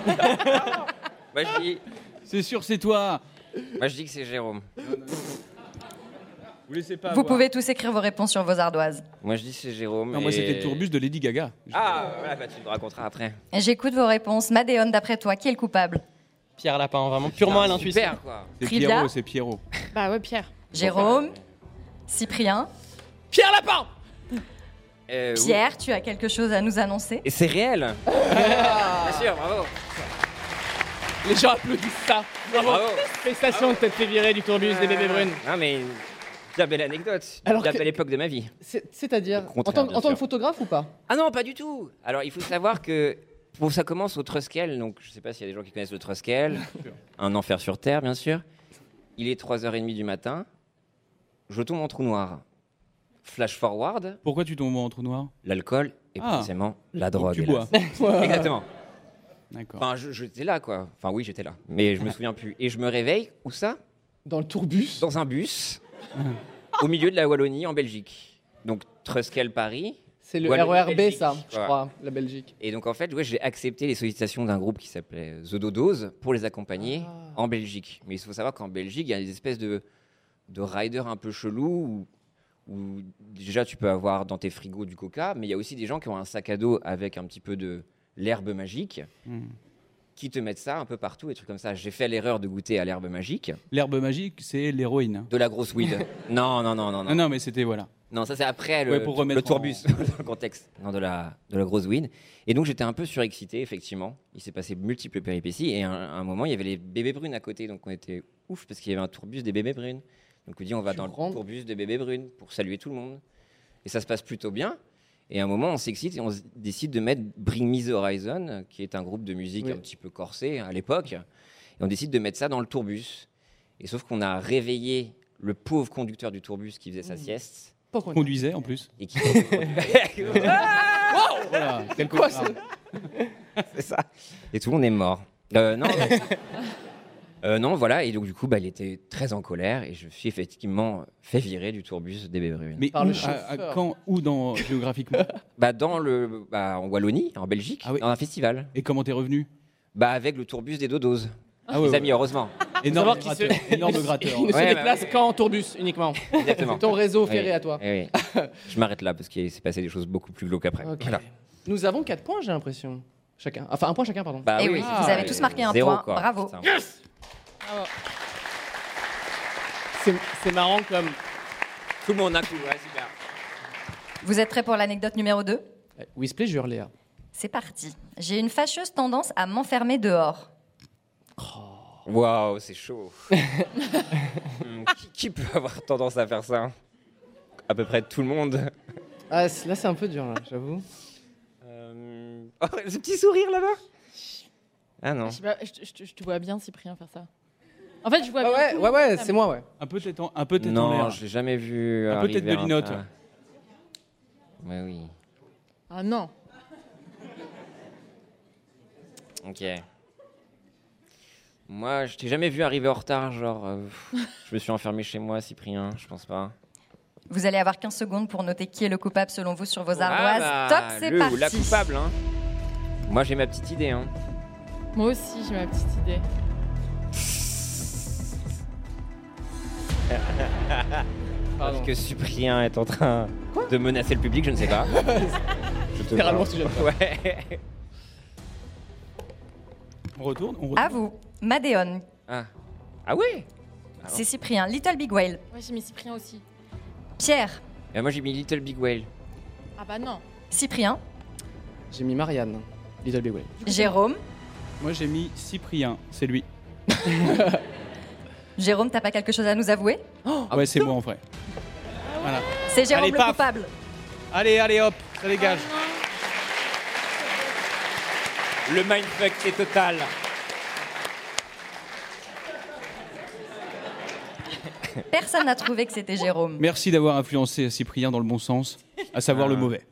Moi, je dis, C'est sûr, c'est toi. moi, je dis que c'est Jérôme. Vous laissez pas. Vous pouvez tous écrire vos réponses sur vos ardoises. Moi, je dis que c'est Jérôme. Non, moi, et- c'était le tourbus de Lady Gaga. Ah, voilà, bah, tu me raconteras après. J'écoute vos réponses. Madéon, d'après toi, qui est le coupable Pierre Lapin, vraiment purement à Putain, l'intuition. super, quoi. C'est Frida Pierrot, c'est Pierrot. Bah ouais, Pierre. Jérôme Cyprien Pierre Lapin Eh Euh, oui. Pierre, tu as quelque chose à nous annoncer Et c'est réel. Bien sûr, bravo. Les gens applaudissent ça. Bravo. Ah. Félicitations de t'être fait virer du tourbus des bébés brunes. Non, mais une bien belle anecdote. Alors bien que- belle époque de ma vie. C'est- C'est-à-dire en contraire, tant, bien en tant que sûr. photographe ou pas Ah non, pas du tout. Alors, il faut savoir que bon, ça commence au Truskel. Donc, je sais pas s'il y a des gens qui connaissent le Truskel. Un enfer sur Terre, bien sûr. Il est 3h30 du matin. Je tombe en trou noir. Flash forward, Pourquoi tu tombes en trou noir l'alcool et Ah. forcément la Donc drogue. tu hélas. bois. Exactement. D'accord. Enfin, je- j'étais là, quoi. Enfin, oui, j'étais là. Mais je me souviens plus. Et je me réveille, où ça Dans le tourbus Dans un bus, au milieu de la Wallonie, en Belgique. Donc, Truskel, Paris. C'est le Ouais, RERB, Belgique, ça, je voilà. crois, la Belgique. Et donc en fait, ouais, j'ai accepté les sollicitations d'un groupe qui s'appelait The Dodos pour les accompagner Ah. en Belgique. Mais il faut savoir qu'en Belgique, il y a des espèces de, de riders un peu chelous où, où déjà tu peux avoir dans tes frigos du coca, mais il y a aussi des gens qui ont un sac à dos avec un petit peu de l'herbe magique Hmm. qui te mettent ça un peu partout, et trucs comme ça. J'ai fait l'erreur de goûter à l'herbe magique. L'herbe magique, c'est l'héroïne. De la grosse weed. non, non, non, non, non. Non, non, mais c'était voilà. Non, ça c'est après le, Ouais, pour remettre le tourbus, dans le contexte, non, de, la, de la grosse win. Et donc j'étais un peu surexcité, effectivement. Il s'est passé multiples péripéties. Et à un, à un moment, il y avait les bébés brunes à côté. Donc on était ouf parce qu'il y avait un tourbus des bébés brunes. Donc on dit on va dans le tourbus des bébés brunes pour saluer tout le monde. Et ça se passe plutôt bien. Et à un moment, on s'excite et on s- décide de mettre Bring Me the Horizon, euh, qui est un groupe de musique Oui. un petit peu corsé hein, à l'époque. Et on décide de mettre ça dans le tourbus. Et sauf qu'on a réveillé le pauvre conducteur du tourbus qui faisait sa sieste. Pas qu'on Conduisait en plus. Et qui... Wow Voilà, quel Quoi, cauchemar. C'est ça. Et tout le monde est mort. Euh, non. mais- Euh, non, voilà. Et donc, du coup, bah, il était très en colère. Et je me suis effectivement fait virer du tourbus des bébés Mais où, à- à- quand, où dans, géographiquement bah, dans le, bah, En Wallonie, en Belgique, dans un festival. Ah Et comment t'es revenu bah, Avec le tourbus des dodos. Ah ouais, Les ouais. amis, heureusement. Énorme Faut savoir qu'il se- gratteur, énorme gratteur. Il ne Ouais, se bah, déplace qu'en tourbus uniquement. exactement. C'est ton réseau Oui, ferré à toi. oui, oui. Je m'arrête là parce qu'il s'est passé des choses beaucoup plus glauques après. Ok. Voilà. Nous avons 4 points, j'ai l'impression. Chacun. Enfin, un point chacun, pardon. Bah Eh oui, oui, vous avez tous marqué un zéro, point. quoi. Bravo. Putain. Yes C'est- C'est marrant comme. Tout le monde a coup, ouais, super. Vous êtes prêts pour l'anecdote numéro 2 Oui, pleasure, Léa. C'est parti. J'ai une fâcheuse tendance à m'enfermer dehors. Waouh, c'est chaud. Hmm, qui, qui peut avoir tendance à faire ça À peu près tout le monde. Ah, c- là, c'est un peu dur, là, j'avoue. Euh, Oh, ce petit sourire là-bas Ah non. Je, sais pas, je te- je te- je te vois bien, Cyprien, faire ça. En fait, je vois bien. tout le ouais, monde, ouais, ça c'est me- moi, ouais. Un peu tête en, un peu tête en non, l'air. je l'ai jamais vu. Un peu tête arriver de linotte. à- Ouais, oui. Ah non. Ok. Moi, je t'ai jamais vu arriver en retard, genre. euh, je me suis enfermé chez moi, Cyprien, je pense pas. Vous allez avoir 15 secondes pour noter qui est le coupable selon vous sur vos Ah ardoises. bah, Top, c'est le parti. ou la coupable, hein. Moi, j'ai ma petite idée, hein. Moi aussi, j'ai ma petite idée. Parce que Cyprien est en train de menacer le public, je ne sais pas. je te Littéralement, parle. ce que j'aime pas. Ouais. On retourne, on retourne. À vous, Madéon. Ah, ah ouais Ah C'est Cyprien, Little Big Whale. Ouais, j'ai mis Cyprien aussi. Pierre, Et Bah, moi, j'ai mis Little Big Whale. Ah bah non. Cyprien, J'ai mis Marianne, Little Big Way. Jérôme. Moi j'ai mis Cyprien, c'est lui. Jérôme, t'as pas quelque chose à nous avouer Ah, ouais, c'est moi en vrai. Voilà. C'est Jérôme Oh Allez, le paf. coupable. Allez, allez, hop, ça dégage. Le mindfuck est total. Personne n'a trouvé que c'était Jérôme. Merci d'avoir influencé Cyprien dans le bon sens, à savoir Ah. le mauvais.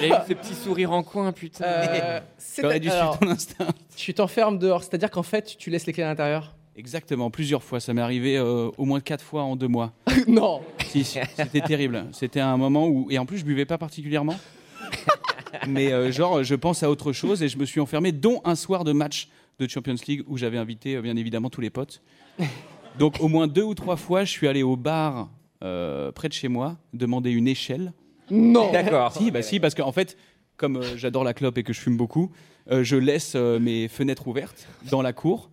J'ai eu ce Euh, petit sourire en coin, putain. T'aurais dû suivre ton instinct. Tu t'enfermes dehors, c'est-à-dire qu'en fait, tu laisses les clés à l'intérieur Exactement, plusieurs fois. Ça m'est arrivé euh, au moins quatre fois en deux mois. Non Si, si, c'était terrible. C'était un moment où. Et en plus, je buvais pas particulièrement. Mais euh, genre, je pense à autre chose et je me suis enfermé, dont un soir de match de Champions League où j'avais invité, euh, bien évidemment, tous les potes. Donc, au moins deux ou trois fois, je suis allé au bar euh, près de chez moi, demander une échelle. Non D'accord. Si, bah si, parce qu'en fait, comme euh, j'adore la clope et que je fume beaucoup, euh, je laisse euh, mes fenêtres ouvertes dans la cour.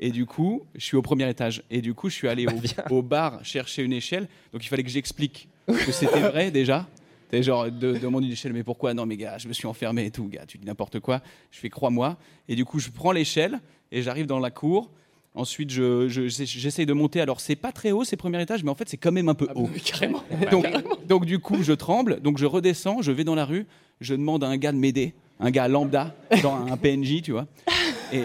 Et du coup, je suis au premier étage. Et du coup, je suis allé au, au bar chercher une échelle. Donc, il fallait que j'explique que c'était vrai déjà. T'es genre, de, demande une échelle, mais pourquoi Non, mais gars, je me suis enfermé et tout, gars, tu dis n'importe quoi. Je fais, crois-moi. Et du coup, je prends l'échelle et j'arrive dans la cour. Ensuite, je- je- j'essaye de monter. Alors, c'est pas très haut ces premiers étages, mais en fait, c'est quand même un peu haut. Ah bah carrément. Donc, donc, du coup, je tremble. Donc, je redescends, je vais dans la rue, je demande à un gars de m'aider, un gars lambda, genre un PNJ, tu vois. Et,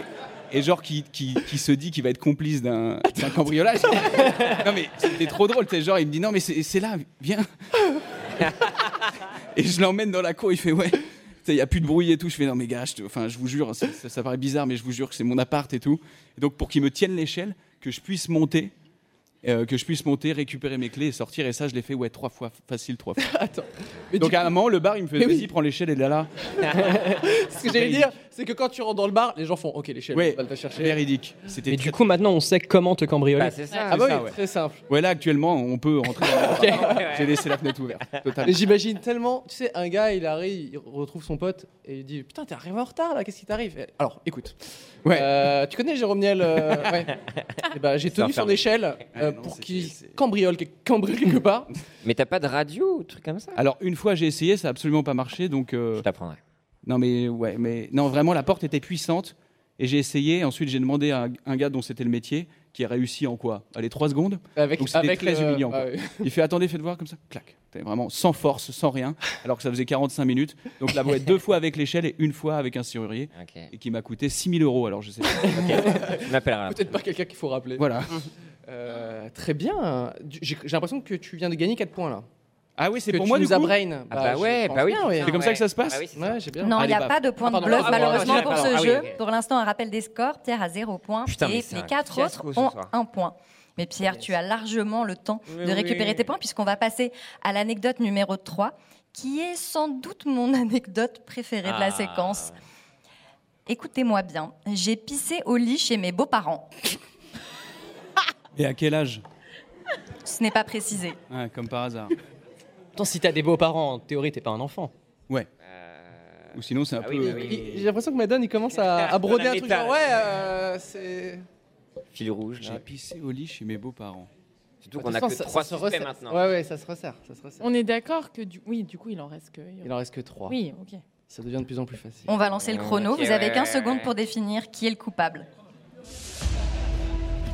et genre qui, qui, qui se dit qu'il va être complice d'un d'un cambriolage. non, mais c'était trop drôle. t'es Genre, il me dit non, mais c'est c'est là, viens. Et je l'emmène dans la cour, il fait ouais. Tu sais, Il n'y a plus de bruit et tout. Je fais non, mais gars, je, te- enfin, je vous jure, ça, ça- ça paraît bizarre, mais je vous jure que c'est mon appart et tout. Et donc, pour qu'ils me tiennent l'échelle, que je puisse monter euh, que je puisse monter, récupérer mes clés et sortir. Et ça, je l'ai fait ouais, trois fois, facile trois fois. mais Donc du à un moment, le bar, il me fait Mais oui. vas-y, prends l'échelle et là là. Ce que j'allais dire, c'est que quand tu rentres dans le bar, les gens font OK, l'échelle, Oui, on va te chercher. véridique. C'était Mais du coup, maintenant, on sait comment te cambrioler. Ah bah oui, très simple. Ouais, là, actuellement, on peut rentrer. dans le bar. J'ai laissé la fenêtre ouverte. Total. Mais j'imagine tellement, tu sais, un gars, il arrive, il retrouve son pote et il dit Putain, t'es arrivé en retard là, qu'est-ce qui t'arrive Et- Alors, écoute, Euh, tu connais Jérôme Niel euh, ouais. Eh ben, J'ai C'est tenu son enfermé. échelle euh, pour qu'il cambriole, quelque- cambriole quelque part. Mais t'as pas de radio ou truc comme ça Alors une fois j'ai essayé, ça a absolument pas marché, donc. Je t'apprendrai. Non mais ouais, mais non vraiment la porte était puissante et j'ai essayé. Ensuite j'ai demandé à un- un gars dont c'était le métier qui a réussi en quoi Allez 3 secondes. Avec- donc c'était avec très le- humiliant. quoi. ah ouais. Il fait attendez, faites voir comme ça. Clac. C'était Vraiment sans force, sans rien, alors que ça faisait 45 minutes. Donc la boîte deux fois avec l'échelle et une fois avec un serrurier et qui m'a coûté 6000 euros. Alors je sais pas. Je m'appellerai. Peut-être pas quelqu'un qu'il faut rappeler. Voilà. Euh, très bien. Du- J'ai j'ai l'impression que tu viens de gagner 4 points là. Ah oui, c'est Que pour tu moi, du nous as coup brain. Ah bah je ouais, pense bah oui. bien, C'est comme ça que ça se passe Ouais, Ah j'ai bien. Non, il n'y a Allez, pas bah. de point de Ah, pardon. bluff, Ah, bon, malheureusement, ouais, pour pardon. ce Ah oui, jeu. ok. Pour l'instant, un rappel des scores. Pierre a zéro point Putain, mais et c'est les un quatre fiasco autres ce ont soir. un point. Mais Pierre, tu as largement le temps Mais de récupérer oui. tes points puisqu'on va passer à l'anecdote numéro 3, qui est sans doute mon anecdote préférée de la Ah. séquence. Écoutez-moi bien, j'ai pissé au lit chez mes beaux-parents. Et à quel âge Ce n'est pas précisé. Ouais, Comme par hasard. Attends, si t'as des beaux-parents, en théorie, t'es pas un enfant. Ouais. Ou sinon c'est un peu. Euh, euh, Il- il- J'ai l'impression que Madone, il commence à, à broder Dans la un truc. métal. genre, ouais, euh, c'est. Fil rouge. J'ai pissé au lit chez mes beaux-parents. Surtout qu'on a que trois suspects maintenant. Ouais, ouais, ça se resserre. Ça se resserre. On est d'accord que du... Oui, du coup, il en reste que... Il en reste que 3. Oui, ok. Ça devient de plus en plus facile. On va lancer le chrono. Ok, Vous avez ouais, 15 ouais, secondes ouais. pour définir qui est le coupable.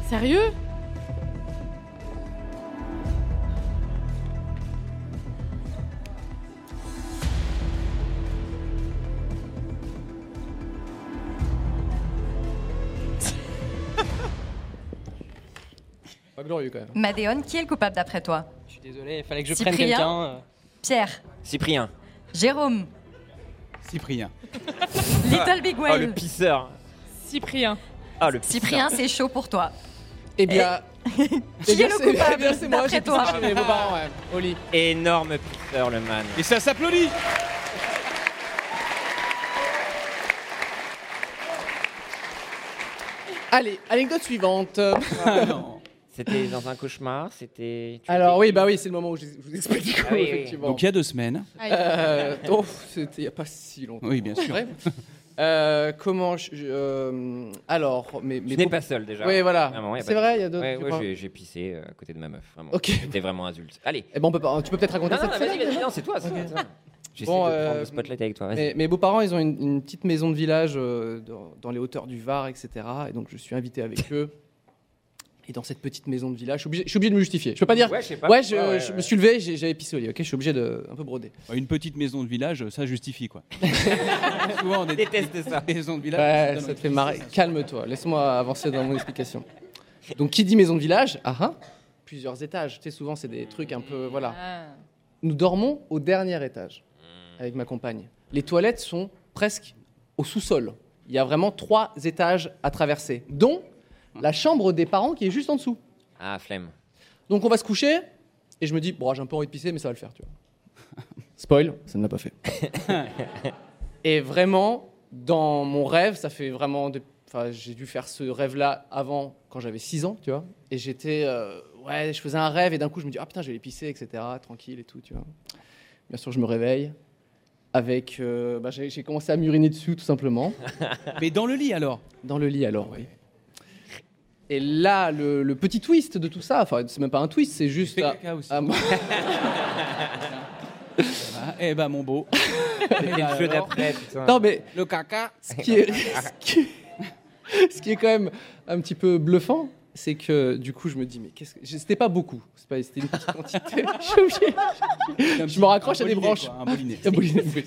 Sérieux Pas glorieux quand même. Madéon, qui est le coupable d'après toi Je suis désolé, il fallait que je Cyprien prenne quelqu'un. euh. Pierre, Cyprien. Jérôme, Cyprien. Little Big Whale. Oh, le pisseur. Cyprien. Ah, le pisseur. Cyprien, c'est chaud pour toi. Eh bien. Qui Eh bien, est le c'est- eh bien, coupable c'est moi, d'après j'ai toi pissé chez mes beaux-parents, ouais. Au lit. Énorme pisseur, le man. Et ça s'applaudit Allez, anecdote suivante. C'était dans un cauchemar, c'était. tu Alors, oui, bah oui, c'est le moment où je je vous explique. du coup, Ah oui, oui. effectivement. Donc Ah, il y a deux semaines. Euh, oh, c'était il n'y a pas si longtemps. Oui, bien sûr. Ouais. Euh, comment je, je- euh, alors mais, mais Tu n'es bon- pas seul déjà. Oui voilà. Vraiment, y a C'est pas de- vrai il y a d'autres. Ouais, tu ouais, crois j'ai- j'ai pissé euh, à côté de ma meuf. Vraiment. Ok. J'étais vraiment adulte. Allez. Eh ben, on peut pas- tu peux peut-être raconter Non, cette non, scène vas-y, vas-y, non, c'est toi, c'est Ok. toi, c'est toi. J'essaie Bon, de prendre euh, le spotlight avec toi. vas-y. Mes, mes beaux-parents, ils ont une, une petite maison de village euh, dans, dans les hauteurs du Var, etc. Et donc, je suis invité avec eux. Et dans cette petite maison de village, je suis obligé, je suis obligé de me justifier. Je peux pas dire. Ouais, je sais pas Ouais, je, pourquoi, ouais, je ouais. me suis levé, j'ai- j'avais pissé au lit. Ok, je suis obligé de un peu broder. Une petite maison de village, ça justifie quoi. Souvent on est- déteste ça. Maison de village. Ouais, ça te fait marrer. Calme-toi. Laisse-moi avancer dans mon explication. Donc, qui dit maison de village Ah ah. Plusieurs étages. Tu sais, souvent, c'est des trucs un peu. Voilà. Ah, Nous dormons au dernier étage avec ma compagne. Les toilettes sont presque au sous-sol. Il y a vraiment trois étages à traverser, dont la chambre des parents qui est juste en dessous. Ah, flemme. Donc on va se coucher et je me dis, bon, j'ai un peu envie de pisser, mais ça va le faire, tu vois. Spoil, ça ne l'a pas fait. Et vraiment, dans mon rêve, ça fait vraiment. de- Enfin, j'ai dû faire ce rêve-là avant, quand j'avais 6 ans, tu vois. Et j'étais. euh, ouais, je faisais un rêve et d'un coup, je me dis, ah putain, je vais aller pisser, etc. Tranquille et tout, tu vois. Bien sûr, je me réveille. Avec. euh, bah, j'ai j'ai commencé à m'uriner dessus, tout simplement. Mais dans le lit alors Dans le lit alors, oui. Et là, le, le petit twist de tout ça, enfin, c'est même pas un twist, c'est juste. à- à moi- Ah, eh ben mon beau. C'était le jeu d'après, putain. Eh ben, Non, mais- le caca. ce qui est, ce qui est- ce qui est quand même un petit peu bluffant, c'est que du coup, je me dis, mais qu'est-ce que. C'était pas beaucoup, c'est pas- c'était une petite quantité. Je suis obligé- je me raccroche à des branches. Un boliné. Un boliné, oui.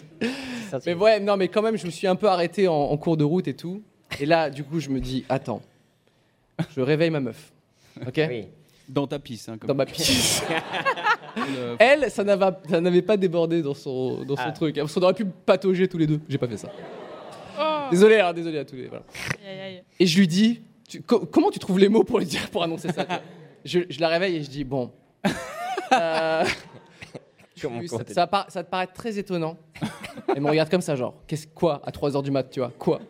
mais ouais, non, mais quand même, je me suis un peu arrêté en, en cours de route et tout. Et là, du coup, je me dis, attends, je réveille ma meuf. Ok Dans ta pisse. hein, comme- Dans ma pisse. Elle, ça n'ava- ça n'avait pas débordé dans son, dans son Ah. truc. Parce qu'on aurait pu patauger tous les deux. J'ai pas fait ça. Oh. Désolé, hein, désolé à tous les. voilà. Aïe, aïe, aïe. Et je lui dis, tu- co- comment tu trouves les mots pour lui dire, pour annoncer ça tu vois je, je la réveille et je dis bon. euh, Sur mon oui, ça, compte. ça par- ça te paraît très étonnant. Elle me regarde comme ça, genre, qu'est-ce quoi à 3h du mat, tu vois Quoi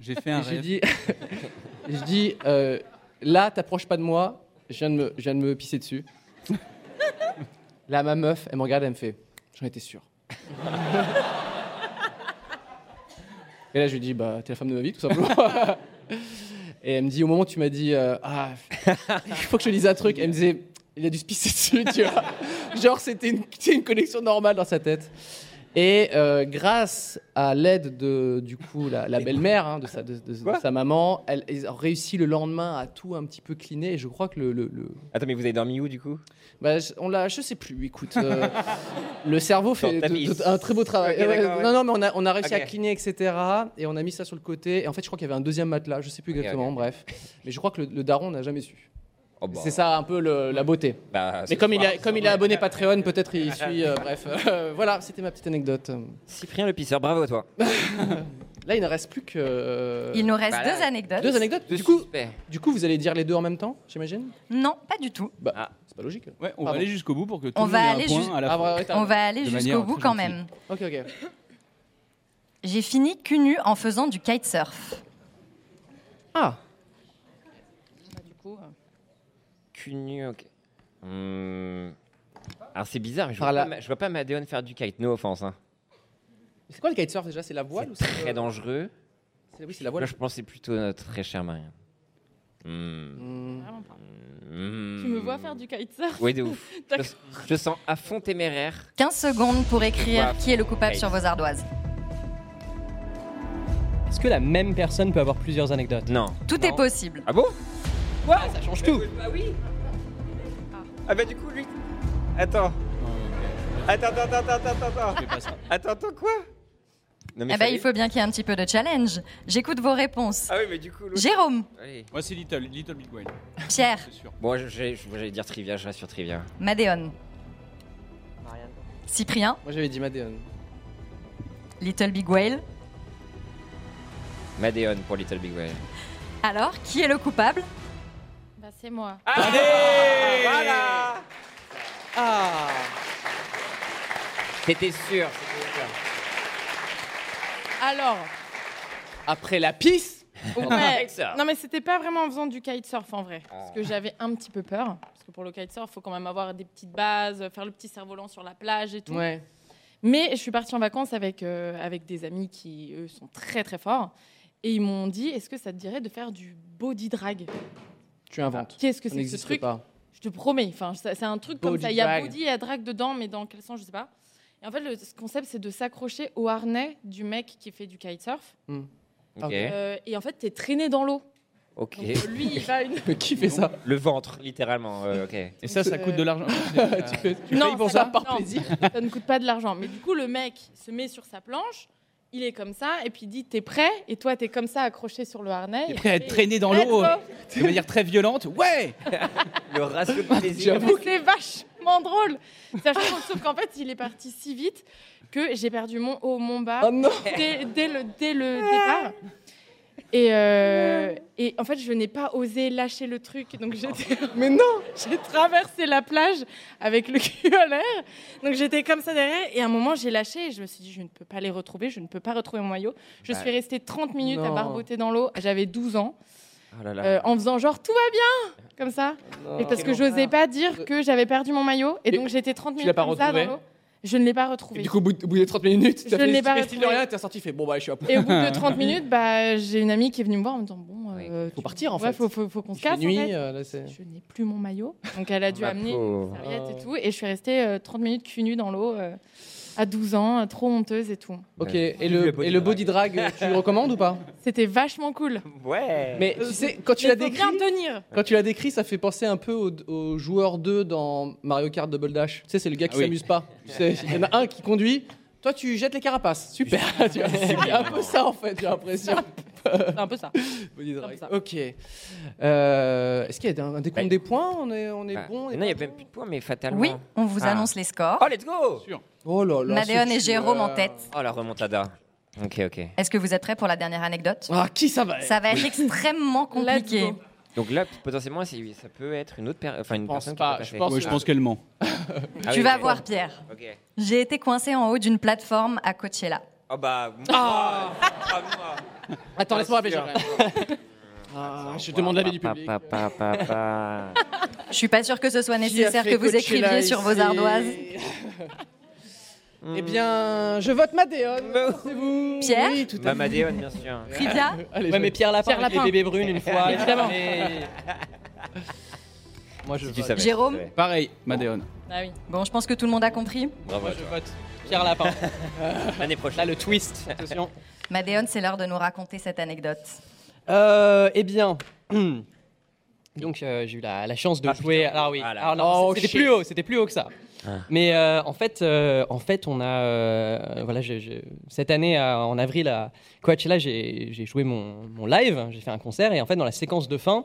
J'ai fait un Et je rêve. dis, et je dis euh, là, t'approches pas de moi, je viens de me, je viens de me pisser dessus. là, ma meuf, elle me regarde, elle me fait, j'en étais sûr. Et là, je lui dis, bah, t'es la femme de ma vie, tout simplement. Et elle me dit, au moment où tu m'as dit, euh, ah, il faut que je lise un truc, elle me disait, il a dû se pisser dessus, tu vois. Genre, c'était une, c'était une connexion normale dans sa tête. Et euh, grâce à l'aide de, du coup, la, la belle-mère hein, de, sa, de- de- de sa maman, elle, ils ont réussi le lendemain à tout un petit peu cliner. Et je crois que le. le- le- Attends, mais vous avez dormi où du coup bah, je- on l'a, je sais plus. Écoute, euh, le cerveau Dans fait le tapis. de- de- un très beau travail. Ok, Ouais, d'accord, ouais. Non, non, mais on a, on a réussi à Ok. cliner, etc. Et on a mis ça sur le côté. Et en fait, je crois qu'il y avait un deuxième matelas. Je sais plus exactement. Bref, mais je crois que le, le daron n'a jamais su. Oh, bah. C'est ça un peu le- la beauté. Bah, mais ce comme il, soir, est, comme il est abonné Patreon, peut-être il suit. euh, bref, Euh, voilà, c'était ma petite anecdote. Cyprien le pisseur, bravo à toi. Là, il ne reste plus que. euh, Il nous reste deux anecdotes. Deux anecdotes. Bah Deux du coup, suspects. du coup, vous allez dire les deux en même temps, j'imagine Non, pas du tout. Bah, Ah. c'est pas logique. Ouais, on Pardon. va aller jusqu'au bout pour que tout le On monde va ait un aller point jus- à la Ah, fin. ouais, t'as- On va aller De jusqu'au manière bout très quand gentille. même. Ok, ok. J'ai fini cul nu en faisant du kitesurf. Ah. euh. Cul nu, ok. Hmm. Alors c'est bizarre, mais je Par vois, là. pas, ma- je vois pas Madeon faire du kite, no offense. hein. C'est quoi le kitesurf déjà C'est la voile ou c'est euh, Très le- dangereux. c'est- Oui, c'est la voile. Moi, je pensais plutôt à notre très cher Marianne. Hmm. Vraiment pas. Hmm. Tu me vois faire du kitesurf Oui, de ouf. je, D'accord. je sens à fond téméraire. 15 secondes pour écrire Wow. qui est le coupable Nice. sur vos ardoises. Est-ce que la même personne peut avoir plusieurs anecdotes Non. Tout est possible. Ah bon Quoi Ça change tout. Bah oui. Ah bah du coup lui. Attends. Attends, attends, attends, attends, attends. Attends, attends quoi Non, Eh ben, il faut bien qu'il y ait un petit peu de challenge. J'écoute vos réponses. Ah oui, mais du coup. l'autre- Jérôme, Allez. Moi, c'est Little, Little Big Wine. Pierre, Bon, je- j'ai- je- j'allais dire trivia, je reste sur trivia. Madéon, Cyprien, Moi, j'avais dit Madeon. Little Big Whale. Madeon pour Little Big Whale. Alors, qui est le coupable Bah, c'est moi. Allez Voilà Ah C'était sûr. Alors, Après la pisse ouais. non mais c'était pas vraiment en faisant du kitesurf en vrai, parce Ah. que j'avais un petit peu peur, parce que pour le kitesurf, faut quand même avoir des petites bases, faire le petit cerf-volant sur la plage et tout. Ouais. Mais je suis partie en vacances avec euh, avec des amis qui eux sont très très forts et ils m'ont dit est-ce que ça te dirait de faire du body drag Tu inventes. Qu'est-ce que Ça c'est que ce n'existe truc pas. Je te promets, enfin ça- c'est un truc comme Body ça, il y a drag. body et drag dedans mais dans quel sens je sais pas. Et en fait le ce concept c'est de s'accrocher au harnais du mec qui fait du kitesurf. Ok. Euh, et en fait, t'es traîné dans l'eau. Ok. Donc, lui, il va une. Qui fait ça Le ventre, littéralement. euh, ok. Et ça, ça coûte de l'argent. Tu fais- tu payes pour ça par non, plaisir. Ça ne coûte pas de l'argent. Mais du coup, le mec se met sur sa planche, il est comme ça, et puis il dit T'es prêt Et toi, t'es comme ça accroché sur le harnais. T'es et prêt à être puis, traîné dans let's l'eau go. euh, de manière très violente Ouais Le ratio de plaisir. Mais C'est vachement drôle. Sachant qu'en- sauf qu'en fait, il est parti si vite que j'ai perdu mon haut, mon bas dès, dès le, dès le départ. Et, euh, et en fait, je n'ai pas osé lâcher le truc. Donc j'étais. Mais non J'ai traversé la plage avec le cul à l'air. Donc j'étais comme ça derrière. Et à un moment, j'ai lâché. Et je me suis dit, je ne peux pas les retrouver. Je ne peux pas retrouver mon maillot. Je Bah. suis restée 30 minutes à Non. barboter dans l'eau. J'avais 12 ans. Oh là là. Euh, en faisant genre tout va bien comme ça Non. et parce que Quel j'osais pas dire que j'avais perdu mon maillot et donc j'étais 30 tu minutes l'as pas comme ça dans retrouvé l'eau je ne l'ai pas retrouvé Et du coup, au bout, de- au bout des 30 minutes, Je t'as ne l'ai fait pas le style de retrouvé. rien, t'es sorti, fait bon, bah, je suis à bout. et au bout de 30 minutes bah, j'ai une amie qui est venue me voir en me disant bon euh, tu- Faut partir en ouais, fait. faut, faut, faut qu'on se Il fait casse en nuit, fait. euh, là, c'est- je n'ai plus mon maillot donc elle a dû Ma amener pauvre. une serviette et tout et je suis restée euh, 30 minutes cul nue dans l'eau euh, à 12 ans euh, trop honteuse et tout Ok, et le, et le body drag, euh, tu le recommandes ou pas c'était vachement cool ouais Mais tu sais, quand tu l'as décrit, bien tenir quand tu l'as décrit, ça fait penser un peu au, au joueur 2 dans Mario Kart Double Dash. Tu sais, c'est le gars qui Ah oui. s'amuse pas. Tu sais, Il y en a un qui conduit, toi tu jettes les carapaces. Super, tu vois, c'est un peu ça en fait, j'ai l'impression. C'est un peu ça. Body drag. C'est un peu ça. Ok. Euh, Est-ce qu'il y a un décompte des points On est, on est Bah, bon on est non, il n'y a même plus de points, mais fatalement. Oui, on vous Ah. annonce les scores. Oh, let's go Oh là Madéon et Jérôme euh. en tête. Oh, la remontada. Ok, ok. Est-ce que vous êtes prêts pour la dernière anecdote Ah, qui ça va Ça va être extrêmement compliqué. Donc là, potentiellement, c'est- ça peut être une autre personne. Enfin, une pense personne pas, qui peut je passer. pense- Moi, je pense qu'elle ment. Ah tu oui, vas ok. voir, Pierre. Ok. J'ai été coincé en haut d'une plateforme à Coachella. Ah bah. Oh. Attends, laisse-moi Bien réfléchir. Ah, je demande l'avis du public. Je suis pas sûre que ce soit Qui a nécessaire fait que vous Coachella écriviez sur vos ici ardoises. Eh bien, je vote Madéone. C'est vous. Pierre Oui, tout à fait. Bah, Madéone, bien sûr. Trivia Allez, ouais, je- mais Pierre Lapin, Pierre avec les Lapin. bébés brunes une fois. Évidemment. Mais- Moi, je vote. savais, Jérôme je savais. Pareil, Madéone. Ah oui. Bon, je pense que tout le monde a compris. Bravo. Je vote Pierre Lapin. L'année prochaine. Là, le twist. Attention. Madéone, c'est l'heure de nous raconter cette anecdote. Euh, eh bien. Donc euh, j'ai eu la, la chance de jouer. Ah oui. Ah là. Ah non, Oh, c'était shit. plus haut, c'était plus haut que ça. Mais euh, en fait, euh, en fait, on a euh, voilà, j'ai- j'ai- cette année euh, en avril à Coachella, j'ai j'ai joué mon, mon live, j'ai fait un concert et en fait dans la séquence de fin,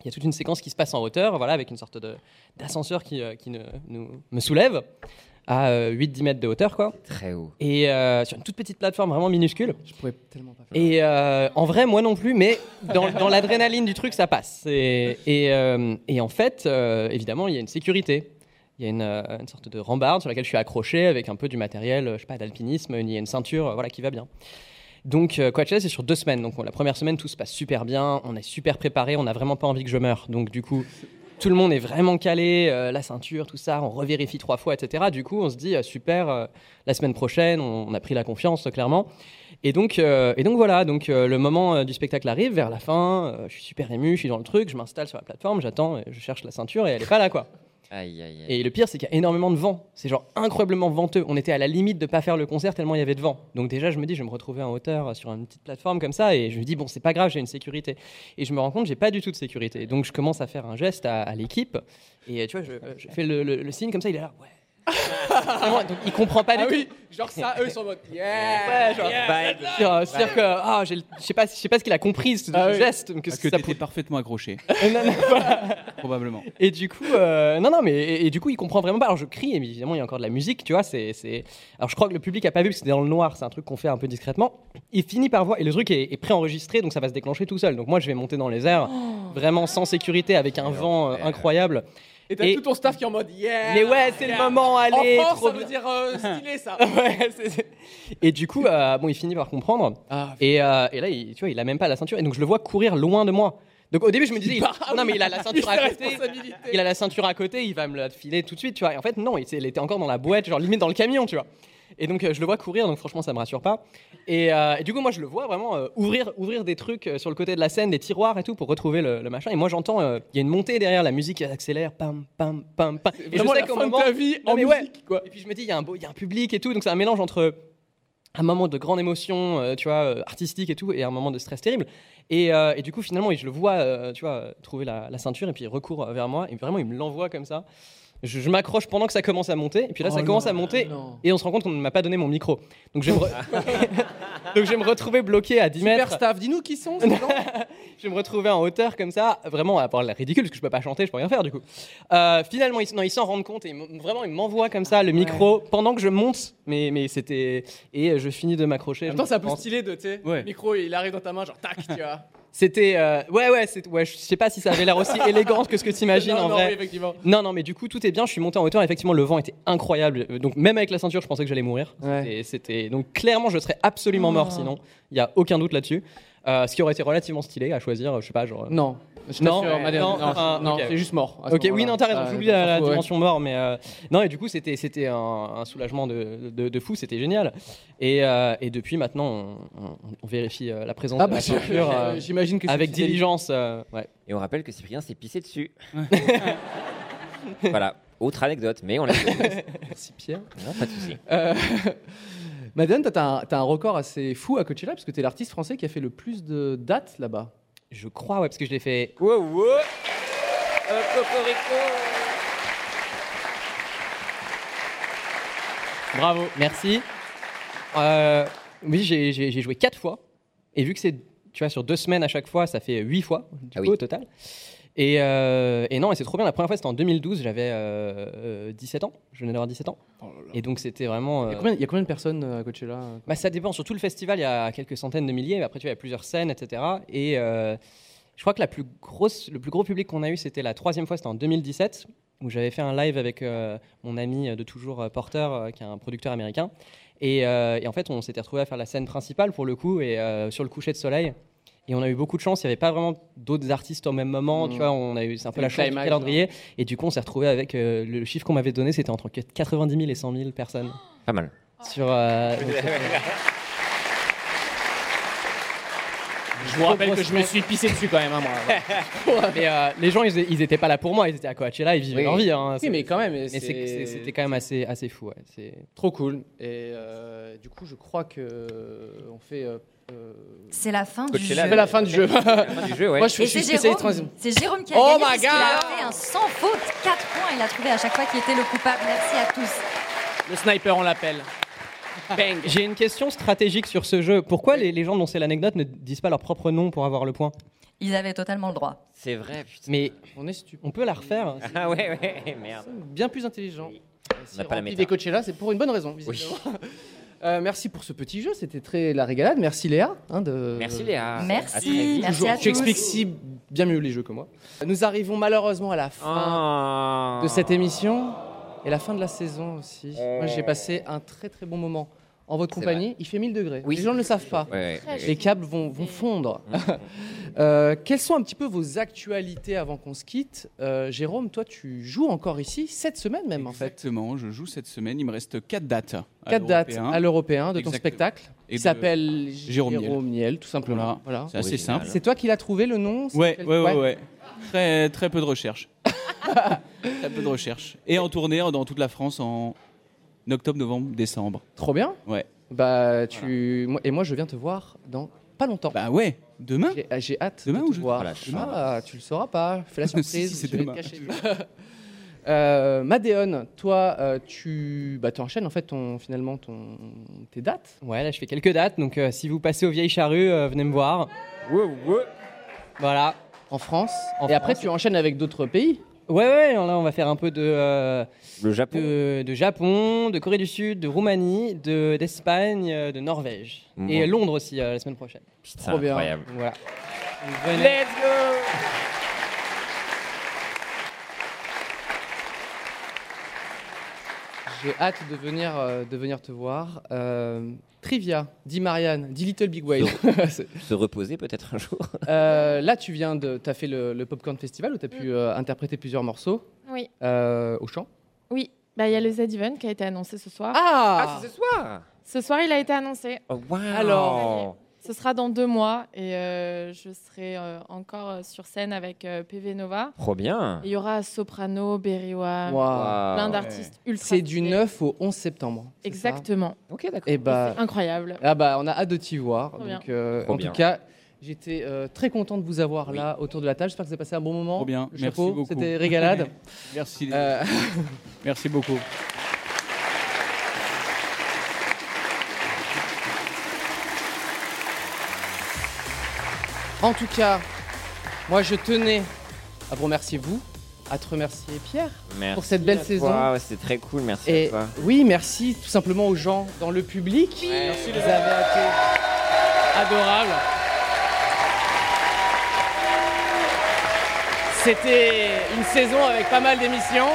il y a toute une séquence qui se passe en hauteur, voilà, avec une sorte de- d'ascenseur qui, euh, qui ne- nous- me soulève à euh, 8-10 mètres de hauteur, quoi. Très haut. Et euh, sur une toute petite plateforme vraiment minuscule. Je pouvais tellement pas. Et euh, en vrai, moi non plus, mais dans, dans l'adrénaline du truc, ça passe. Et, et, euh, et en fait, euh, évidemment, il y a une sécurité. Il y a une, euh, une sorte de rambarde sur laquelle je suis accroché avec un peu du matériel, euh, je sais pas, d'alpinisme, il y a une ceinture, euh, voilà, qui va bien. Donc, euh, Coachella, c'est sur deux semaines. Donc, on- la première semaine, tout se passe super bien. On est super préparé. On n'a vraiment pas envie que je meure. Donc, du coup, tout le monde est vraiment calé. euh, la ceinture, tout ça. On revérifie trois fois, etc. Du coup, on se dit, euh, super, euh, la semaine prochaine, on, on a pris la confiance, euh, clairement. Et donc, euh, et donc voilà. Donc, euh, le moment euh, du spectacle arrive vers la fin. euh, je suis super ému. Je suis dans le truc. Je m'installe sur la plateforme. J'attends. euh, Je cherche la ceinture et elle est pas là, quoi. Aïe, aïe, aïe. Et le pire, c'est qu'il y a énormément de vent. C'est genre incroyablement venteux. On était à la limite de pas faire le concert tellement il y avait de vent. Donc déjà, je me dis, je vais me retrouver en hauteur euh, sur une petite plateforme comme ça. Et je me dis, bon, c'est pas grave, j'ai une sécurité. Et je me rends compte, j'ai pas du tout de sécurité. Donc je commence à faire un geste à, à l'équipe. Et euh, tu vois, je, euh, je fais le, le- le signe comme ça. Il est là, ouais. Vraiment, donc il comprend pas du Ah tout. oui, genre ça, eux, ils sont en mode. Yeah! Ouais, genre, yeah, Bah, Vibe. Sur- euh, C'est-à-dire que, ah, j'ai le- je sais pas, je sais pas ce qu'il a compris ce Ah ce oui. geste, mais que Parce ce que que ça t'étais parfaitement accroché. Probablement. Et du coup, euh, non, non, mais et, et du coup, il comprend vraiment pas. Alors je crie, mais évidemment, il y a encore de la musique, tu vois. C'est, c'est- Alors je crois que le public a pas vu parce que c'était dans le noir. C'est un truc qu'on fait un peu discrètement. Il finit par voir et le truc est, est préenregistré, donc ça va se déclencher tout seul. Donc moi, je vais monter dans les airs, Oh. vraiment sans sécurité, avec un vent euh, incroyable. Et t'as tout ton staff qui est en mode. Yeah! Mais ouais, c'est le moment, allez, En France, trop ça veut bien. dire euh, stylé, ça. Ouais, c'est- c'est- Et du coup, euh, bon, il finit par comprendre. Ah, et, euh, et là, il, tu vois, il a même pas la ceinture. Et donc, je le vois courir loin de moi. Donc, au début, je me disais, il- non, mais il a la ceinture à côté. Il a la ceinture à côté, il va me la filer tout de suite, tu vois. Et en fait, non, il, s'est- il était encore dans la boîte, genre limite dans le camion, tu vois. Et donc, euh, je le vois courir, donc franchement, ça me rassure pas. Et, euh, et du coup, moi, je le vois vraiment euh, ouvrir, ouvrir des trucs euh, sur le côté de la scène, des tiroirs et tout, pour retrouver le, le machin. Et moi, j'entends, euh, il y a une montée derrière, la musique accélère, pam, pam, pam, pam. Et vraiment la qu'au fin de ta vie Non, en mais ouais. musique, Et puis, je me dis, il y, a un beau- il y a un public et tout, donc c'est un mélange entre un moment de grande émotion, euh, tu vois, euh, artistique et tout, et un moment de stress terrible. Et, euh, et du coup, finalement, je le vois, euh, tu vois, euh, trouver la, la ceinture, et puis il recourt vers moi, et vraiment, il me l'envoie comme ça. Je, je m'accroche pendant que ça commence à monter, et puis là, Oh ça commence non, à monter, et on se rend compte qu'on ne m'a pas donné mon micro. Donc je, vais me re- Donc, je vais me retrouver bloqué à 10 Super mètres. staff, dis-nous qui sont ces gens. Je vais me retrouver en hauteur comme ça, vraiment à part la ridicule, parce que je peux pas chanter, je peux rien faire du coup. Euh, finalement, ils s- non, ils s'en rendent compte et ils m- vraiment ils m'envoient comme ça le micro pendant que je monte, mais, mais c'était. Et euh, je finis de m'accrocher. En même je temps, c'est un peu pense. stylé de, tu sais, Ouais. le micro, il arrive dans ta main, genre tac, tu vois. C'était. euh, ouais, ouais, c'est, ouais, je sais pas si ça avait l'air aussi élégant que ce que t'imagines Non, en non, vrai. oui, effectivement. Non, non, mais du coup, tout est bien. Je suis monté en hauteur. Effectivement, le vent était incroyable. Euh, Donc, même avec la ceinture, je pensais que j'allais mourir. C'était- C'était donc clairement, je serais absolument mort Ah. sinon. Il y a aucun doute là-dessus. Euh, ce qui aurait été relativement stylé à choisir, euh, je sais pas, genre. Non. Je non, t'assure, Madeleine, non, non, enfin, non, ok. c'est juste mort, à ce Ok, oui, moment-là. non, t'as raison. Ah, J'oublie je m'en la, la fous, ouais. dimension mort, mais euh, non. Et du coup, c'était c'était un, un soulagement de, de, de fou. C'était génial. Et, euh, et depuis maintenant, on, on- on vérifie euh, la présence Ah de bah, la ceinture. euh, j'imagine que c'est avec fidèle. diligence. euh, ouais. Et on rappelle que Cyprien s'est pissé dessus. voilà, autre anecdote, mais on l'a Merci Pierre. Non, pas de souci. Euh, Madeleine, t'as un, t'as un record assez fou à Coachella parce que t'es l'artiste français qui a fait le plus de dates là-bas. Je crois, ouais, parce que je l'ai fait. Wow, wow Bravo, merci. Euh, oui, j'ai- j'ai j'ai joué quatre fois. Et vu que c'est, tu vois, sur deux semaines à chaque fois, ça fait huit fois du Ah coup, au total. Et, euh, et non, et c'est trop bien. La première fois, c'était en 2012. J'avais euh, euh, 17 ans. Je venais d'avoir 17 ans. Oh Et donc, c'était vraiment. Il y, a euh, combien- il y a combien de personnes euh, à Coachella bah, ça dépend. Sur tout le festival, il y a quelques centaines de milliers. mais Après, tu vois, il y a plusieurs scènes, etc. Et euh, Je crois que la plus grosse, le plus gros public qu'on a eu, c'était la troisième fois, c'était en 2017, où j'avais fait un live avec euh, mon ami de toujours, euh, Porter, euh, qui est un producteur américain. Et, euh, et en fait, on s'était retrouvé à faire la scène principale pour le coup, et euh, sur le coucher de soleil. Et on a eu beaucoup de chance, il n'y avait pas vraiment d'autres artistes au même moment, Mmh. tu vois, on a eu, c'est un peu Le la chance du climax, hein. calendrier. Et du coup, on s'est retrouvé avec euh, le chiffre qu'on m'avait donné, c'était entre 90 000 et 100 000 personnes. Pas mal. Sur, euh, donc, c'était- Je vous rappelle que je me suis pissé dessus quand même, hein, moi. mais euh, les gens, ils, étaient- ils étaient pas là pour moi, ils étaient à Coachella, ils vivaient Oui. leur vie. hein. Oui, mais quand même, Mais c'est- c'est- c'est- c'était quand même assez, assez fou. ouais. C'est Trop cool. Et euh, du coup, je crois que euh, on fait. euh, euh, C'est la fin du Coachella, jeu. C'est la fin du jeu. Moi, je, Et suis- je suis c'est spécialiste Jérôme- trans- C'est Jérôme qui a Oh gagné my puisqu'il a God fait un sans faute, 4 points. Il a trouvé à chaque fois qui était le coupable. Merci à tous. Le sniper, on l'appelle. Bang. J'ai une question stratégique sur ce jeu. Pourquoi les, les gens dont c'est l'anecdote ne disent pas leur propre nom pour avoir le point Ils avaient totalement le droit. C'est vrai, putain. Mais on, peut la refaire. hein, Ah ouais, ouais, merde. bien plus intelligent. On n'a pas la Rempli méta. des Coachella, c'est pour une bonne raison, visiblement. Euh, merci pour ce petit jeu, c'était très la régalade. Merci Léa. hein, de... Merci, Léa. Merci, À très vite. merci à Tu expliques tous. si bien mieux les jeux que moi. Nous arrivons malheureusement à la fin Oh. de cette émission et la fin de la saison aussi. Moi j'ai passé un très très bon moment en votre C'est compagnie. Il fait 1000 degrés. Les gens ne le savent pas. Ouais, ouais, ouais. Les câbles vont, vont fondre. Euh, quelles sont un petit peu vos actualités avant qu'on se quitte Euh, Jérôme, toi tu joues encore ici cette semaine même en fait. Exactement, je joue cette semaine. Il me reste 4 dates. à Quatre dates l'Européen. à l'Européen de ton Exactement. spectacle. Et Il de- s'appelle Jérôme Niel. Jérôme Niel, tout simplement. Voilà, Voilà. c'est assez Original. simple. C'est toi qui l'as trouvé le nom c'est Ouais, quel- ouais, ouais, ouais. Très, très peu de recherche. très peu de recherche. Et en tournée en- dans toute la France en octobre, novembre, décembre. Trop bien. Ouais. Bah tu moi- et moi je viens te voir dans pas longtemps. Bah ouais, demain. J'ai hâte demain de te voir. demain. Ah, tu le sauras pas. Fais la Si, si, surprise. c'est je vais te demain. cacher. Euh, Madéon, toi, euh, tu bah, enchaînes en fait ton, finalement ton, tes dates. Ouais, là je fais quelques dates, donc euh, si vous passez aux vieilles charrues, euh, venez me voir. Voilà. En France. et après, tu enchaînes avec d'autres pays Ouais, ouais, là on va faire un peu de. euh, Le Japon. De, de Japon, de Corée du Sud, de Roumanie, de- d'Espagne, euh, de, Norvège. Mmh. Et Londres aussi euh, la semaine prochaine. Putain, Trop bien. incroyable. Voilà. Donc, venez. Let's go J'ai hâte de venir, euh, de venir te voir. Euh, Trivia, dit Marianne, dit Little Big Whale. Se reposer peut-être un jour. Euh, là, tu viens de. Tu as fait le, le Popcorn Festival où tu as pu euh, interpréter plusieurs morceaux Oui. euh, au chant. Oui, bah, il y a le Z-Event qui a été annoncé ce soir. Ah Ah, c'est ce soir Oh, Ce soir, il a été annoncé. Alors. Ce sera dans deux mois et euh, je serai euh, encore euh, sur scène avec euh, PV Nova. Trop bien. Et Il y aura Soprano, Berrywa, Waouh. plein d'artistes ultra. C'est du 9 au 11 septembre. c'est ça Exactement. Ok, d'accord. Et bah, C'est incroyable. Ah bah, on a hâte de t'y voir. Trop bien. Donc, euh, Trop en bien. tout cas, j'étais euh, très content de vous avoir là autour de la table. J'espère que vous avez passé un bon moment. Trop bien, Le merci chapeau, beaucoup. C'était régalade. Merci. les- Euh, Merci beaucoup. En tout cas, moi je tenais à vous remercier vous, à te remercier Pierre Merci pour cette belle à saison. toi, ouais, c'est très cool, merci Et à toi. oui, merci tout simplement aux gens dans le public. Vous avez été adorables. C'était une saison avec pas mal d'émissions.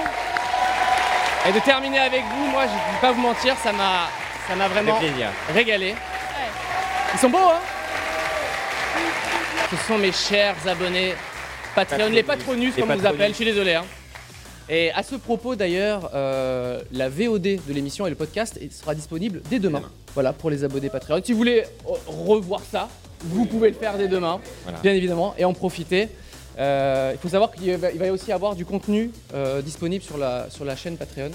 Et de terminer avec vous, moi je ne vais pas vous mentir, ça m'a ça m'a vraiment fait plaisir. régalé. Ils sont beaux, hein Ce sont mes chers abonnés Patreon, les patronus, Les comme on vous patronus. appelle, je suis désolé. hein. Et à ce propos d'ailleurs, euh, la VOD de l'émission et le podcast il sera disponible dès demain. Voilà, pour les abonnés Patreon. Si vous voulez euh, revoir ça, vous pouvez le faire dès demain, Voilà. bien évidemment, et en profiter. Euh, il faut savoir qu'il va, il va aussi avoir du contenu euh, disponible sur la, sur la chaîne Patreon.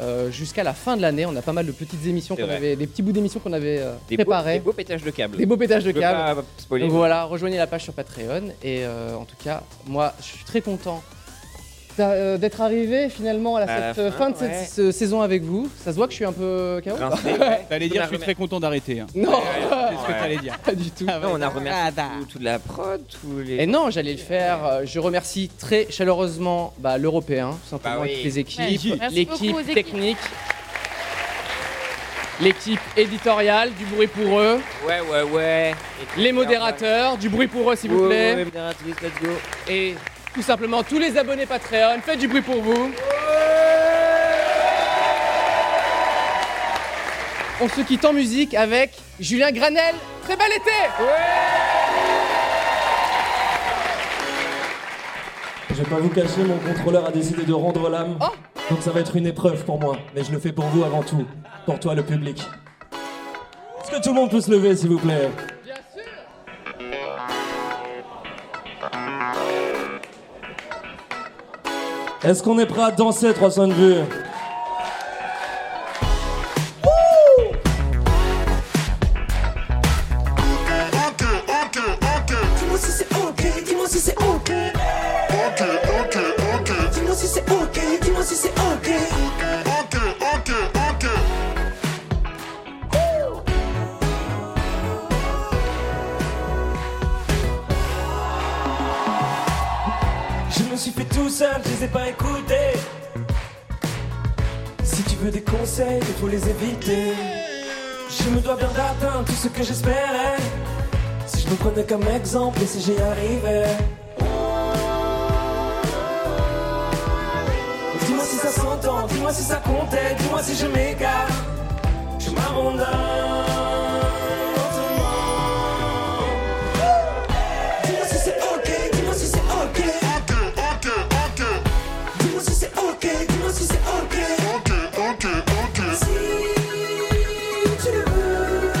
euh, Jusqu'à la fin de l'année, on a pas mal de petites émissions, C'est qu'on vrai. avait, des petits bouts d'émissions qu'on avait euh, Des beaux, préparés. des beaux pétages de câbles. Des beaux pétages de Je veux câbles. pas spoiler. Donc voilà, rejoignez la page sur Patreon. Et euh, en tout cas, moi, je suis très content d'a- euh, d'être arrivé finalement à, la- À la cette, euh, fin, fin de cette ouais. ce- saison avec vous. Ça se voit que je suis un peu KO T'allais dire, je suis très content d'arrêter. hein. Non C'est ce que t'allais dire. Pas du tout. Non, Ah, on a remercié tout- toute la prod, tous les. Et non, j'allais le faire. Euh, Je remercie très chaleureusement bah, l'Européen, tout simplement, Bah oui. et toutes les équipes, Ouais. Merci beaucoup aux l'équipe équipes. technique, l'équipe éditoriale, du bruit pour eux. Ouais, ouais, ouais. Les modérateurs, du bruit pour eux, s'il vous Ouais, plaît. ouais, ouais, modératrice, let's go. Et tout simplement, tous les abonnés Patreon, faites du bruit pour vous. On se quitte en musique avec Julien Granel. Très bel été Je vais pas vous cacher, mon contrôleur a décidé de rendre l'âme. Oh. Donc ça va être une épreuve pour moi. Mais je le fais pour vous avant tout. Pour toi, le public. Est-ce que tout le monde peut se lever, s'il vous plaît Est-ce qu'on est prêt à danser 300 de vue Ok, ok, ok. Dis-moi si c'est ok, dis-moi si c'est ok. Ok, ok, ok. Dis-moi si c'est ok, dis-moi si c'est ok. Ok, ok, ok. Je me suis fait tout seul, je les ai pas écoutés. Si tu veux des conseils, il faut les éviter. Je me dois bien d'atteindre tout ce que j'espérais. Si je me prenais comme exemple et si j'y arrivais. é Dis-moi si ça s'entend, dis-moi si ça comptait, dis-moi si je m'égare. Je m'arrondis. Dis-moi si c'est ok, dis-moi si c'est ok. Ok, ok, ok. Dis-moi si c'est ok, dis-moi si c'est é ok. Ok, ok, ok. Si tu le veux.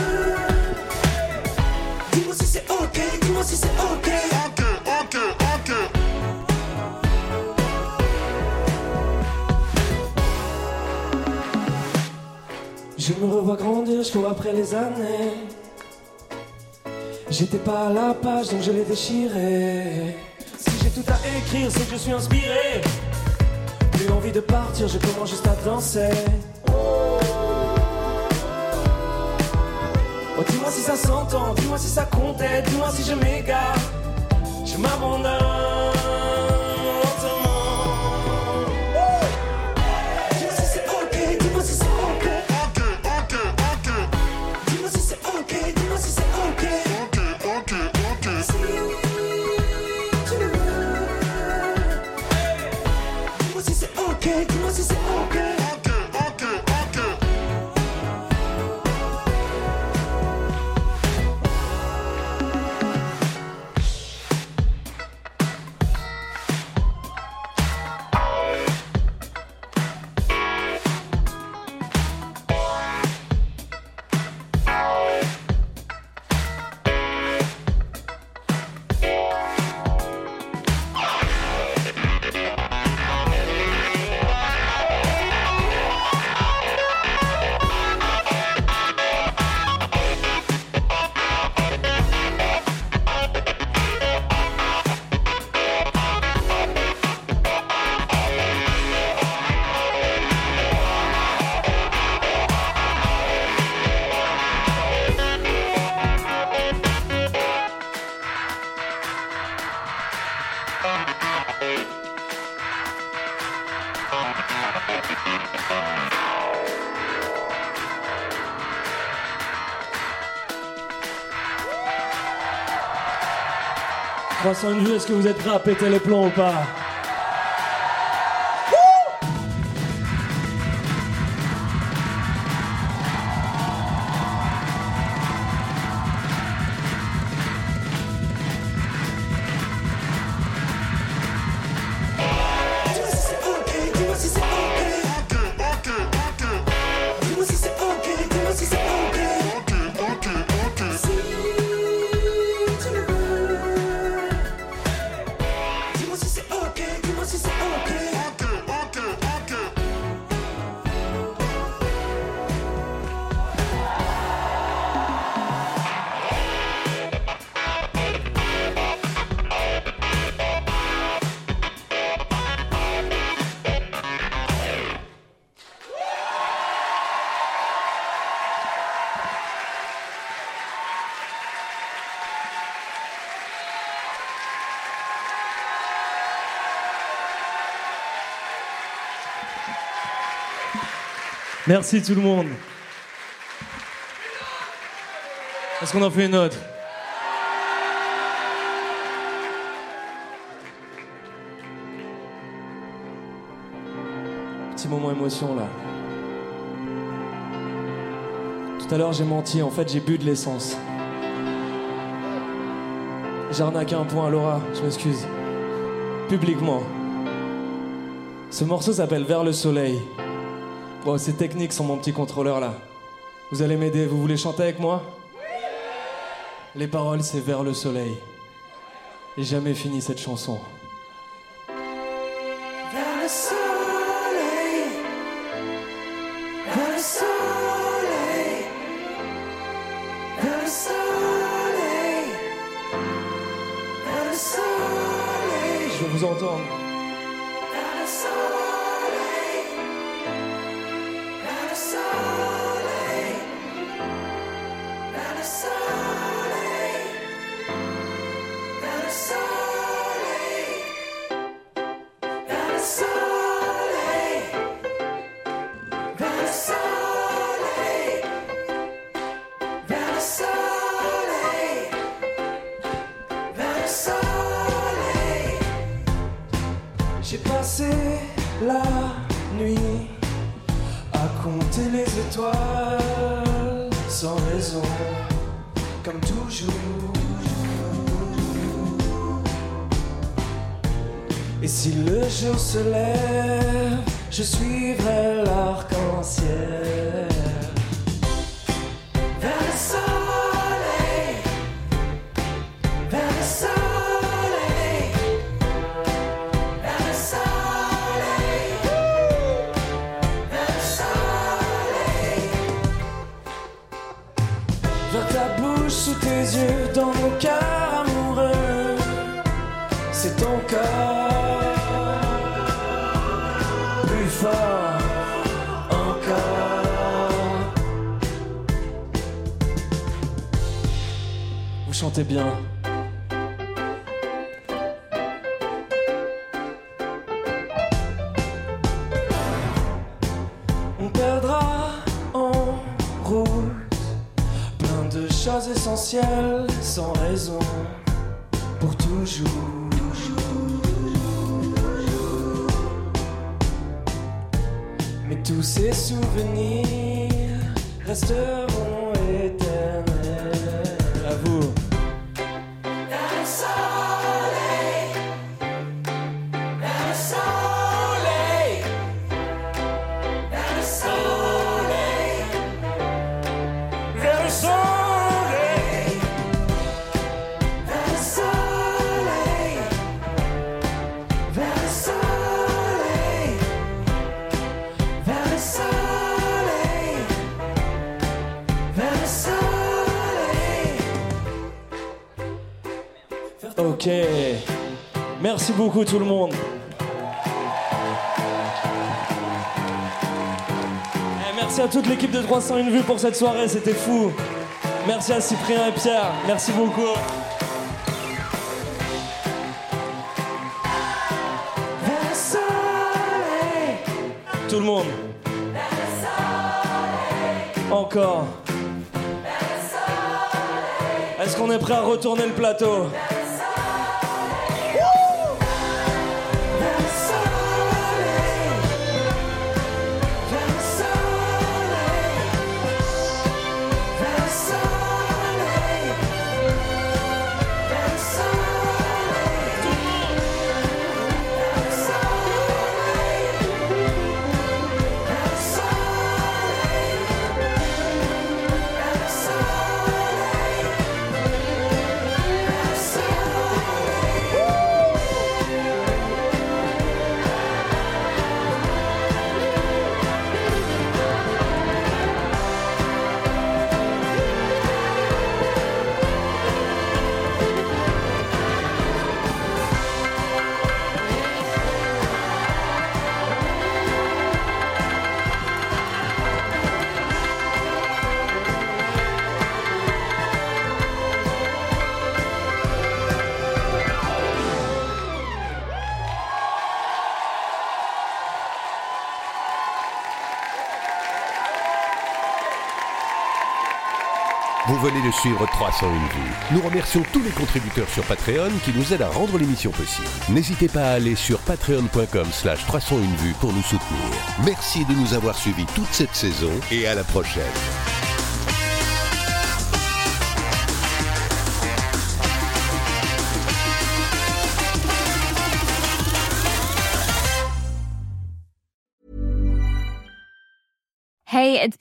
Dis-moi si c'est ok, dis-moi si c'est ok. Ok, ok, ok. Je me revois grandir, je cours après les années. J'étais pas à la page, donc je l'ai déchiré. Si j'ai tout à écrire, c'est que je suis inspiré. Plus envie de partir, je commence juste à danser. Oh, dis-moi si ça s'entend, dis-moi si ça é comptait, dis-moi si je m'égare. Je m'abandonne. Dis-moi si c'est ok, dis-moi si c'est ok. Ok, ok, ok. Dis-moi si c'est ok, dis-moi si c'est ok. Ok, ok, ok. Si tu le veux. Dis-moi si c'est ok, dis-moi si c'est ok. Ok, ok, ok. Croissant une vue, est-ce que vous êtes prêts à péter les plombs ou pas Dis-moi si c'est ok, dis-moi si c'est ok. Ok, ok, ok. Dis-moi si c'est ok, dis-moi si c'est ok. Ok, ok, ok. Si tu le veux. Dis-moi si c'est ok, dis-moi si c'est ok. Ok, ok, ok. Merci tout le monde. Est-ce qu'on en fait une autre Petit moment émotion là. Tout à l'heure j'ai menti, en fait j'ai bu de l'essence. J'ai arnaqué un point à Laura, je m'excuse. Publiquement. Ce morceau s'appelle Vers le soleil. Bon, c'est technique sans mon petit contrôleur là. Vous allez m'aider, vous voulez chanter avec moi Les paroles c'est Vers le soleil. Et jamais fini cette chanson. Vers le soleil, vers le soleil, vers le soleil, vers le soleil, Je veux vous entendre. vers le soleil, vers le soleil, vers le soleil, vers le soleil. Vers le soleil, vers le soleil, vers le soleil, vers le soleil. J'ai passé la nuit à compter les étoiles sans raison, comme toujours. Et si le jour se lève, je suivrai l'arc-en-ciel. Vers le soleil, vers le soleil, vers le soleil, vers le soleil, Vers ta bouche, sous tes yeux, dans mon cœur amoureux, c'est ton corps plus fort encore. Vous chantez bien. On perdra en route plein de choses essentielles sans raison pour toujours. Mais tous ces souvenirs resteront éternels. À vous. vers le soleil, vers le soleil, vers le soleil, vers le soleil. Vers le soleil, vers le soleil, vers le soleil, vers le soleil. Ok. Merci beaucoup tout le monde. Eh, Merci à toute l'équipe de 301 vues pour cette soirée, c'était fou. Merci à Cyprien et Pierre, merci beaucoup. Vers le soleil, Tout le monde, vers le soleil, encore. vers le soleil, Est-ce qu'on est prêt à retourner le plateau vers le soleil. Wouh Vers le soleil, vers le soleil, vers le soleil, vers le soleil. Vers le soleil, vers le soleil, vers le soleil, vers le soleil. Vous venez de suivre 301 vues. Nous remercions tous les contributeurs sur Patreon qui nous aident à rendre l'émission possible. N'hésitez pas à aller sur patreon.com slash 301 vues pour nous soutenir. Merci de nous avoir suivis toute cette saison et à la prochaine. Hey, it's